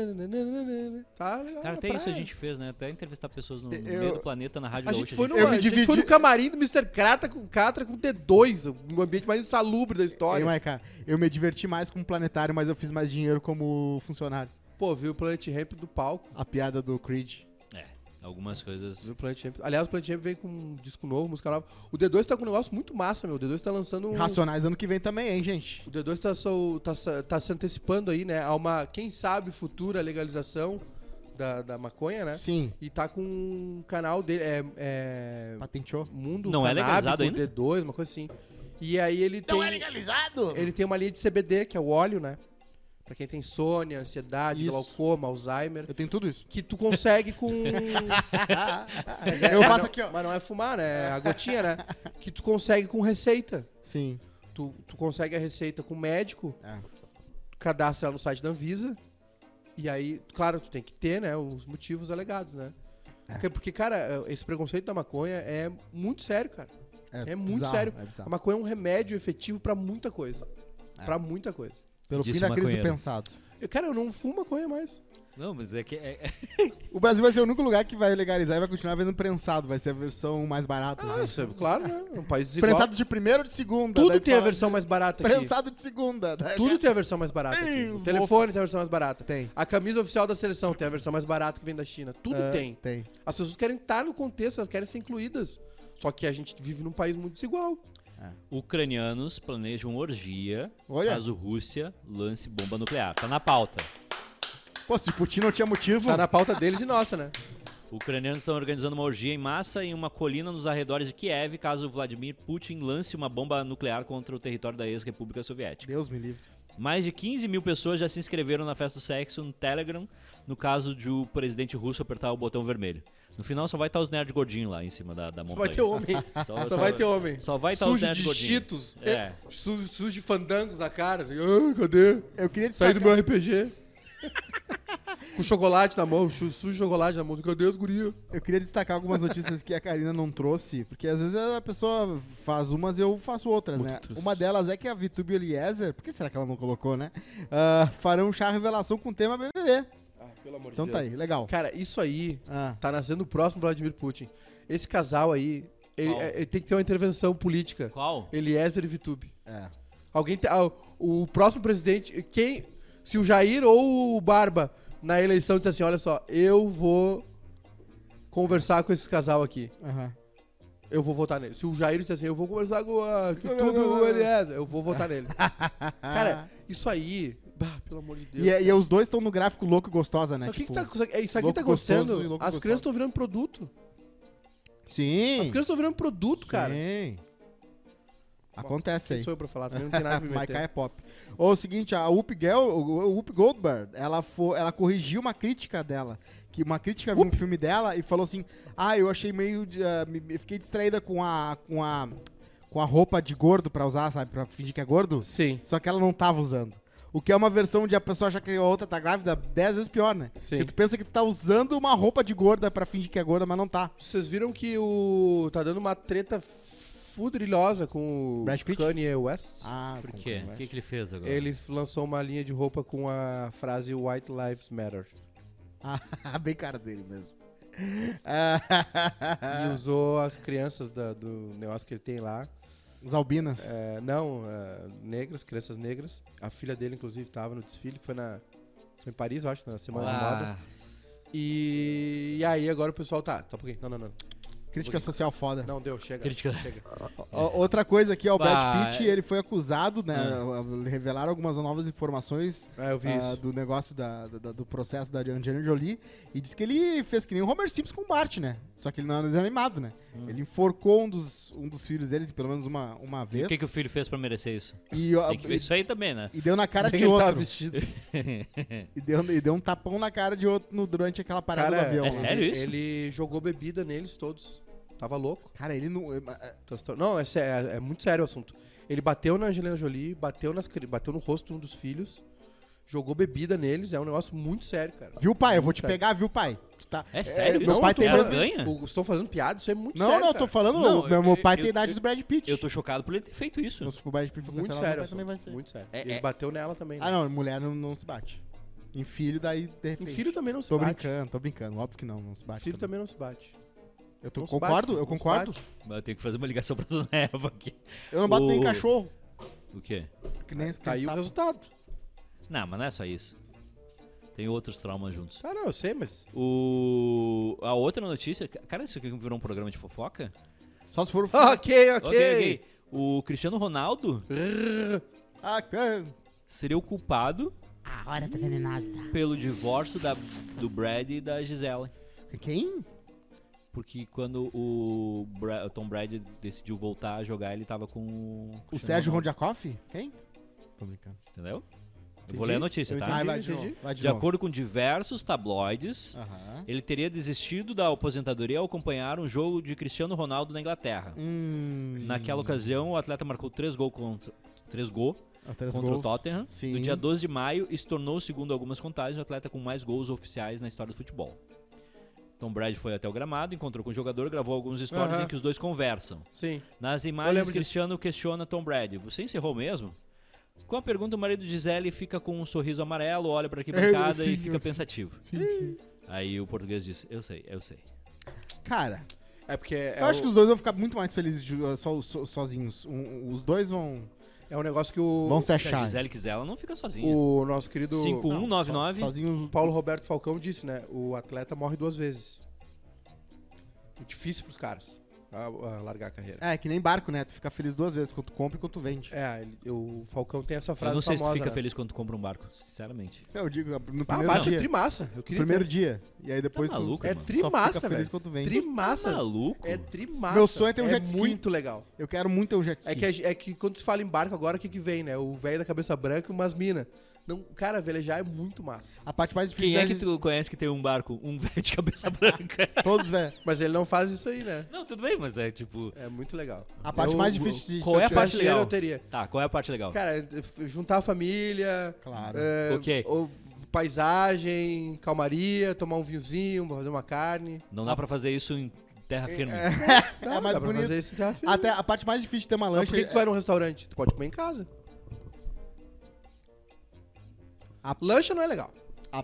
S3: Nananana. Tá legal.
S1: Cara,
S3: na
S1: até isso a
S3: praia.
S1: gente fez, né? Até entrevistar pessoas no, no
S2: Eu-
S1: meio do planeta, na rádio
S3: A
S1: da Gaúcha,
S3: gente, foi no,
S2: Eu me
S3: a gente foi
S2: dividi-
S3: no camarim do Mr. Catra com, Catra com T2, o ambiente mais insalubre da
S2: Ei,
S3: história.
S2: Maica, eu me diverti mais como planetário, mas eu fiz mais dinheiro como funcionário.
S3: Pô, viu o Planet Ramp do palco.
S2: A piada do Creed.
S1: É, Algumas coisas...
S3: Viu o Planet Ramp. Aliás, o Planet Ramp vem com um disco novo, música nova. O D2 tá com um negócio muito massa, meu. O D2 tá lançando um.
S2: Racionais ano que vem também, hein, gente?
S3: O D2 tá, só- tá sa- tá se antecipando aí, né? A uma, quem sabe, futura legalização da, da maconha, né?
S2: Sim.
S3: E tá com um canal dele. É, é,
S2: Patenteou.
S3: Mundo
S1: Não é legalizado
S3: Canábico,
S1: ainda?
S3: D2, uma coisa assim. E aí ele tem.
S2: é legalizado!
S3: Ele tem uma linha de CBD, que é o óleo, né? Pra quem tem insônia, ansiedade,
S2: Isso.
S3: glaucoma, Alzheimer.
S2: Eu tenho tudo isso.
S3: Que tu consegue com. Mas é-
S2: Eu
S3: mas
S2: faço
S3: não-
S2: aqui, ó.
S3: Mas não é fumar, né? É a gotinha, né? Que tu consegue com receita.
S2: Sim.
S3: Tu, tu consegue a receita com o médico,
S2: É.
S3: cadastra ela no site da Anvisa. E aí, claro, tu tem que ter, né? Os motivos alegados, né?
S2: É.
S3: Porque, porque, cara, esse preconceito da maconha é muito sério, cara. É muito
S2: bizarro,
S3: sério.
S2: É
S3: A
S2: bizarro.
S3: maconha é um remédio efetivo pra muita coisa. Pra muita coisa.
S2: Pelo
S1: Disse
S2: fim da
S1: o
S2: crise do
S1: maconheiro.
S2: pensado.
S3: Eu, cara, eu não fumo maconha mais.
S1: Não, mas é que. é- é-
S2: O Brasil vai ser o único lugar que vai legalizar e vai continuar vendo prensado. Vai ser a versão mais barata. né?
S3: Ah, isso é claro, né? É Um país desigual.
S2: prensado de primeiro ou de segunda?
S3: Tudo
S2: Daí
S3: tem a
S2: fala
S3: versão mais barata
S2: de-
S3: aqui.
S2: Prensado de segunda. né? Daí-
S3: Tudo né, tem a versão mais barata
S2: Tem
S3: aqui.
S2: os
S3: O telefone tem a versão mais barata.
S2: Tem.
S3: A camisa oficial da seleção tem a versão mais barata que vem da China. Tudo
S2: Ah,
S3: É, tem.
S2: Tem.
S3: As pessoas querem estar no contexto, elas querem ser incluídas. Só que a gente vive num país muito desigual.
S1: Ucranianos planejam orgia
S2: Olha.
S1: caso Rússia lance bomba nuclear. Tá na pauta.
S2: Pô, se Putin não tinha motivo.
S3: Tá na pauta deles e nossa, né?
S1: Ucranianos estão organizando uma orgia em massa em uma colina nos arredores de Kiev caso Vladimir Putin lance uma bomba nuclear contra o território da ex-república soviética.
S2: Deus me livre.
S1: Mais de 15 mil pessoas já se inscreveram na festa do sexo no Telegram, no caso de o presidente russo apertar o botão vermelho. No final só vai estar os nerds gordinhos lá em cima da, da
S3: Só
S1: montanha.
S3: vai ter homem. Só, vai ter homem.
S1: Só vai tá estar os
S3: Sujo
S1: nerds
S3: de
S1: gordinhos.
S3: cheetos.
S1: É.
S3: Su- Sujo de fandangos na cara. Assim, ah, cadê?
S2: Eu queria destacar...
S3: Saí do meu RPG. Com chocolate na mão, chu- sujo de chocolate na mão. assim, Cadê as gurias?
S2: Eu queria destacar algumas notícias que a Karina não trouxe, porque às vezes a pessoa faz umas e eu faço outras, né?
S3: Outras.
S2: Uma delas é que a Vitube Eliezer, por que será que ela não colocou, né? Ah, farão um chá revelação com o tema BBB.
S3: Ah, Pelo amor
S2: Então tá aí, legal.
S3: Cara, isso aí
S2: Ah,
S3: tá nascendo o próximo Vladimir Putin. Esse casal aí, ele,
S1: Qual?
S3: é- ele tem que ter uma intervenção política.
S1: Qual?
S3: Eliezer e Vitube.
S2: é.
S3: Alguém tem. ah, o próximo presidente. Quem. Se o Jair ou o Barba na eleição disser assim: olha só, eu vou conversar com esse casal aqui.
S2: aham.
S3: Eu vou votar nele. Se o Jair disser assim, eu vou conversar com a YouTube ou o Eliezer, eu vou votar nele. Cara, isso aí. Bah, pelo amor de Deus.
S2: E, é- e os dois estão no gráfico louco e gostosa, né?
S3: Isso aqui,
S2: Tipo,
S3: que tá, isso aqui- isso aqui
S2: louco
S3: tá
S2: gostoso
S3: acontecendo.
S2: e louco
S3: As
S2: gostoso.
S3: crianças estão virando produto.
S2: Sim.
S3: As crianças estão virando produto, cara.
S2: Sim. Acontece
S3: Quem
S2: aí.
S3: sou eu pra falar? Também não tem nada pra me
S2: Maiká é
S3: meter.
S2: pop. Ou o seguinte, a Whoop, Gel- o- o Whoop Goldberg, ela, fo- ela corrigiu uma crítica dela. Que uma crítica viu um filme dela e falou assim: Ah, eu achei meio. de- ah, me- me- fiquei distraída com a. com a. com a roupa de gordo pra usar, sabe? Pra fingir que é gordo.
S3: Sim.
S2: Só que ela não tava usando. O que é uma versão de a pessoa achar que a outra tá grávida dez vezes pior, né?
S3: Sim.
S2: Porque tu pensa que tu tá usando uma roupa de gorda pra fingir que é gorda, mas não tá.
S3: Vocês viram que o. tá dando uma treta fudrilhosa com o
S2: Brad Pitt?
S3: Kanye West.
S2: Ah,
S1: Por quê? O que, que ele fez agora?
S3: Ele lançou uma linha de roupa com a frase White Lives Matter.
S2: Ah, bem cara dele mesmo. Ah.
S3: E usou as crianças da- do negócio que ele tem lá.
S2: Os albinas.
S3: É, não, é, negras, crianças negras. A filha dele, inclusive, tava no desfile. Foi na. Foi em Paris, eu acho, na Semana de Moda.
S1: Ah,
S3: E, e aí agora o pessoal tá. Só um pouquinho. Não, não, não.
S2: Crítica social foda.
S3: Não, deu, chega.
S1: Crítica.
S3: Chega.
S2: O- Outra coisa aqui, ó, o Brad
S1: Bah,
S2: Pitt,
S1: é-
S2: ele foi acusado, né? Revelaram algumas novas informações
S3: Ah. É, eu vi
S2: ah,
S3: isso.
S2: do negócio da, da- do processo da Angelina Jolie. E diz que ele fez que nem o Homer Simpson com o Bart, né? Só que ele não era desanimado, né? Ele enforcou um dos, um dos filhos deles, pelo menos uma, uma
S1: Hum. e
S2: vez.
S1: o que, que o filho fez pra merecer isso?
S2: Ah, e, ó,
S1: Tem que ver isso aí também, né?
S2: e- e deu na cara
S3: Como é
S2: de
S3: que ele tava
S2: outro.
S3: vestido?
S2: e, deu, e deu um tapão na cara de outro no- durante aquela parada
S3: Cara,
S2: do avião.
S1: é
S2: né?
S1: sério
S3: ele,
S1: isso?
S3: ele jogou bebida neles todos. Tava louco.
S2: Cara, ele não. é-
S3: Transtor- Não, é, sé- é- é muito sério o assunto. Ele bateu na Angelina Jolie, bateu, nas, cri- bateu no rosto de um dos filhos, jogou bebida neles. É um negócio muito sério, cara.
S2: Viu, pai? Eu vou te
S3: Sério.
S2: pegar, viu, pai? Tu tá...
S1: É sério
S2: meu
S1: isso?
S2: pai tem-
S1: Elas ganham?
S3: O- Estão fazendo piada, isso é muito
S2: Não,
S3: sério.
S2: não, eu
S3: cara.
S2: tô falando.
S1: Não,
S2: o meu, meu
S1: eu-
S2: pai
S1: eu-
S2: tem a idade do Brad Pitt.
S1: Eu tô chocado por ele ter feito isso.
S2: Então, se o Brad Pitt for
S3: Muito
S2: cancelado,
S3: sério,
S2: meu pai
S3: o
S2: também vai
S3: assunto,
S2: ser.
S3: muito sério.
S1: É-
S3: ele
S1: é-
S3: bateu nela também. né?
S2: Ah, não, mulher não, não se bate. Em filho, daí, de
S3: Em
S2: repente.
S3: filho também não se
S2: Tô
S3: bate.
S2: brincando, tô brincando. Óbvio que não, não se bate.
S3: Filho
S2: também.
S3: também não se bate.
S2: Eu tô,
S3: não se
S2: concordo,
S3: bate,
S2: eu
S3: não se
S2: concordo.
S3: bate.
S1: Mas eu tenho que fazer uma ligação pra Dona Eva aqui.
S2: Eu não bato nem em
S1: O-
S2: cachorro.
S1: O quê?
S2: Que nem esse que
S3: Ah, Caiu o
S2: está-
S3: resultado.
S1: Não, mas não é só isso. Tem outros traumas juntos.
S3: Ah, não, eu sei, mas.
S1: O... A outra notícia... Cara, isso aqui virou um programa de fofoca?
S2: Só se for o filho.
S3: Ok, ok.
S1: Ok, ok. O Cristiano Ronaldo
S2: Ah, que-
S1: seria o culpado
S4: A hora tá venenosa.
S1: pelo divórcio da, do Brad e da Gisela.
S2: Quem?
S1: Porque quando o, Bra- o Tom Brady decidiu voltar a jogar, ele tava com
S2: O Sérgio
S1: Ronaldo,
S2: Rondiakoff? Quem? Tô brincando.
S1: Entendeu? Eu vou ler a notícia,
S3: eu
S1: tá?
S2: Ah,
S3: entendi,
S2: vai de
S3: entendi.
S2: novo. Vai de,
S1: De
S2: novo.
S1: acordo com diversos tabloides,
S2: Aham.
S1: ele teria desistido da aposentadoria ao acompanhar um jogo de Cristiano Ronaldo na Inglaterra.
S2: Hum.
S1: Naquela ocasião, o atleta marcou três gols contra, três gol
S3: Ah,
S2: Atrás
S1: contra o
S2: gols.
S1: Tottenham
S2: Sim.
S1: no dia 12 de maio e se tornou, segundo algumas contagens, o atleta com mais gols oficiais na história do futebol. Tom Brady foi até o gramado, encontrou com o jogador, gravou alguns stories
S3: Aham.
S1: em que os dois conversam.
S3: Sim.
S1: Nas
S3: Eu
S1: imagens,
S3: lembro disso.
S1: Cristiano questiona Tom Brady: Você encerrou mesmo? Com a pergunta, o marido de Gisele fica com um sorriso amarelo, olha pra
S3: É
S1: aqui bancada
S2: sim,
S1: e fica
S2: eu sei.
S1: pensativo. Aí o português diz: Eu sei, eu sei.
S2: Cara,
S3: É porque é,
S2: eu acho
S3: o-
S2: que os dois vão ficar muito mais felizes de- uh, só, so- sozinhos. Um- os dois vão,
S3: é um negócio que o,
S2: vão se
S1: Se a
S2: achar.
S1: Gisele quiser, ela não fica sozinha.
S3: o nosso querido
S1: 5199.
S2: Sozinhos.
S3: Paulo Roberto Falcão disse, né? O atleta morre duas vezes. É difícil pros caras a, a largar a carreira.
S2: É, que nem barco, né? Tu fica feliz duas vezes, quando tu compra e quando tu vende.
S3: É, ele- o Falcão tem essa
S1: Eu
S3: frase
S1: não sei se tu
S3: famosa.
S1: fica
S3: né?
S1: feliz quando tu compra um barco, sinceramente.
S2: É, Eu digo, no
S3: Ah,
S2: primeiro
S3: bate é
S2: dia.
S3: trimassa. Eu queria
S2: Primeiro
S3: ter-
S2: dia. E aí depois
S1: maluco?
S2: tu...
S3: É
S1: mano.
S2: Só fica
S3: trimassa,
S2: feliz
S3: velho.
S2: quando vem.
S1: Tá
S3: Trimassa.
S1: maluco?
S3: É trimassa.
S2: Meu sonho é ter um jet ski.
S3: muito legal.
S2: Eu quero muito ter um jet ski.
S3: É que, a ge- é que quando se fala em barco agora, o que que vem, né? O velho da cabeça branca e umas minas. Não, cara, velejar é muito massa.
S2: A parte mais difícil
S1: Quem é
S2: né,
S1: que
S2: gente?
S1: tu conhece que tem um barco? Um velho de cabeça branca.
S2: Todos, velho.
S3: Mas ele não faz isso aí, né?
S1: não, tudo bem, mas é tipo.
S3: É muito legal.
S2: A parte
S3: Eu-
S2: mais
S3: eu-
S2: difícil de...
S1: Qual é a
S3: tivesse
S1: parte
S3: dinheiro,
S1: legal?
S3: eu teria.
S1: Tá, qual é a parte legal?
S3: Cara, f- juntar a família.
S2: Claro.
S3: É,
S1: Ok.
S3: ou paisagem, calmaria, tomar um vinhozinho, fazer uma carne.
S1: Não dá pra fazer isso em terra
S3: É,
S1: firme.
S3: Dá,
S2: É mais
S3: dá pra
S2: bonito.
S3: fazer isso em terra firme.
S2: Até a é parte mais difícil de ter uma
S3: Mas por
S2: lancha...
S3: que, que tu vai num restaurante? Tu pode comer em casa.
S2: A-
S3: Lancha não é legal.
S2: A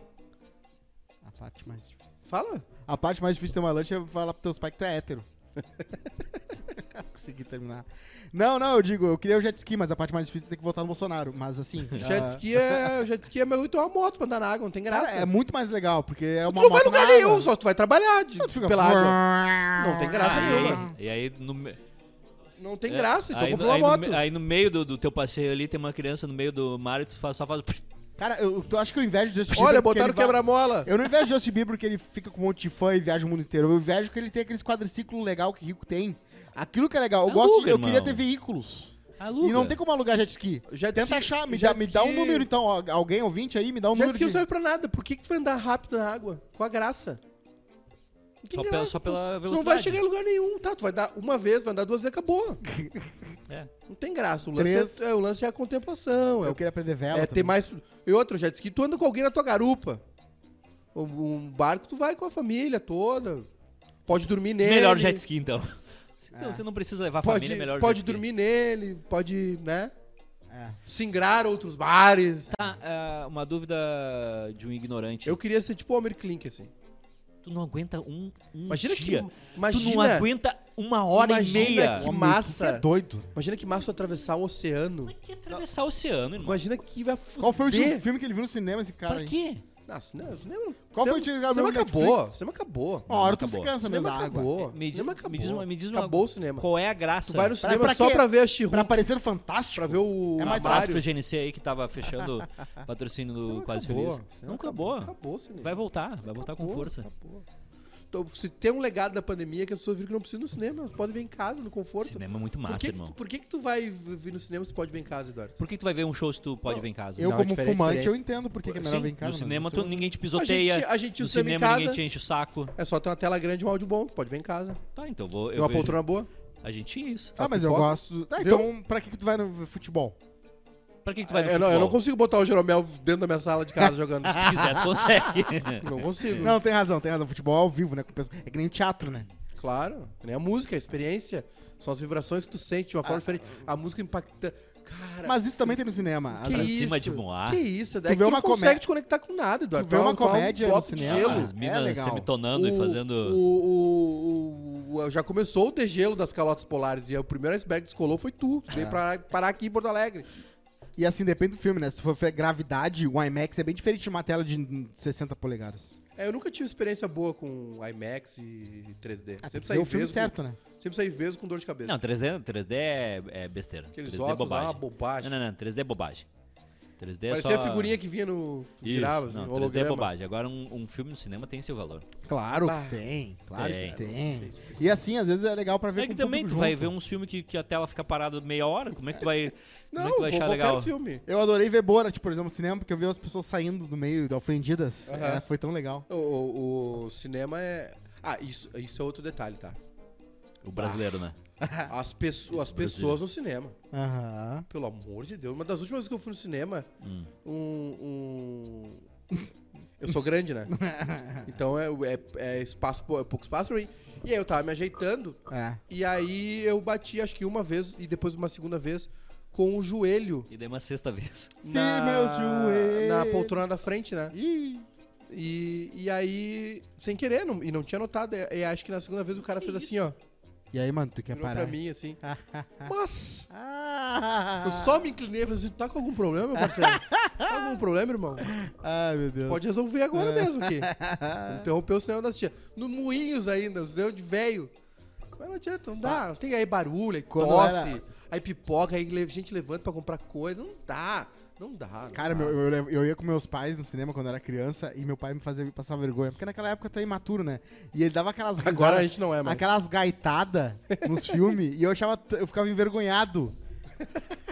S2: parte mais difícil.
S3: Fala.
S2: A parte mais difícil de ter uma lancha é falar pros teus pais que tu é hétero. Consegui terminar. Não, não, eu digo, eu queria o jet ski, mas a parte mais difícil é ter que votar no Bolsonaro. Mas assim... ah,
S3: Jet ski é, jet ski é meu tu é uma moto pra andar na água, não tem graça.
S2: Cara, é muito mais legal, porque é uma
S3: tu não vai
S2: moto
S3: lugar
S2: na água.
S3: nenhum, só tu vai trabalhar de,
S2: Tu fica-
S3: pela água. Não tem graça nenhuma.
S1: Ah, e aí, no, me-
S3: Não tem
S1: é,
S3: graça, então
S1: aí,
S3: compra
S1: no-
S3: uma
S1: aí no
S3: moto.
S1: me- aí no meio do, do teu passeio ali tem uma criança no meio do mar e tu fa- só faz.
S2: Cara, eu, eu acho que eu invejo do Justin
S3: Olha,
S2: porque
S3: botaram
S2: ele vai-
S3: quebra-mola.
S2: Eu não invejo o Justin Bieber porque ele fica com um monte de fã e viaja o mundo inteiro. Eu invejo que ele tem aqueles quadriciclos legal que rico tem. Aquilo que é legal. Eu
S1: É
S2: gosto,
S1: Luga,
S2: eu
S1: irmão.
S2: queria ter veículos.
S1: Aluga.
S2: E não tem como alugar jet ski.
S3: Jet
S2: Tenta
S3: ski-
S2: achar, me,
S3: jet
S2: dá, me dá um
S3: ski-
S2: número então. Ó, Alguém ouvinte aí, me dá um
S3: Jet ski
S2: número.
S3: não
S2: de-
S3: serve pra nada. Por que, que tu vai andar rápido na água? Com a graça.
S1: Só,
S3: Não tem
S1: pela,
S3: graça,
S1: só
S3: pô.
S1: pela
S3: Tu
S1: velocidade.
S3: não vai chegar em lugar nenhum, tá? Tu vai dar uma vez, vai andar duas vezes e acabou.
S1: É.
S3: Não tem graça. O lance,
S2: Três.
S3: é, é- o lance é a contemplação. É,
S2: Eu
S3: o-
S2: queria aprender vela.
S3: é ter
S2: também.
S3: mais. E outro, jet ski, tu anda com alguém na tua garupa. Um- Um barco, tu vai com a família toda. Pode dormir nele.
S1: Melhor jet ski, então. Não, você não precisa levar a
S3: Pode,
S1: família, é melhor
S3: pode
S1: jet ski.
S3: dormir nele, pode, né?
S2: É.
S3: Singrar outros bares.
S1: Ah, ah, uma dúvida de um ignorante.
S3: Eu queria ser tipo o Homer Klink, assim.
S1: Tu não aguenta um, um
S3: Imagina
S1: dia.
S3: que. Imagina,
S1: tu não aguenta uma hora
S3: imagina
S1: e meia.
S3: que
S1: Como
S3: massa.
S2: É doido.
S3: Imagina que massa tu atravessar um oceano.
S1: é que ia atravessar o oceano, irmão?
S3: Imagina que vai fuder.
S2: Qual foi o último filme que ele viu no cinema, esse cara
S1: Pra
S2: aí?
S1: quê?
S3: Nossa, não, o cinema não-
S2: Qual foi o
S3: cinema-
S2: último que ele
S3: Cinema
S2: viu no
S3: acabou.
S2: Netflix?
S3: Cinema acabou.
S2: Uma hora tu se
S1: acabou.
S2: cansa mesmo
S3: cinema tá
S2: da água.
S3: acabou.
S1: Me,
S3: cinema
S1: di-
S3: acabou.
S1: me diz uma, me diz uma-
S3: acabou o cinema.
S1: Qual é a graça?
S3: Tu vai no
S1: Pra-
S3: cinema
S2: pra
S3: só
S2: quê?
S3: pra ver a she
S2: Pra aparecer no fantástico.
S3: pra ver o
S2: É mais
S1: Um abraço
S3: armário.
S1: pro GNC aí que tava fechando o patrocínio do Quase
S3: Acabou.
S1: Feliz.
S3: Cinema
S1: Não acabou.
S3: Acabou o cinema.
S1: Vai voltar, vai voltar com
S3: Acabou,
S1: força.
S3: acabou. Então, se tem um legado da pandemia é que as pessoas viram que não precisam ir no cinema, elas podem ver em casa, no conforto.
S1: Cinema é muito
S3: por
S1: massa,
S3: que, que
S1: irmão.
S3: tu, por que que tu vai v- vir no cinema se tu pode ver em casa, Eduardo?
S1: Por que tu vai ver um show se tu pode ver em casa?
S2: Eu,
S3: Não, é
S2: como
S3: diferente,
S2: fumante,
S3: diferente.
S2: eu entendo porque que é melhor
S1: Sim,
S2: vir em casa.
S1: no
S2: mas
S1: cinema
S2: isso
S1: tu-
S2: eu-
S1: ninguém te pisoteia.
S3: né? A gente- a gente
S1: no
S3: o cinema em
S1: cinema
S3: casa.
S1: ninguém te enche o saco.
S3: É só ter uma tela grande e um áudio bom, tu pode ver em casa.
S1: Tá, então vou. Eu
S3: uma
S1: vejo-
S3: poltrona boa.
S1: A gente isso.
S2: Ah, mas eu
S3: pipoca.
S2: gosto. Ah,
S3: Viu?
S2: então, pra que, que tu vai no futebol?
S1: Pra que, que tu vai no
S3: É, eu, não,
S1: futebol?
S3: eu não consigo botar o Jeromel dentro da minha sala de casa jogando.
S1: Se quiser, tu consegue.
S3: não consigo.
S2: Hum. Não, tem razão, tem razão. Futebol é ao vivo, né? com pessoa- É que nem teatro, né?
S3: Claro, que nem a música, a experiência. São as vibrações que tu sente de uma forma diferente. A música impacta. Cara,
S2: Mas isso também tem no cinema. Às
S3: que
S1: pra
S2: vezes-
S3: isso?
S1: cima de Moá.
S3: Que isso,
S2: vê
S3: daí tu não
S2: uma
S3: consegue
S2: comédia-
S3: te conectar com nada, Eduardo.
S2: Tu vê uma
S3: é um- é um
S2: comédia no
S3: bloco de
S2: cinema?
S3: gelo.
S1: As minas
S2: é legal.
S1: semitonando e
S3: O-
S1: fazendo.
S3: O, o- o- o- já começou o degelo das calotas polares e é o primeiro iceberg que descolou foi tu. Tu
S2: É.
S3: veio pra- parar aqui em Porto Alegre.
S2: E assim, depende do filme, né? Se for fe- gravidade, o IMAX é bem diferente de uma tela de hum, 60 polegadas.
S3: É, eu nunca tive experiência boa com IMAX e 3D.
S2: Ah, tem
S3: sempre
S2: que ver
S3: saí
S2: o filme
S3: veso.
S2: certo, né?
S3: Sempre saí veso com dor de cabeça.
S1: Não, 3D, 3D é, é besteira.
S3: Aqueles
S1: 3D é
S3: óculos lá,
S1: bobagem.
S3: uma bobagem.
S1: Não, não, não. 3D é bobagem. 3D é
S3: Parecia
S1: só...
S3: a figurinha que vinha no. que girava,
S1: Isso,
S3: assim,
S1: não, 3D é
S3: holograma.
S1: bobagem. Agora um, um filme no cinema tem seu valor.
S2: Claro
S3: Bah.
S2: que tem, claro
S1: Tem.
S2: que tem. E assim, às vezes é legal pra ver
S1: É
S2: com
S1: que
S2: o
S1: também tu
S2: público
S1: vai
S2: junto.
S1: ver uns filmes que, que a tela fica parada meia hora. Como é que tu vai, como é
S3: Não,
S1: que tu vai achar
S3: qualquer
S1: legal?
S3: filme.
S2: Eu adorei ver Borat, por exemplo, no cinema, porque eu vi as pessoas saindo do meio, ofendidas. É, foi tão legal.
S3: O, o- o cinema é. Ah, isso, isso é outro detalhe, tá?
S1: O brasileiro, né?
S3: As,
S1: é
S3: pesso as pessoas no cinema.
S2: Aham.
S3: Pelo amor de Deus. Uma das últimas vezes que eu fui no cinema,
S1: Hum.
S3: um. um- Eu sou grande, né? Então é, é, é espaço, pou- é pouco espaço pra mim. E aí eu tava me ajeitando.
S2: É.
S3: E aí eu bati, acho que uma vez e depois uma segunda vez, com o joelho
S1: E daí uma sexta vez.
S2: Se meus joelhos-
S3: na poltrona da frente, né?
S2: Ih,
S3: E, e aí, sem querer, não- e não tinha notado. E, e acho que na segunda vez o cara fez assim, ó.
S2: E aí, mano, tu quer
S3: Virou
S2: parar?
S3: pra mim, assim. Mas,
S2: Ah,
S3: eu só me inclinei e falei assim, tá com algum problema, meu parceiro? Tá com algum problema, irmão?
S2: Ai, meu Deus.
S3: Pode resolver agora mesmo aqui. Interrompeu o sinal da tia. No moinhos ainda, o sinal de velho. Mas não adianta, não dá. Não tem aí barulho, aí
S2: Quando
S3: tosse,
S2: era-
S3: aí pipoca, aí le- gente levanta pra comprar coisa. Não dá, não dá. não
S2: Cara,
S3: dá.
S2: meu, eu, eu ia com meus pais no cinema quando eu era criança e meu pai me fazia passar vergonha. Porque naquela época tu é imaturo, né? E ele dava aquelas
S3: Agora a gente não é mais.
S2: Aquelas gaitadas nos filmes e eu achava. t- Eu ficava envergonhado.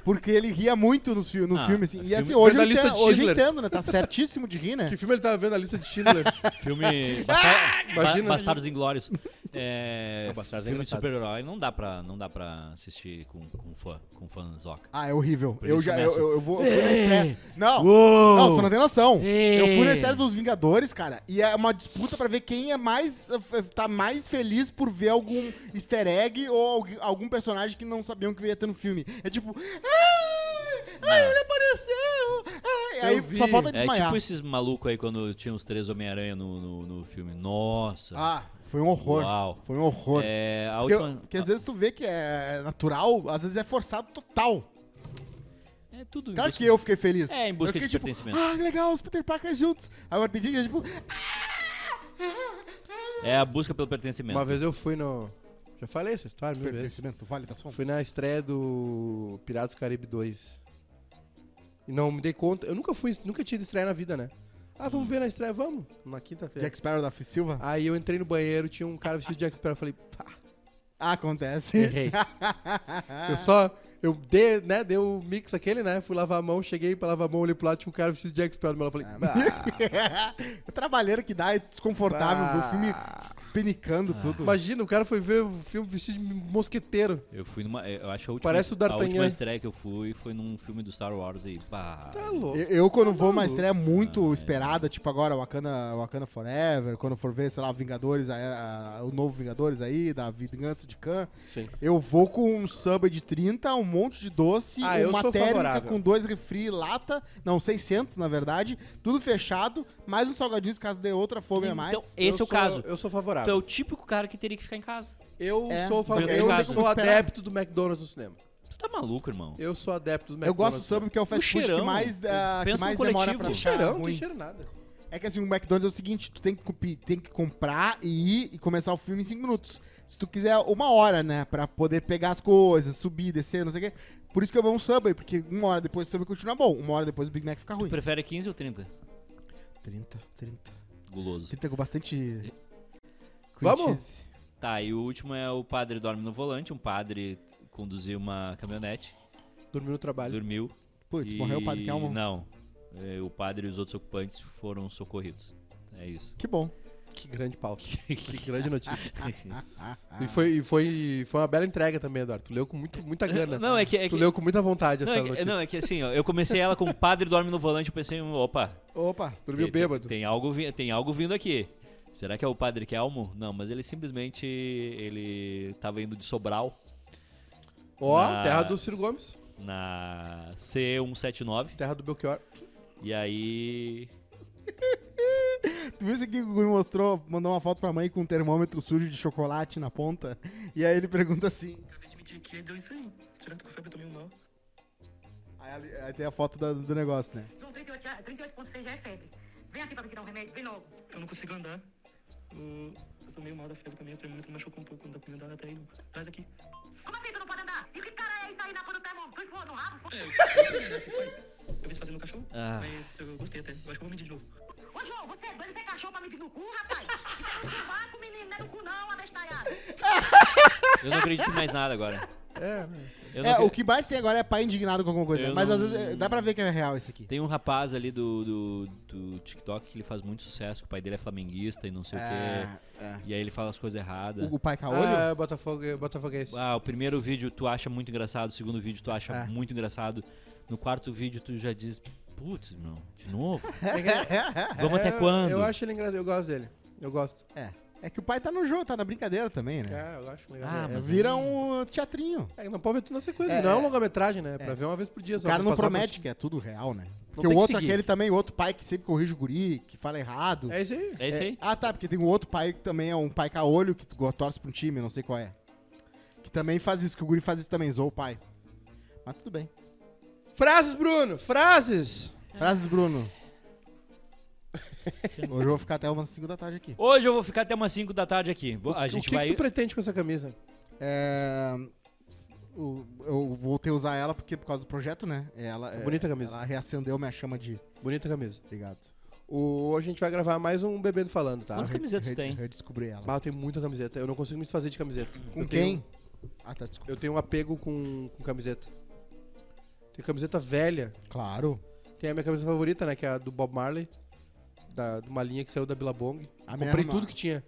S2: Porque ele ria muito nos fi no
S1: Ah,
S2: filme, assim. E
S1: filme-
S2: assim, hoje
S3: da
S2: eu,
S3: lista
S2: entendo,
S3: de
S2: hoje eu
S3: Schindler.
S2: entendo, né? Tá certíssimo de rir, né?
S3: Que filme ele tava vendo a lista de Schindler?
S1: Filme. Basta...
S3: Ah, Imagina.
S1: Ba- Bastardos Inglórios. É.
S3: Bastardos é
S1: filme de
S3: engraçado.
S1: super-herói não, dá pra- não dá pra assistir com, com fã, com fãzoca.
S2: Ah, é horrível.
S1: Por
S2: Eu
S1: isso
S2: já. Eu,
S1: começa.
S2: eu, eu vou. Eu fui na estreia. Não!
S1: Uou!
S2: Não, tu não tem noção.
S1: Ei!
S2: Eu fui na estreia dos Vingadores, cara, e é uma disputa pra ver quem é mais. eh, f- tá mais feliz por ver algum easter egg ou algu- algum personagem que não sabiam que ia ter no filme. É tipo. "Ah, Ai, ele apareceu! Ai",
S3: Eu
S2: aí
S3: vi.
S2: só falta
S1: É
S2: desmaiar.
S1: tipo esses malucos aí quando tinha os três Homem-Aranha no, no, no filme. Nossa.
S2: Ah, foi um horror.
S1: Uau.
S2: Foi um horror.
S1: É, a
S2: Porque, eu-
S1: última.
S2: porque às vezes tu vê que é natural, às vezes é forçado total.
S1: É tudo em
S2: Claro
S1: busca-
S2: que eu fiquei feliz.
S1: É, em busca
S2: eu fiquei,
S1: de
S2: tipo,
S1: pertencimento.
S2: Ah, legal, os Peter Parker juntos. Agora tem gente que é tipo,
S1: É a busca pelo pertencimento.
S3: Uma vez eu fui no... Já falei essa história mil vezes.
S2: Pertencimento, vale da sombra.
S3: Fui na estreia do Piratas do Caribe 2. E não me dei conta. Eu nunca fui, nunca tinha ido estreia na vida, né? Ah, vamos ver na estreia, vamos. Na quinta-feira.
S2: Jack Sparrow da F. Silva?
S3: Aí eu entrei no banheiro, tinha um cara vestido de Jack Sparrow. Eu falei, pá,
S2: Ah. Acontece.
S3: errei. eu só. Eu dei, né, dei o mix aquele, né? Fui lavar a mão, cheguei pra lavar a mão, olhei pro lado, tinha um cara vestido de Jack Sparrow. Eu falei, "Ah,
S2: o trabalheiro que dá é desconfortável, o filme penicando tudo.
S3: imagina, o cara foi ver o filme vestido de mosqueteiro.
S1: Eu fui numa. é, Eu acho que a última,
S3: Parece o
S1: a
S3: D'Artagnan.
S1: última estreia que eu fui foi num filme do Star Wars e pá.
S3: Tá louco.
S2: Eu, eu, quando vou uma
S1: Ah,
S2: estreia
S1: é.
S2: muito esperada, tipo agora Wakanda, Wakanda Forever, quando for ver, sei lá, Vingadores, a era- a- o novo Vingadores aí, da Vingança de Khan,
S3: Sim.
S2: eu vou com um sub de 30, um monte de doce,
S3: Ah, eu
S2: uma
S3: sou
S2: térmica
S3: favorável.
S2: com dois refri, lata, não, 600 na verdade, tudo fechado, mais um salgadinho se caso dê outra fome a
S1: Então,
S2: mais.
S1: esse é
S3: Eu
S1: o
S3: sou-
S1: caso.
S3: Eu sou favorável.
S1: Tu é o típico cara que teria que ficar em casa.
S3: Eu
S2: É,
S3: sou, fa-
S1: eu
S3: eu
S1: tenho
S3: sou
S2: como esperar.
S3: adepto do McDonald's no cinema.
S1: Tu tá maluco, irmão.
S3: Eu sou adepto do McDonald's.
S2: Eu gosto do sub porque é o fast
S1: O
S2: food que
S1: cheirão.
S2: mais, ah, que
S1: Pensa no
S2: mais
S1: coletivo.
S2: demora pra
S1: Tem
S2: ficar
S3: Cheirão, não tem
S2: ruim.
S3: cheiro nada.
S2: É que assim, o McDonald's é o seguinte, tu tem que, compi- tem que comprar e ir e começar o filme em 5 minutos. Se tu quiser uma hora, né, pra poder pegar as coisas, subir, descer, não sei o quê. Por isso que eu vou um Subway, porque uma hora depois o Subway continua bom, uma hora depois o Big Mac fica ruim.
S1: Prefere 15 ou 30?
S2: 30, 30.
S1: Guloso.
S2: 30 com bastante...
S3: Vamos?
S2: cream cheese.
S1: Tá, e o último é o padre dorme no volante. Um padre conduziu uma caminhonete,
S3: Dormiu no trabalho.
S1: dormiu.
S2: Putz, morreu o Padre
S1: e-
S2: Kelmon.
S1: Não. É, O padre e os outros ocupantes foram socorridos. É isso.
S2: Que bom.
S3: Que grande pau. que grande notícia. E, foi, e foi, foi uma bela entrega também, Eduardo. Tu leu com muito, muita gana.
S1: Não, é que- é
S3: tu
S1: que-
S3: leu com muita vontade
S1: Não
S3: essa
S1: é, que,
S3: notícia.
S1: não, é que assim, ó, eu comecei ela com o padre dorme no volante, eu pensei, opa,
S2: Opa.
S3: Dormiu
S1: é- tem-
S3: bêbado.
S1: Tem, algo, vi- tem algo vindo aqui. Será que é o padre Kelmo? Não, mas ele simplesmente ele tava indo de Sobral
S3: Ó,
S1: Na-
S3: terra do Ciro Gomes.
S1: na C179
S3: Terra do Belchior.
S1: e aí
S2: Tu viu esse aqui que o Guri mostrou, mandou uma foto pra mãe com um termômetro sujo de chocolate na ponta? E aí ele pergunta assim...
S10: tá
S2: Aí, ali- aí tem a foto da- do negócio, né?
S10: João, 38, 38.6 já é febre. Vem aqui pra me tirar um remédio, vem logo. Eu não consigo andar. Eu, eu tô meio mal da febre também, o termômetro machucou um pouco, não dá pra me andar até aí não. Traz aqui. Como assim tu não pode andar? E que cara é isso aí na ponta do termômetro? Tu enfiou no rabo? Foi?
S8: Eu vi fazendo no cachorro,
S1: Ah.
S8: mas eu gostei até. Eu acho que eu vou medir de novo.
S10: Ô, João, você é doido, você é cachorro pra me pedir no cu, rapaz? Isso é no chivaco, menino, não é no cu não, abestalhado.
S1: eu não acredito em mais nada agora.
S3: É, né?
S1: Eu não
S2: É,
S1: acre-
S2: o que mais tem agora é pai indignado com alguma coisa.
S1: Eu
S2: Mas
S1: não-
S2: às vezes é, dá pra ver que é real esse aqui.
S1: Tem um rapaz ali do, do, do TikTok que ele faz muito sucesso, que o pai dele é flamenguista e não sei
S3: É,
S1: o quê. E aí ele fala as coisas erradas.
S2: O, o pai tá caolho?
S3: Ah, Botafogo, Botafoguense.
S1: Ah, o primeiro vídeo tu acha muito engraçado, o segundo vídeo tu acha
S3: É.
S1: muito engraçado. No quarto vídeo tu já diz, putz, meu, de novo? Vamos até quando?
S3: É. Eu acho ele engraçado, eu gosto dele. Eu gosto.
S2: É. É que o pai tá no jogo, tá na brincadeira também, né?
S3: É, eu acho legal.
S1: Ah,
S3: É,
S1: mas
S2: Vira um teatrinho.
S3: É, não pode ver tudo na sequência.
S2: É,
S3: não é
S2: é.
S3: uma longa-metragem, né? Pra ver uma vez por dia
S2: O
S3: só.
S2: cara
S3: Vou
S2: não
S3: passar
S2: promete que é tudo real, né? Porque
S3: tem
S2: o
S3: que
S2: outro,
S3: seguir.
S2: aquele também, o outro pai que sempre corrige o guri, que fala errado.
S3: por- É isso aí.
S1: É isso aí.
S2: Ah, tá, porque tem um outro pai que também é um pai caolho que tu go- torce pra um time, não sei qual é. Que também faz isso, que o guri faz isso também, zoa o pai. Mas tudo bem.
S3: Frases, Bruno! Frases!
S2: Frases, Bruno. Hoje eu vou ficar até umas 5 da tarde aqui.
S1: Hoje eu vou ficar até umas 5 da tarde aqui. Vou- a
S3: o
S1: gente
S3: que,
S1: vai.
S3: que tu pretende com essa camisa?
S2: É, o- eu voltei a usar ela porque por causa do projeto, né? Ela, é,
S3: Bonita camisa.
S2: Ela reacendeu minha chama de...
S3: Bonita camisa.
S2: Obrigado.
S3: O, a gente vai gravar mais um Bebendo Falando, tá?
S1: Quantas camisetas tu
S2: Re-
S1: tem?
S2: Redescobri ela.
S3: Bah, eu tenho muita camiseta. Eu não consigo me desfazer de camiseta.
S2: Com
S3: Eu
S2: quem?
S3: tenho-
S2: Ah, tá, desculpa.
S3: eu tenho um apego com, com camiseta. Tenho camiseta velha.
S2: Claro.
S3: Tem a minha camisa favorita, né? Que é a do Bob Marley. Da, de uma linha que saiu da Billabong.
S2: A
S3: comprei
S2: minha- é
S3: tudo que tinha.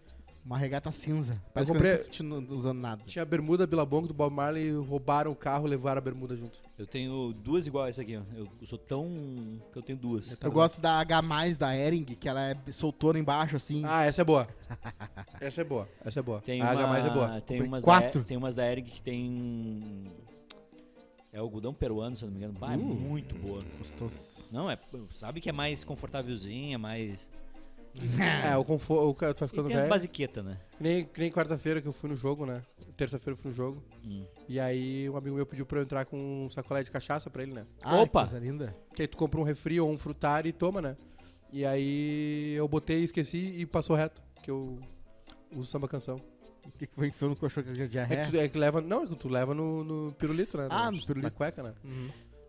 S2: Uma regata cinza. Parece
S3: comprei-
S2: que eu não tô sentindo, usando nada.
S3: Tinha a bermuda Billabong do Bob Marley. Roubaram o carro, levaram a bermuda junto.
S1: Eu tenho duas iguais aqui, ó. Eu eu sou tão. que eu tenho duas.
S3: Tá
S2: Eu gosto da H+, da Ering, que ela é soltona embaixo, assim.
S3: Ah, essa é boa. essa é boa. Essa é boa.
S1: Tem
S3: a
S1: uma,
S3: H mais é boa.
S1: Tem
S2: Comprei
S1: umas,
S2: quatro.
S1: Da, tem umas da Eric que tem. É algodão peruano, se eu não me engano. Bah,
S3: Uh.
S1: é muito boa.
S2: Gostoso.
S1: Não, é. Sabe que é mais confortávelzinha, mais.
S3: É, o conforto. O cara tu vai
S1: E
S3: ficando
S1: tem as
S3: velho.
S1: basiquetas, né?
S3: Que nem, que nem quarta-feira que eu fui no jogo, né? Terça-feira eu fui no jogo.
S1: Hum.
S3: E aí um amigo meu pediu pra eu entrar com um sacolé de cachaça pra ele, né?
S2: Ah,
S1: Opa!
S2: Que coisa linda.
S3: Que aí tu compra um refri ou um frutari e toma, né? E aí eu botei, esqueci e passou reto. Que eu uso samba canção.
S2: O que que foi que foi no cachorro que tinha
S3: É, que,
S2: diarreia?
S3: tu, é que leva. Não, é que tu leva no, no pirulito, né?
S2: Ah,
S3: Na-
S2: no pirulito.
S3: Na cueca, né?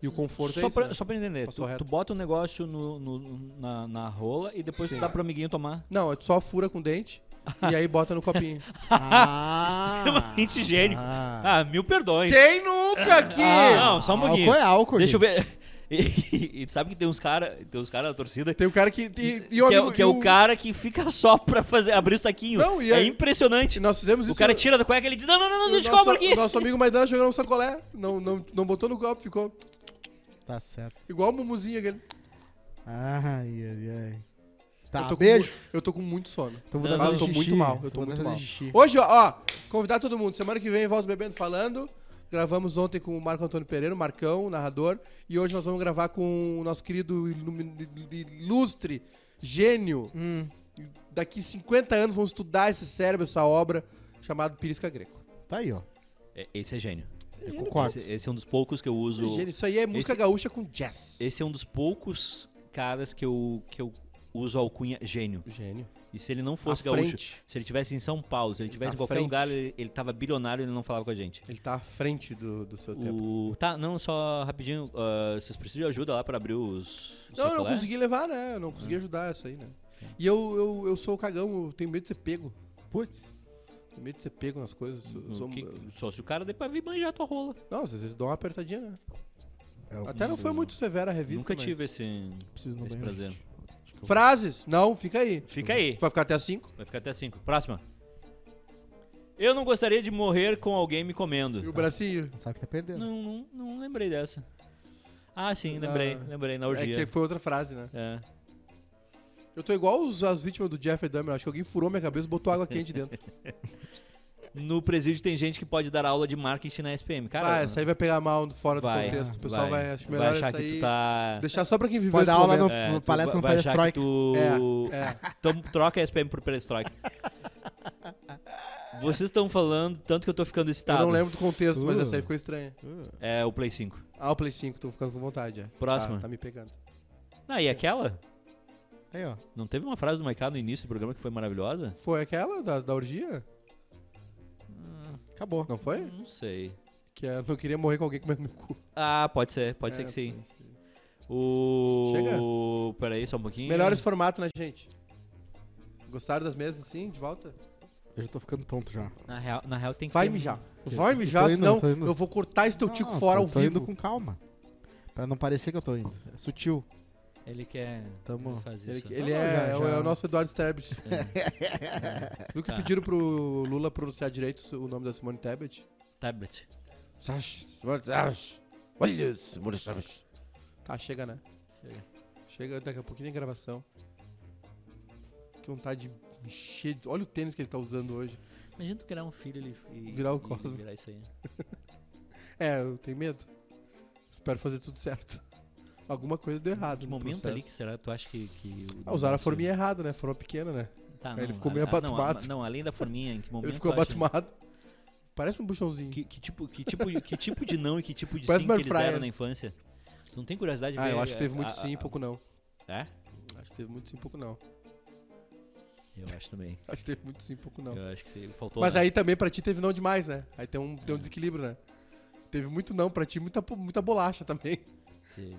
S3: E o conforto
S1: Uhum.
S3: é
S1: Só,
S3: isso,
S1: pra,
S3: né?
S1: só pra entender,
S3: Passou
S1: tu,
S3: reto.
S1: tu bota um negócio no, no- na, na rola e depois tu dá pro amiguinho tomar.
S3: Não, é tu só fura com o dente e aí bota no copinho.
S2: Ah!
S1: Extremamente higiênico.
S2: ah.
S1: Ah, mil perdões.
S3: Quem nunca aqui?
S1: Não, só um pouquinho.
S2: Álcool é álcool,
S1: Deixa eu
S2: gente.
S1: ver. E, e tu sabe que tem uns caras, tem uns caras da torcida
S3: Tem o cara que. E, e o
S1: que, é,
S3: amigo-
S1: que é
S3: e
S1: o
S3: um-
S1: cara que fica só pra fazer, abrir o saquinho.
S3: Não, e
S1: é
S3: aí-
S1: impressionante.
S3: Nós fizemos
S1: O
S3: isso.
S1: cara tira da cueca e ele diz: Não, não, não, não,
S3: O
S1: deixa eu
S3: nosso,
S1: cobrar aqui.
S3: o nosso amigo Maidana jogou um sacolé. Não, não, não botou no copo, ficou
S2: Tá certo.
S3: igual o mumuzinho aquele.
S2: Ai, ai, ai.
S3: eu
S2: Tá,
S3: tô com
S2: beijo.
S3: mu- eu tô com muito sono.
S2: Então vou
S1: Não,
S2: dar
S3: Mas
S2: fazer
S3: eu tô
S2: xixi.
S3: muito mal. Eu tô
S2: Vou
S3: muito
S2: dar fazer
S3: mal.
S2: xixi.
S3: Hoje, ó, ó, convidar todo mundo. Semana que vem, volta bebendo falando. Gravamos ontem com o Marco Antônio Pereira, o Marcão, narrador. E hoje nós vamos gravar com o nosso querido ilumi- ilustre gênio.
S1: Hum.
S3: Daqui 50 anos vamos estudar esse cérebro, essa obra, chamado Pirisca Greco.
S2: Tá aí, ó.
S1: É, Esse é gênio.
S2: Eu concordo.
S1: Esse, esse é um dos poucos que eu uso.
S3: Gênio, Isso aí é música
S1: Esse-
S3: gaúcha com jazz.
S1: Esse é um dos poucos caras que eu, que eu uso a alcunha gênio.
S3: Gênio.
S1: E se ele não fosse
S3: À
S1: gaúcho,
S3: frente.
S1: se ele tivesse em São Paulo, se ele tivesse
S3: tá
S1: em qualquer
S3: à frente.
S1: lugar, ele, ele tava bilionário e ele não falava com a gente.
S3: Ele tá à frente do, do seu tempo.
S1: O... Tá, não, só rapidinho. ah, vocês precisam de ajuda lá pra abrir os. os
S3: Não, eu não
S1: sacolé?
S3: consegui levar, né? Eu não
S1: Ah.
S3: consegui ajudar essa aí, né? E eu, eu, eu sou o cagão, eu tenho medo de ser pego.
S2: Putz.
S3: Tenho medo de ser pego nas coisas. eu sou- eu
S1: O
S3: sou-
S1: que-
S3: eu-
S1: Só se o cara der pra vir manjar tua rola.
S3: Não, às vezes eles dão uma apertadinha, né?
S2: É
S3: Até não foi muito severa a revista.
S1: Nunca
S3: mas-
S1: tive esse,
S2: Preciso no
S1: esse
S2: banheiro.
S1: prazer.
S3: Frases? Não, fica aí.
S1: Fica aí.
S3: Vai ficar até as 5.
S1: Vai ficar até 5. Próxima. Eu não gostaria de morrer com alguém me comendo.
S3: E o bracinho?
S2: Não sabe o que tá perdendo.
S1: Não, não, não lembrei dessa. Ah, sim,
S3: Na-
S1: lembrei. Lembrei, na
S3: É que
S1: orgia.
S3: foi outra frase, né?
S1: É.
S3: Eu tô igual os, as vítimas do Jeffrey Dahmer. Acho que alguém furou minha cabeça e botou água quente dentro.
S1: No presídio tem gente que pode dar aula de marketing na SPM. Cara,
S3: ah, essa aí vai pegar mal fora
S1: vai,
S3: do contexto. O pessoal vai, acho
S1: vai
S3: melhor
S1: achar
S3: essa
S1: que
S3: aí-
S1: tu tá...
S3: Deixar só pra quem viveu
S2: Pode
S3: esse
S2: dar aula
S3: momento.
S2: no-
S1: É,
S2: no
S1: tu
S2: palestra no
S1: vai achar que
S2: Perestroika.
S1: tu...
S3: É,
S1: Então troca a SPM por Perestroika. Vocês estão falando tanto que eu tô ficando
S3: Eu
S1: excitado.
S3: não lembro do contexto, mas
S2: Uh.
S3: essa aí ficou estranha.
S1: É o Play 5.
S3: Ah, o Play 5, tô ficando com vontade. É.
S1: Próxima.
S3: Tá, tá me pegando.
S1: Ah, e aquela?
S2: Aí, ó.
S1: Não teve uma frase do Maiká no início do programa que foi maravilhosa?
S3: Foi aquela da, da orgia?
S2: Acabou.
S3: Não foi?
S1: Não sei.
S3: Que é, eu não queria morrer com alguém comendo meu cu.
S1: Ah, pode ser, pode
S3: É,
S1: ser que sim. O. Peraí, só um pouquinho.
S3: Melhores formatos, né, gente? Gostaram das mesas, sim? De volta?
S2: Eu já tô ficando tonto já.
S1: Na real, na real tem que.
S3: Vai
S1: ter um-
S3: mijar. Vai
S2: tô
S3: mijar,
S2: indo,
S3: senão
S2: tô indo.
S3: eu vou cortar esse teu tico
S2: Não,
S3: fora
S2: Então Ah, eu
S3: ao
S2: tô indo
S3: vivo.
S2: com calma. Pra não parecer que eu tô indo. É sutil.
S1: Ele quer.
S2: Tamo-
S1: Ele faz
S3: Ele,
S1: isso.
S3: ele
S2: Não, não,
S3: é,
S2: já,
S3: é o-
S2: já.
S3: é o nosso Eduardo Sterbich. Viu que
S1: Tá.
S3: pediram pro Lula pronunciar direito o nome da Simone Tebet?
S1: Tablet.
S3: Olha, Simone Tebet. Tá, chega, né?
S1: Chega.
S3: Chega, daqui a pouquinho tem gravação. Que vontade de Encher de- Olha o tênis que ele tá usando hoje.
S1: Imagina tu criar um filho ele- e.
S3: Virar o
S1: e
S3: Cosmo.
S1: Virar isso aí.
S3: É, eu tenho medo. Espero fazer tudo certo. Alguma coisa deu errado.
S1: Que
S3: no
S1: momento
S3: processo.
S1: ali que tá será? Tu acha que. que o
S3: Ah, usaram a
S1: Denúncio-
S3: forminha errada, né? Forma pequena, né?
S1: Tá,
S3: Aí
S1: não,
S3: ele ficou
S1: a-
S3: meio
S1: a- não, a-
S3: abatuado.
S1: Não, além da forminha, em que momento.
S3: Ele ficou
S1: tu acha-
S3: abatumado. Parece um buchãozinho.
S1: Que, que tipo, que, tipo, que tipo de não e que tipo de
S3: Parece
S1: sim que
S3: uma
S1: eles
S3: air fryer.
S1: deram na infância? Tu não tem curiosidade de
S3: Ah,
S1: ver.
S3: eu acho que teve
S1: a-
S3: muito
S1: a-
S3: sim e
S1: a-
S3: pouco não.
S1: É?
S3: Acho que teve muito sim e pouco não.
S1: Eu acho também.
S3: Acho que teve muito sim e pouco não.
S1: Eu acho que se- faltou.
S3: Mas
S1: né?
S3: aí também pra ti teve não demais, né? Aí tem um, tem um desequilíbrio, né? Teve muito não pra ti, muita, muita bolacha também.
S1: Teve.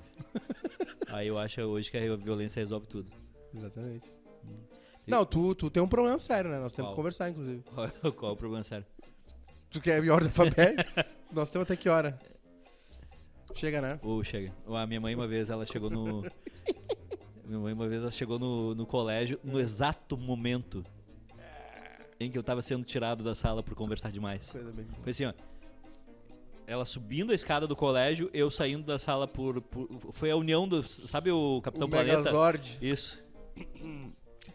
S1: aí eu acho hoje que a violência resolve tudo.
S3: Exatamente. Não, tu, tu tem um problema sério, né? Nós temos
S1: Hum. Qual?
S3: que conversar, inclusive.
S1: Qual, é- qual é o problema sério?
S3: Tu é quer ir ordem alfabética? Nós temos até que hora? Chega, né?
S1: Ou chega. Ou a minha mãe uma vez ela chegou no. minha mãe uma vez ela chegou no, no colégio no exato momento em que eu tava sendo tirado da sala por conversar demais.
S3: Coisa bem-
S1: Foi assim, ó. Ela subindo a escada do colégio, eu saindo da sala por. por- foi a união do. Sabe o Capitão
S3: O
S1: Então, Planeta?
S3: Megazord.
S1: Isso.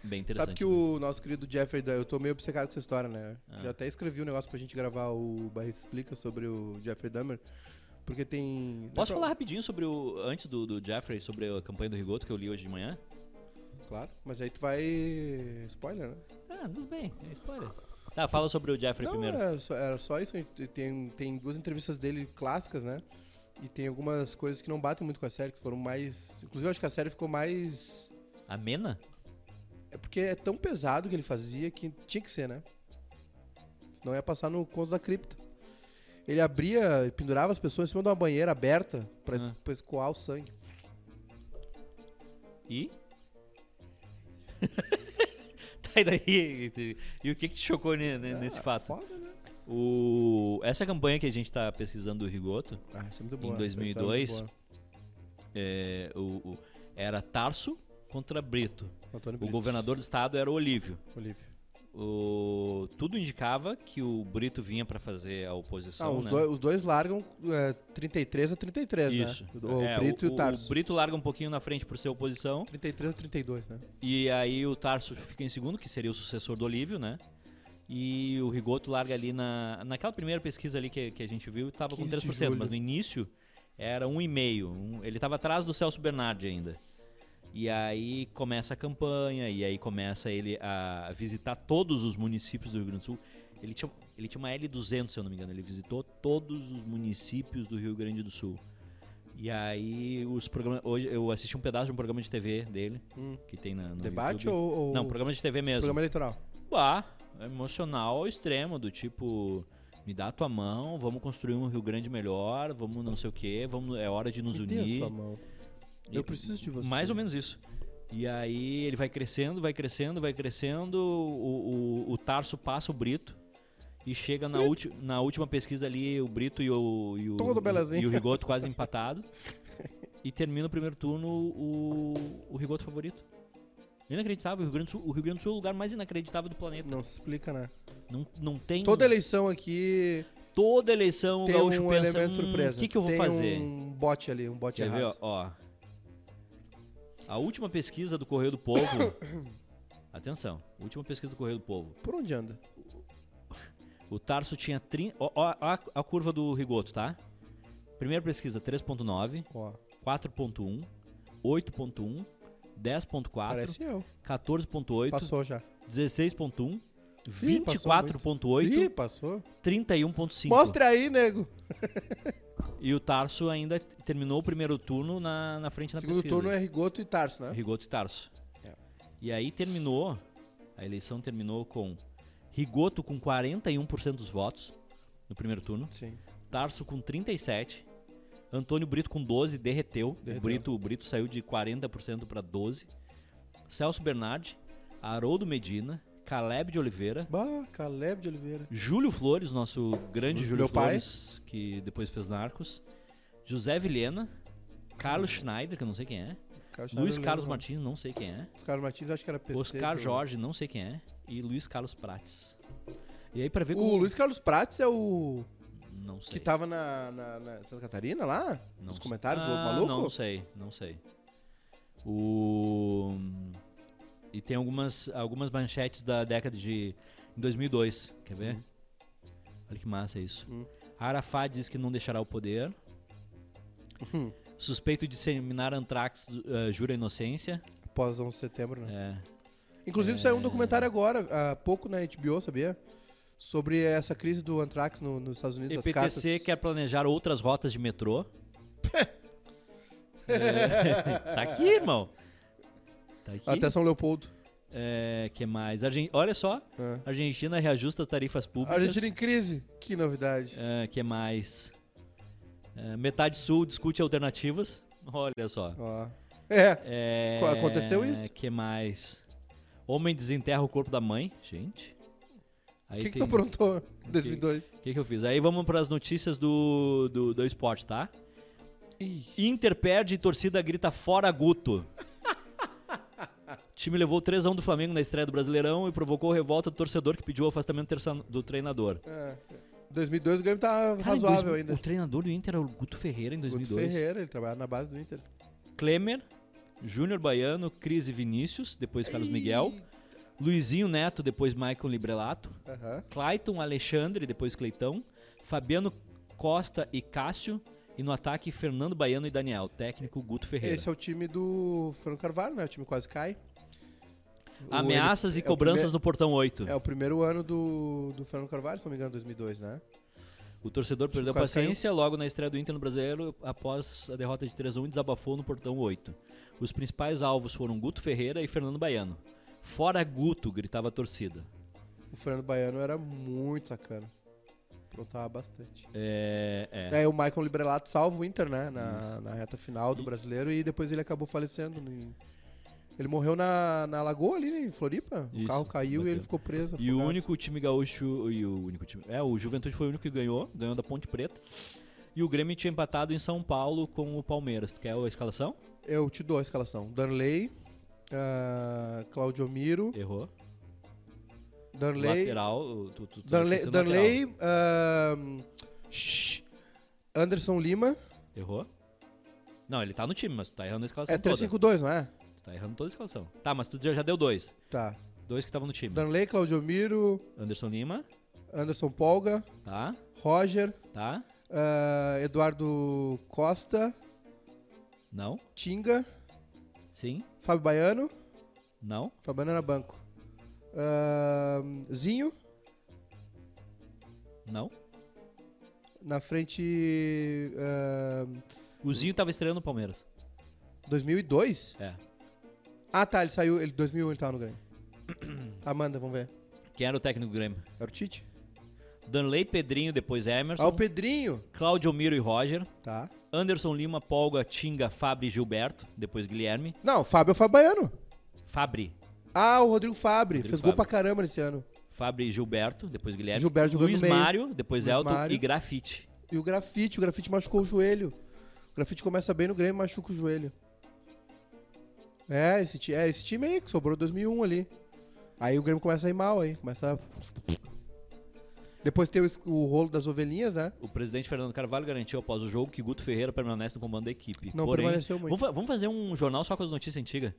S1: Bem interessante. né? Ah.
S3: Sabe que o nosso querido Jeffrey, Dahmer- eu tô meio obcecado com essa história, né? Já até escrevi um negócio pra gente gravar o Barra Explica sobre o Jeffrey Dahmer. Porque tem.
S1: Posso
S3: Não, é
S1: falar rapidinho sobre o. Antes do, do Jeffrey, sobre a campanha do Rigoto que eu li hoje de manhã?
S3: Claro, mas aí tu vai. Spoiler, né?
S1: Ah, tudo bem, é spoiler. Tá, fala sobre o Jeffrey
S3: Não, é.
S1: primeiro.
S3: era só, era só isso. que a gente Tem, tem duas entrevistas dele clássicas, né? E tem algumas coisas que não batem muito com a série, que foram mais. Inclusive, eu acho que a série ficou mais.
S1: Amena?
S3: É porque é tão pesado que ele fazia que tinha que ser, né? Senão ia passar no Contos da Cripta. Ele abria e pendurava as pessoas em cima de uma banheira aberta pra, es-
S1: Ah.
S3: pra escoar o sangue.
S1: E? tá, e daí? E, e o que que te chocou ne-
S3: É,
S1: ne- nesse fato?
S3: Foda, né?
S1: O, essa campanha que a gente tá pesquisando do Rigoto,
S3: Ah, isso é muito
S1: Em
S3: boa. essa
S1: 2002,
S3: história é muito
S1: é, o- o- era Tarso contra Brito.
S3: é boa. Antônio
S1: O
S3: Brito,
S1: governador do estado era o Olívio.
S3: Olívio.
S1: O, tudo indicava que o Brito vinha pra fazer a oposição.
S3: Ah, os,
S1: né?
S3: dois, os dois largam é, 33 a 33,
S1: Isso.
S3: né? O
S1: É,
S3: Brito e o
S1: O
S3: Tarso.
S1: Brito larga um pouquinho na frente por ser oposição.
S3: 33 a 32, né?
S1: E aí o Tarso fica em segundo, que seria o sucessor do Olívio, né? E o Rigoto larga ali na, naquela primeira pesquisa ali que, que a gente viu, tava com
S3: 15 de
S1: 3%,
S3: julho.
S1: mas no início era 1,5%. Um, ele tava atrás do Celso Bernardi ainda. E aí começa a campanha, e aí começa ele a visitar todos os municípios do Rio Grande do Sul. Ele tinha, ele tinha uma L200, se eu não me engano, ele visitou todos os municípios do Rio Grande do Sul. E aí os programas. Hoje eu assisti um pedaço de um programa de TV dele, que tem na. No
S3: Hum. Debate
S1: YouTube.
S3: ou, ou
S1: Não, programa de TV mesmo.
S3: programa eleitoral?
S1: Bah, emocional ao extremo, do tipo, me dá a tua mão, vamos construir um Rio Grande melhor, vamos não sei o quê, vamos, é hora de nos
S3: Me dê a
S1: unir.
S3: sua mão.
S1: E-
S3: Eu preciso de você.
S1: Mais ou menos isso. E aí ele vai crescendo, vai crescendo, vai crescendo, o, o, o Tarso passa o Brito. E chega na, ulti, na última pesquisa ali, o Brito e o, e o,
S3: Todo belezinho.
S1: e o Rigoto quase empatado. e termina o primeiro turno o, o Rigoto favorito. Inacreditável, o Rio Grande do Sul, o Rio Grande do Sul é o lugar mais inacreditável do planeta.
S3: Não se explica, né?
S1: Não, não tem.
S3: Toda eleição aqui
S1: toda eleição o
S3: tem
S1: gaúcho
S3: um
S1: pensa.
S3: elemento
S1: "Hum,
S3: surpresa.
S1: O que, que eu vou
S3: Tem
S1: fazer?
S3: um bote ali, um bote
S1: Quer ver, ó,
S3: errado.
S1: ó. A última pesquisa do Correio do Povo. atenção, última pesquisa do Correio do Povo.
S3: Por onde anda?
S1: O Tarso tinha 30. Ó, ó, ó a, a curva do Rigoto, tá? Primeira pesquisa, 3.9,
S3: Ó,
S1: 4.1, 8.1, 10.4,
S3: parece eu.
S1: 14.8,
S3: Passou já.
S1: 16.1,
S3: Ih, passou muito. Ih,
S1: 24.8,
S3: passou.
S1: 31.5.
S3: Mostra aí, nego.
S1: E o Tarso ainda t- terminou o primeiro turno na, na frente da
S3: Segundo
S1: pesquisa.
S3: turno é Rigoto e Tarso, né?
S1: Rigoto e Tarso.
S3: É.
S1: E aí terminou, a eleição terminou com Rigoto com 41% dos votos no primeiro turno,
S3: Sim.
S1: Tarso com 37, Antônio Brito com 12, derreteu.
S3: Derreteu.
S1: O, Brito, o Brito saiu de 40% para 12. Celso Bernardi, Haroldo Medina, Caleb de Oliveira,
S3: Bah, Caleb de Oliveira.
S1: Júlio Flores, nosso grande
S3: Meu
S1: Júlio
S3: pai.
S1: Flores, que depois fez Narcos. José Vilhena, Carlos Schneider, que eu não sei quem é.
S3: Carlos
S1: Luiz
S3: Schneider,
S1: Carlos
S3: não.
S1: Martins, não sei quem é.
S3: Luiz Carlos Martins, acho que era PC.
S1: Oscar
S3: do-
S1: Jorge, não sei quem é. E Luiz Carlos Prates. E aí pra ver como...
S3: O Luiz Carlos Prates é o
S1: Não sei.
S3: que tava na, na- na Santa Catarina lá?
S1: não
S3: Nos
S1: sei.
S3: comentários do
S1: Ah,
S3: maluco?
S1: Não sei, não sei. O... E tem algumas, algumas manchetes da década de 2002. Quer ver?
S3: Hum.
S1: Olha que massa isso. Arafat diz que não deixará o poder.
S3: Hum.
S1: Suspeito de disseminar antrax eh, jura inocência.
S3: Após 11 de setembro, né?
S1: É.
S3: Inclusive saiu um documentário agora, há pouco na HBO, sabia? Sobre essa crise do Anthrax no- nos Estados Unidos, as cartas.
S1: EPTC quer planejar outras rotas de metrô. É, tá aqui, irmão. Tá aqui.
S3: Até São Leopoldo. É.
S1: É, que mais? Argen- Olha só. Argentina reajusta tarifas públicas.
S3: Argentina em crise, que novidade.
S1: É, que mais? É, metade Sul discute alternativas. Olha só.
S3: Ó. É. Co- Aconteceu isso?
S1: Que mais? Homem desenterra o corpo da mãe. Gente.
S3: O que, tá que tu aprontou em 2002?
S1: O que, que eu fiz? Aí vamos para as notícias do, do, do esporte, tá? Inter perde e torcida grita fora Guto. O time levou 3x1 do Flamengo na estreia do Brasileirão e provocou revolta do torcedor que pediu o afastamento terça- do treinador.
S3: É. 2002 o Grêmio tá
S1: Cara, em
S3: razoável
S1: dois-
S3: ainda.
S1: O treinador do Inter era o Guto Ferreira em
S3: Guto
S1: 2002.
S3: Ferreira, ele trabalhava na base do Inter.
S1: Klemer, Júnior Baiano, Cris e Vinícius, depois Carlos Miguel. Luizinho Neto, depois Michael Librelato.
S3: Aham.
S1: Clayton Alexandre, depois Cleitão. Fabiano Costa e Cássio. E no ataque, Fernando Baiano e Daniel, técnico Guto Ferreira.
S3: Esse é o time do Fernando Carvalho, né? O time quase cai. O-
S1: Ameaças
S3: ele-
S1: e
S3: é o
S1: cobranças no
S3: primeiro-
S1: portão 8.
S3: É o primeiro ano do, do Fernando Carvalho, se não me engano, 2002, né?
S1: O torcedor perdeu a
S3: quase caiu.
S1: paciência logo na estreia do Inter no Brasileiro, após a derrota de 3 a 1 desabafou no portão 8. Os principais alvos foram Guto Ferreira e Fernando Baiano. Fora Guto, gritava a torcida.
S3: O Fernando Baiano era muito sacana. Aprontava bastante.
S1: É, é.
S3: Aí o Michael Librelato salva o Inter, né? Na, na reta final do brasileiro e depois ele acabou falecendo. no- Ele morreu na, na lagoa ali, né, em Floripa.
S1: Isso,
S3: o carro caiu e
S1: bateu.
S3: ele ficou preso.
S1: E o
S3: afogado.
S1: único time gaúcho. E o único time. É, o Juventude foi o único que ganhou, ganhou da Ponte Preta. E o Grêmio tinha empatado em São Paulo com o Palmeiras. Tu quer a escalação?
S3: Eu te dou a escalação. Danley, ah, Claudio Miro,
S1: Errou.
S3: Danley,
S1: Lateral. Tu, tu, tu tá
S3: Danley,
S1: esquecendo o lateral.
S3: Danley ahn, shh, Anderson Lima.
S1: Errou? Não, ele tá no time, mas tu tá errando a escalação
S3: É
S1: toda.
S3: 3-5-2, não é?
S1: Tu tá errando toda a escalação. Tá, mas tu já, já deu dois.
S3: Tá.
S1: Dois que estavam no time.
S3: Danley, Claudio Miro,
S1: Anderson Lima,
S3: Anderson Polga,
S1: tá?
S3: Roger,
S1: Tá?
S3: ah, Eduardo Costa,
S1: Não?
S3: Tinga,
S1: Sim?
S3: Fábio Baiano,
S1: Não?
S3: Fábio Baiano era banco. Ahn, Zinho,
S1: Não?
S3: na frente. ah, ahn,
S1: O Zinho tava estreando o Palmeiras.
S3: 2002?
S1: É.
S3: Ah, tá, ele saiu. Ele 2001 ele tava no Grêmio. Amanda, vamos ver.
S1: Quem era o técnico do Grêmio?
S3: Era o Tite?
S1: Danley, Pedrinho, depois Emerson.
S3: Ah, o Pedrinho.
S1: Cláudio Miro e Roger.
S3: Tá.
S1: Anderson Lima, Polga, Tinga, Fabri e Gilberto. Depois Guilherme.
S3: Não, Fábio é o Fábio Baiano.
S1: Fabri.
S3: Ah, o Rodrigo Fabri.
S1: Rodrigo
S3: Fez gol
S1: Fabri.
S3: pra caramba nesse ano.
S1: Fabri e Gilberto. Depois Guilherme.
S3: Gilberto jogando
S1: Luiz
S3: no meio.
S1: Mário. Depois
S3: Luiz
S1: Elton
S3: Mário.
S1: e Grafite.
S3: E o grafite, o grafite machucou o joelho. O grafite começa bem no Grêmio, machuca o joelho. É, esse, ti- é, esse time aí que sobrou 2001 ali. Aí o Grêmio começa a ir mal aí, começa a... Depois tem o, es- o rolo das ovelhinhas, né?
S1: O presidente Fernando Carvalho garantiu após o jogo que Guto Ferreira permanece no comando da equipe.
S3: Não
S1: Porém,
S3: permaneceu muito.
S1: Vamos, fa- vamos fazer um jornal só com as notícias antigas.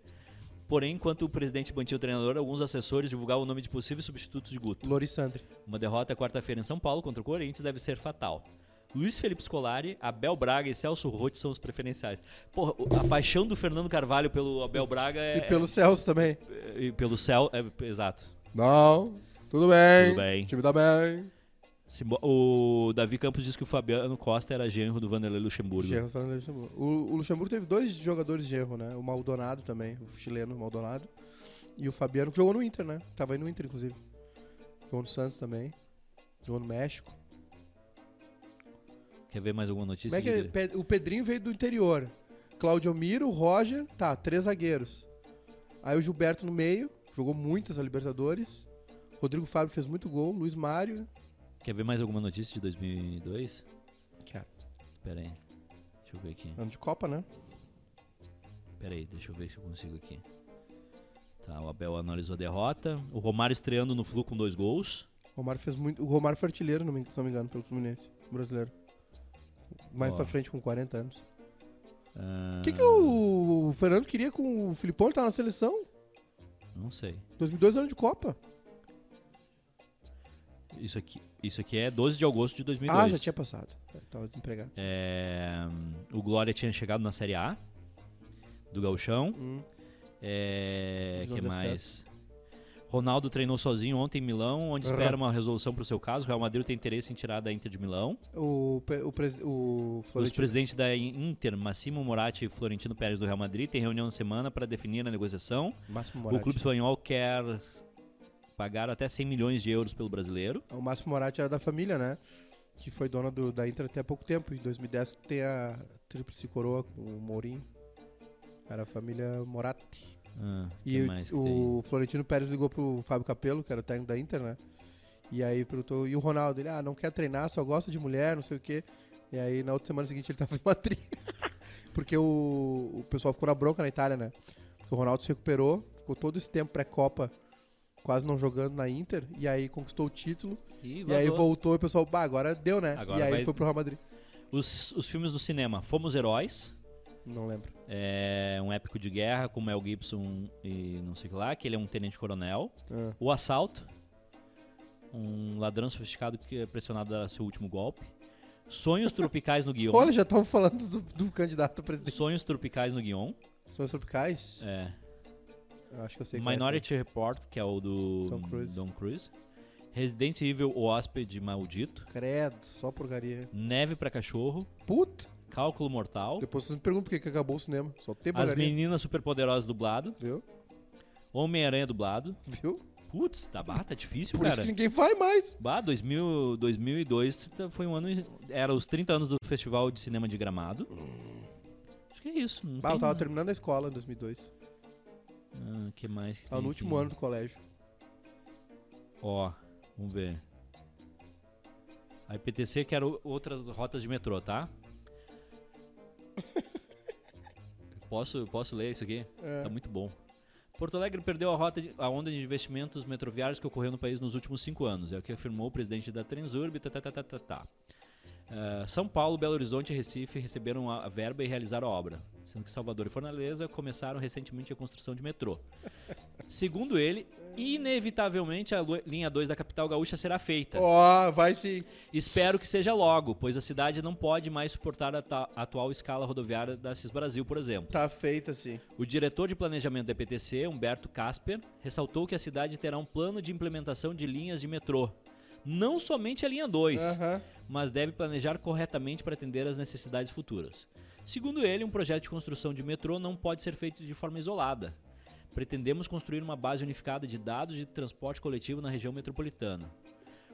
S1: Porém, enquanto o presidente mantinha o treinador, alguns assessores divulgavam o nome de possíveis substitutos de Guto.
S3: Lorissandre.
S1: Uma derrota quarta-feira em São Paulo contra o Corinthians deve ser fatal. Luiz Felipe Scolari, Abel Braga e Celso Rotti são os preferenciais. Porra, o- a paixão do Fernando Carvalho pelo Abel Braga é.
S3: E pelo Celso também.
S1: é- E pelo céu, é, exato.
S3: Não, tudo bem.
S1: Tudo bem.
S3: O time tá bem.
S1: Simbo- O Davi Campos diz que o Fabiano Costa era genro do Vanderlei Luxemburgo.
S3: Gerro tá falando do Luxemburgo. O, o Luxemburgo teve dois jogadores de erro, né? O Maldonado também, o chileno Maldonado. E o Fabiano, que jogou no Inter, né? Tava aí no Inter, inclusive. Jogou no Santos também. Jogou no México.
S1: Quer ver mais alguma
S3: Como
S1: notícia?
S3: é que é?
S1: Guilherme?
S3: Pe- O Pedrinho veio do interior. Claudio Miro, Roger, tá, três zagueiros. Aí o Gilberto no meio, jogou muitas a Libertadores. Rodrigo Fábio fez muito gol, Luiz Mário.
S1: Quer ver mais alguma notícia de 2002?
S3: Quero.
S1: Pera aí. Deixa eu ver aqui.
S3: Ano de Copa, né? Ah.
S1: Pera aí, deixa eu ver se eu consigo aqui. Tá, o Abel analisou a derrota. O Romário estreando no Flu com dois gols.
S3: O Romário fez muito. O Romário foi artilheiro, não me- se não me engano, pelo Fluminense brasileiro. Mais
S1: Ó.
S3: pra frente, com 40 anos.
S1: Ah,
S3: O que, que o Fernando queria com o Filipão? Ele tava na Tá seleção?
S1: Não sei.
S3: 2002 é ano de Copa.
S1: Isso aqui, isso aqui é 12 de agosto de 2002.
S3: Ah, já tinha passado. Eu tava desempregado.
S1: É, o Glória tinha chegado na Série A do Gauchão.
S3: Hum. um
S1: É,
S3: Divisão
S1: que
S3: de
S1: mais? Ronaldo treinou sozinho ontem em Milão, onde espera uma resolução para o seu caso. O Real Madrid tem interesse em tirar da Inter de Milão.
S3: O, pre- o, pres- o
S1: Os
S3: Florentino-
S1: presidentes da Inter, Massimo Moratti e Florentino Pérez do Real Madrid, têm reunião na semana para definir a negociação.
S3: Máximo
S1: O
S3: Moratti.
S1: clube espanhol quer pagar até 100 milhões de euros pelo brasileiro.
S3: O Márcio Moratti era da família, né? Que foi dona do- da Inter até há pouco tempo. Em 2010 tem a Tríplice Coroa com o Mourinho. Era a família Moratti.
S1: Ah,
S3: E
S1: que
S3: o-
S1: mais que tem?
S3: o, Florentino Pérez ligou pro Fábio Capello, que era o técnico da Inter, né? E aí perguntou, e o Ronaldo? Ele, ah, não quer treinar, só gosta de mulher, não sei o quê. E aí na outra semana seguinte ele tava em Madrid. Porque o, o pessoal ficou na bronca na Itália, né? Porque o Ronaldo se recuperou, ficou todo esse tempo pré-Copa, quase não jogando na Inter, e aí conquistou o título.
S1: E
S3: E,
S1: vazou.
S3: aí voltou e o pessoal, bah, agora deu, né?
S1: Agora
S3: e aí
S1: vai-
S3: foi pro Real Madrid.
S1: Os, os filmes do cinema. Fomos Heróis.
S3: Não lembro.
S1: É um épico de guerra com Mel Gibson e não sei o que lá, que ele é um tenente-coronel.
S3: Ah.
S1: O Assalto. Um ladrão sofisticado que é pressionado a dar seu último golpe. Sonhos Tropicais no Guion.
S3: Olha, já estavam falando do, do candidato a presidente.
S1: Sonhos Tropicais no Guion.
S3: Sonhos Tropicais?
S1: É.
S3: Eu Acho que eu sei qual é esse aí.
S1: Minority Report, que é o do
S3: Tom Cruise.
S1: Don Cruise. Resident Evil, O Hóspede Maldito.
S3: Credo, só porcaria.
S1: Neve pra Cachorro.
S3: Puta!
S1: Cálculo Mortal.
S3: Depois vocês me perguntam por que que acabou o cinema. Só tem
S1: Oh. As
S3: porcaria.
S1: Meninas Superpoderosas dublado.
S3: Viu?
S1: Homem-Aranha dublado.
S3: Viu?
S1: Putz, tá, bah, tá difícil,
S3: Por
S1: cara.
S3: isso que ninguém vai mais.
S1: Bah, 2000, 2002 tá- foi um ano. Era os 30 anos do Festival de Cinema de Gramado. Acho que é isso. Não
S3: Hum. Bah, Ah, eu
S1: tem-
S3: tava terminando a escola em 2002.
S1: Ah, que mais? Que
S3: Tava
S1: tem
S3: no
S1: aqui?
S3: último ano do colégio.
S1: Ó, vamos ver. A IPTC quer o- outras rotas de metrô, tá? posso, posso ler isso aqui? Tá muito bom. Porto Alegre perdeu a, rota de- a onda de investimentos metroviários que ocorreu no país nos últimos cinco anos. É o que afirmou o presidente da Transurb. Tá, tá, tá, tá, tá, tá. Ah, São Paulo, Belo Horizonte e Recife receberam a a verba e realizaram a obra, sendo que Salvador e Fortaleza começaram recentemente a construção de metrô. Segundo ele, inevitavelmente a lu- linha 2 da capital gaúcha será feita.
S3: Ó, vai sim.
S1: Espero que seja logo, pois a cidade não pode mais suportar a ta- a atual escala rodoviária da CIS Brasil, por exemplo.
S3: Tá feita sim.
S1: O diretor de planejamento da EPTC, Humberto Casper, ressaltou que a cidade terá um plano de implementação de linhas de metrô. Não somente a linha 2,
S3: Aham.
S1: mas deve planejar corretamente para atender às necessidades futuras. Segundo ele, um projeto de construção de metrô não pode ser feito de forma isolada. Pretendemos construir uma base unificada de dados de transporte coletivo na região metropolitana.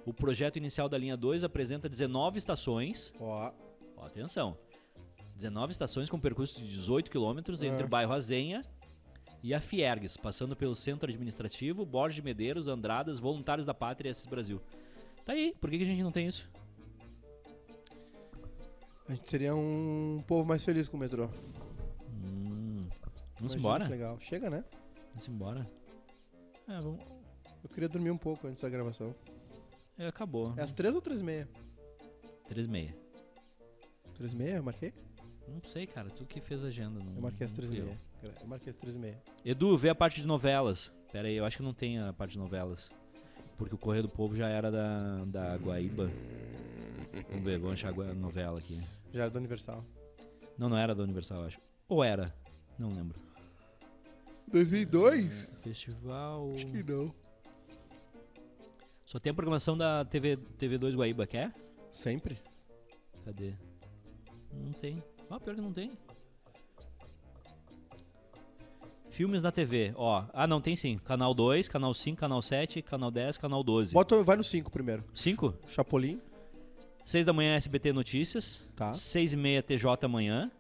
S1: O projeto inicial da linha 2 apresenta 19 estações,
S3: Ó.
S1: Ó, atenção. 19 estações com percurso de 18
S3: Ah.
S1: quilômetros entre o bairro Azenha e a Fiergues, passando pelo centro administrativo, Borges de Medeiros, Andradas, Voluntários da Pátria e Assis Brasil. Tá aí, por que, que a gente não tem isso?
S3: A gente seria um povo mais feliz com o metrô.
S1: Vamos
S3: Imagina
S1: embora?
S3: que Legal. Chega, né?
S1: Vamos embora. É, vamos...
S3: Eu queria dormir um pouco antes da gravação.
S1: é, acabou.
S3: É às três ou três e meia?
S1: 3 e meia.
S3: Três e meia, eu marquei?
S1: Não sei, cara, tu que fez a agenda. Não,
S3: Eu marquei às
S1: não
S3: três e
S1: Hum, fui eu.
S3: meia. Eu marquei às três e meia.
S1: Edu, vê a parte de novelas. Pera aí, eu acho que não tem a parte de novelas. Porque o Correio do Povo já era da, da Guaíba. Vamos ver, vamos achar a gua- novela aqui.
S3: Já era do Universal.
S1: Não, não era da Universal, eu acho. Ou era? Não lembro.
S3: 2002?
S1: Festival.
S3: Acho que não.
S1: Só tem a programação da TV, TV2 Guaíba, quer?
S3: Sempre?
S1: Cadê? Não tem. Ah, pior que não tem. Filmes na TV, ó. Ah, não, tem sim. Canal 2, canal 5, canal 7, canal 10, canal 12.
S3: Bota, vai no 5 primeiro.
S1: 5?
S3: Chapolin.
S1: 6 da manhã SBT Notícias.
S3: Tá.
S1: 6 e meia TJ Manhã.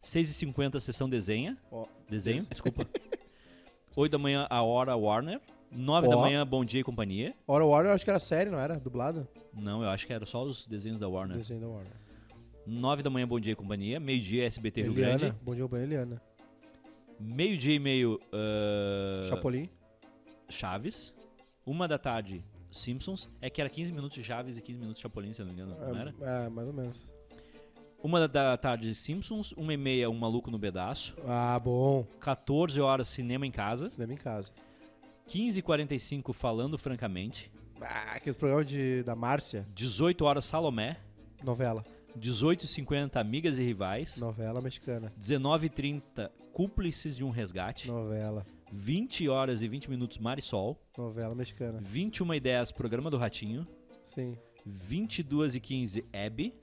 S1: 6 e 50 Sessão Desenha.
S3: Ó.
S1: Desenho, desculpa. 8 da manhã A Hora Warner. 9 da
S3: Ó.
S1: manhã Bom Dia e Companhia.
S3: Hora Warner, eu acho que era série, não era? Dublada?
S1: Não, eu acho que era só os desenhos da Warner.
S3: Desenho da Warner.
S1: 9 da manhã Bom Dia e Companhia. Meio-dia SBT Rio
S3: Eliana.
S1: Grande.
S3: Bom dia, Urbana Eliana.
S1: Meio-dia e meio ah,
S3: Chapolin.
S1: Chaves. 1 da tarde Simpsons. É que era 15 minutos de Chaves e 15 minutos de Chapolin, se eu não me engano, não era?
S3: É, é, mais ou menos.
S1: Uma da tarde Simpsons. 1 e meia Um Maluco no Pedaço.
S3: Ah, bom.
S1: 14 horas Cinema em Casa.
S3: Cinema em casa.
S1: 15h45 falando francamente.
S3: Ah, aqueles programas de, da Márcia.
S1: 18 horas Salomé.
S3: Novela.
S1: 18h50 Amigas e Rivais.
S3: Novela mexicana.
S1: 19h30 Cúmplices de um Resgate.
S3: Novela.
S1: 20 horas e 20 minutos Marisol.
S3: Novela mexicana.
S1: 21 e 10 Programa do Ratinho.
S3: Sim.
S1: 22 e 15 Hebe.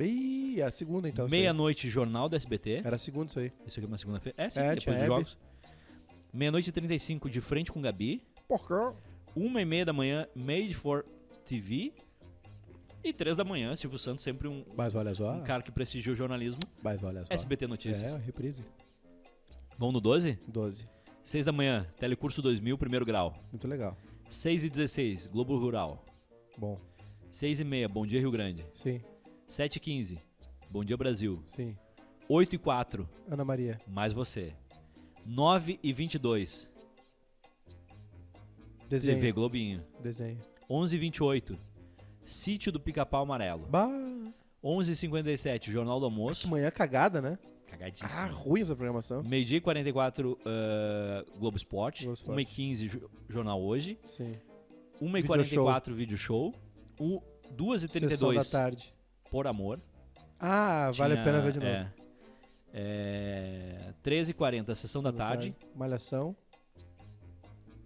S3: Ih, é a segunda então. isso aí.
S1: Meia-noite Jornal da SBT.
S3: Era a segunda isso aí.
S1: Isso aqui é uma segunda-feira. É, sim,
S3: É, tinha
S1: depois dos
S3: Hebe.
S1: jogos. Meia-noite e 35 De Frente com Gabi.
S3: Porcão.
S1: Uma e meia da manhã, Made for TV. E três da manhã, Silvio Santos, sempre um,
S3: Mas olha só.
S1: um cara que prestigia o jornalismo.
S3: Mas olha Ah. só.
S1: SBT Notícias.
S3: É, reprise.
S1: Vão no 12?
S3: 12.
S1: Seis da manhã, Telecurso 2000, primeiro grau.
S3: Muito legal.
S1: Seis e 16 Globo Rural.
S3: Bom.
S1: Seis e meia, Bom Dia Rio Grande.
S3: Sim,
S1: Sete e 15 Bom Dia Brasil.
S3: sim.
S1: Oito e 4,
S3: Ana Maria.
S1: Mais Você. Nove e 22
S3: Desenho.
S1: TV Globinho.
S3: Desenho.
S1: Onze e 28 Sítio do Pica-Pau Amarelo.
S3: Bah.
S1: Onze e 57 Jornal do Almoço.
S3: Manhã cagada, né?
S1: Cagadíssimo.
S3: Ah, ruim essa programação.
S1: Meio-dia e 44, ah, Globo Esporte.
S3: Globo Esporte.
S1: 1h15, jo- Jornal Hoje.
S3: Sim.
S1: 1h44, Vídeo Show. Um- 2h32,
S3: Sessão da tarde.
S1: Por Amor.
S3: Ah, vale a pena ver de novo.
S1: É, é, 13h40, Sessão da Tarde.
S3: Malhação.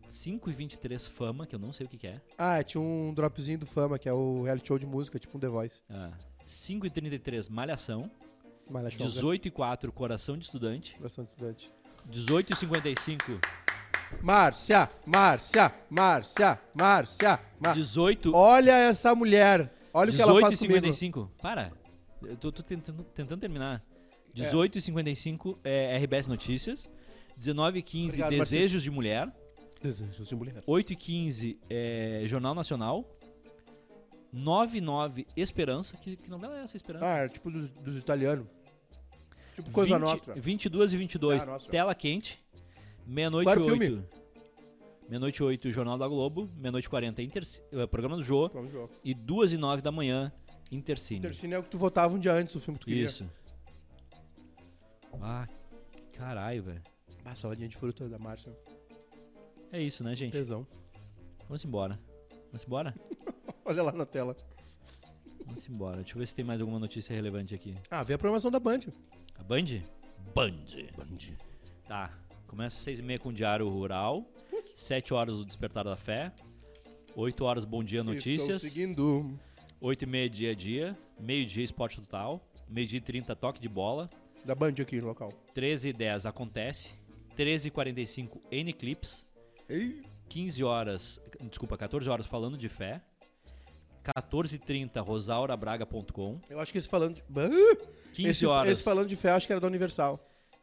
S1: 5h23, Fama, que eu não sei o que, que é.
S3: Ah, tinha um dropzinho do Fama, que é o reality show de música, tipo um The Voice.
S1: Ah, 5h33, Malhação.
S3: Malhação.
S1: 18h04, Coração de Estudante.
S3: Coração de estudante.
S1: 18h55,
S3: Márcia, Márcia, Márcia, Márcia, Márcia.
S1: 18
S3: Olha essa mulher. Olha o que ela
S1: 18
S3: faz
S1: e
S3: comigo. É.
S1: 55. Para. Eu tô, tô tentando, tentando terminar. 18 e 55 é RBS Notícias. 19 e 15
S3: Obrigado,
S1: Desejos de Mulher.
S3: Desejos de mulher.
S1: 8 e 15 é Jornal Nacional. 9 e 9 Esperança. Que, que novela é essa, Esperança?
S3: Ah, era tipo dos, dos italianos. Tipo coisa
S1: 20
S3: nossa.
S1: 22 e 22
S3: Ah, nossa.
S1: Tela Quente. Meia-noite
S3: Qual
S1: e
S3: era o filme?
S1: 8. Meia-noite e 8 Jornal da Globo. Meia-noite e 40 Inter... eh, Programa do Jô.
S3: Vamos jogar.
S1: E 2 e 9 da manhã Intercine.
S3: Intercine é o que tu votava um dia antes do filme que tu queria.
S1: Isso. Ah, caralho, velho.
S3: Ah, saladinha de fruta da Márcia.
S1: É isso, né, gente?
S3: Tesão.
S1: Vamos embora. Vamos embora?
S3: Olha lá na tela.
S1: Vamos embora. Deixa eu ver se tem mais alguma notícia relevante aqui.
S3: Ah, vê a programação da Band.
S1: A Band? Band. Band. Tá. Começa às seis e meia com o Diário Rural. Sete horas o Despertar da Fé. Oito horas Bom Dia
S3: Estou
S1: Notícias.
S3: seguindo.
S1: Oito e meia Dia a Dia. Meio-dia Esporte Total. Meio-dia e trinta Toque de Bola.
S3: Da Band aqui, local.
S1: 13 e 10 Acontece. 13 e 45 N Clips.
S3: Ei.
S1: 15 horas, desculpa, 14 horas falando de fé. 14h30, rosaurabraga.com.
S3: Eu acho que esse falando de... Bah!
S1: 15
S3: esse,
S1: horas,
S3: Esse falando de fé, eu acho que era da Universal.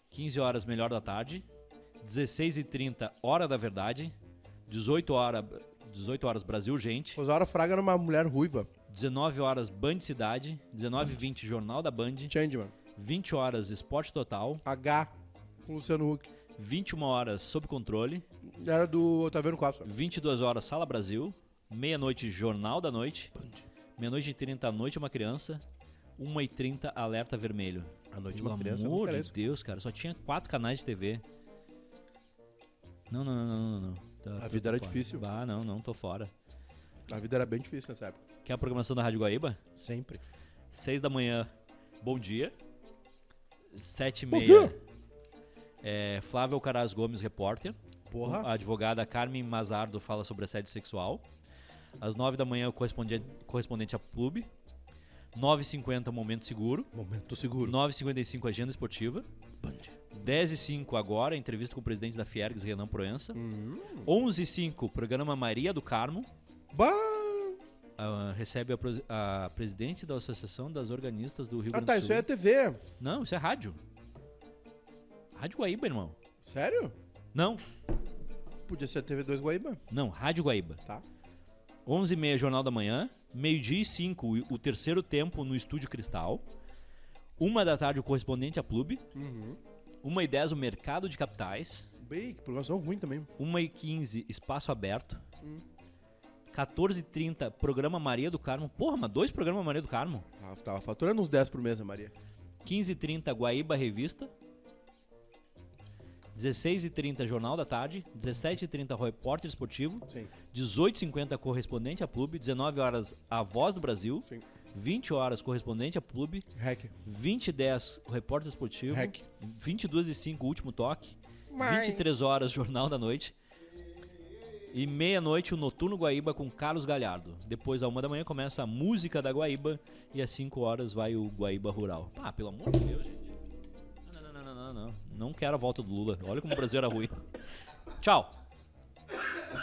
S1: 15 horas, melhor da tarde. 16h30, hora da verdade. 18 horas, 18 horas Brasil Gente.
S3: Rosaura Fraga era uma mulher ruiva.
S1: 19 horas, Band Cidade. 19h20, Jornal da Band.
S3: Changeman.
S1: 20 horas, Esporte Total.
S3: H. Com Luciano Huck.
S1: 21 horas, Sob Controle.
S3: Era do Otaviano Costa.
S1: 22 horas, Sala Brasil. Meia-noite, Jornal da Noite. Meia-noite e 30, A Noite é uma Criança. 1h30, Alerta Vermelho.
S3: A noite
S1: Pelo
S3: uma criança.
S1: amor
S3: cara,
S1: de Deus, cara. Só tinha quatro canais de TV. Não, não, não, não, não. não. Tá,
S3: A
S1: tô- tô
S3: vida era
S1: fora.
S3: difícil.
S1: Ah, não, não, tô fora.
S3: A vida era bem difícil nessa época.
S1: Quer a programação da Rádio Guaíba?
S3: Sempre.
S1: Seis da manhã, Bom Dia. Sete e
S3: Bom
S1: meia,
S3: dia.
S1: é, Flávio Caraz Gomes, repórter.
S3: Porra.
S1: A advogada Carmen Mazardo fala sobre assédio sexual. Às nove da manhã, o correspondente, correspondente a clube. Nove e cinquenta, Momento Seguro.
S3: Momento seguro.
S1: 9h55, Agenda Esportiva. 10 e 05 agora, entrevista com o presidente da Fiergs, Renan Proença.
S3: Hum.
S1: 11 e 05 programa Maria do Carmo.
S3: Bah!
S1: Ah, recebe a, pros- a presidente da Associação das Organistas do Rio
S3: Ah
S1: Grande
S3: tá,
S1: do
S3: isso
S1: Sul.
S3: aí é TV.
S1: Não, isso é rádio. Rádio Guaíba, irmão.
S3: Sério?
S1: Não,
S3: Podia ser a TV2 Guaíba.
S1: não, Rádio Guaíba.
S3: Tá.
S1: 11 e meia, Jornal da Manhã. Meio-dia e 5, o o terceiro tempo no Estúdio Cristal. Uma da tarde, o correspondente a clube. Uma e 10, o Mercado de Capitais.
S3: Bem, que programação ruim também.
S1: 1h15, Espaço Aberto. 14h30, Programa Maria do Carmo. Porra, mas dois programas Maria do Carmo.
S3: Tava, tava faturando uns 10 por mês, né, Maria?
S1: 15h30, Guaíba Revista. 16h30 Jornal da Tarde, 17h30 Repórter Esportivo,
S3: Sim.
S1: 18h50 Correspondente a Clube, 19 horas A Voz do Brasil, 20 horas Correspondente a Clube,
S3: Hack.
S1: 20 e 10 Repórter Esportivo,
S3: Hack.
S1: 22 e 5 Último Toque,
S3: Mãe.
S1: 23 horas Jornal da Noite e meia-noite o Noturno Guaíba com Carlos Galhardo. Depois, à uma da manhã, começa a Música da Guaíba e às 5 horas vai o Guaíba Rural. Ah, pelo amor de Deus, gente. Não, não, não, não, não, não. Não quero a volta do Lula. Olha como o Brasil era ruim. Tchau.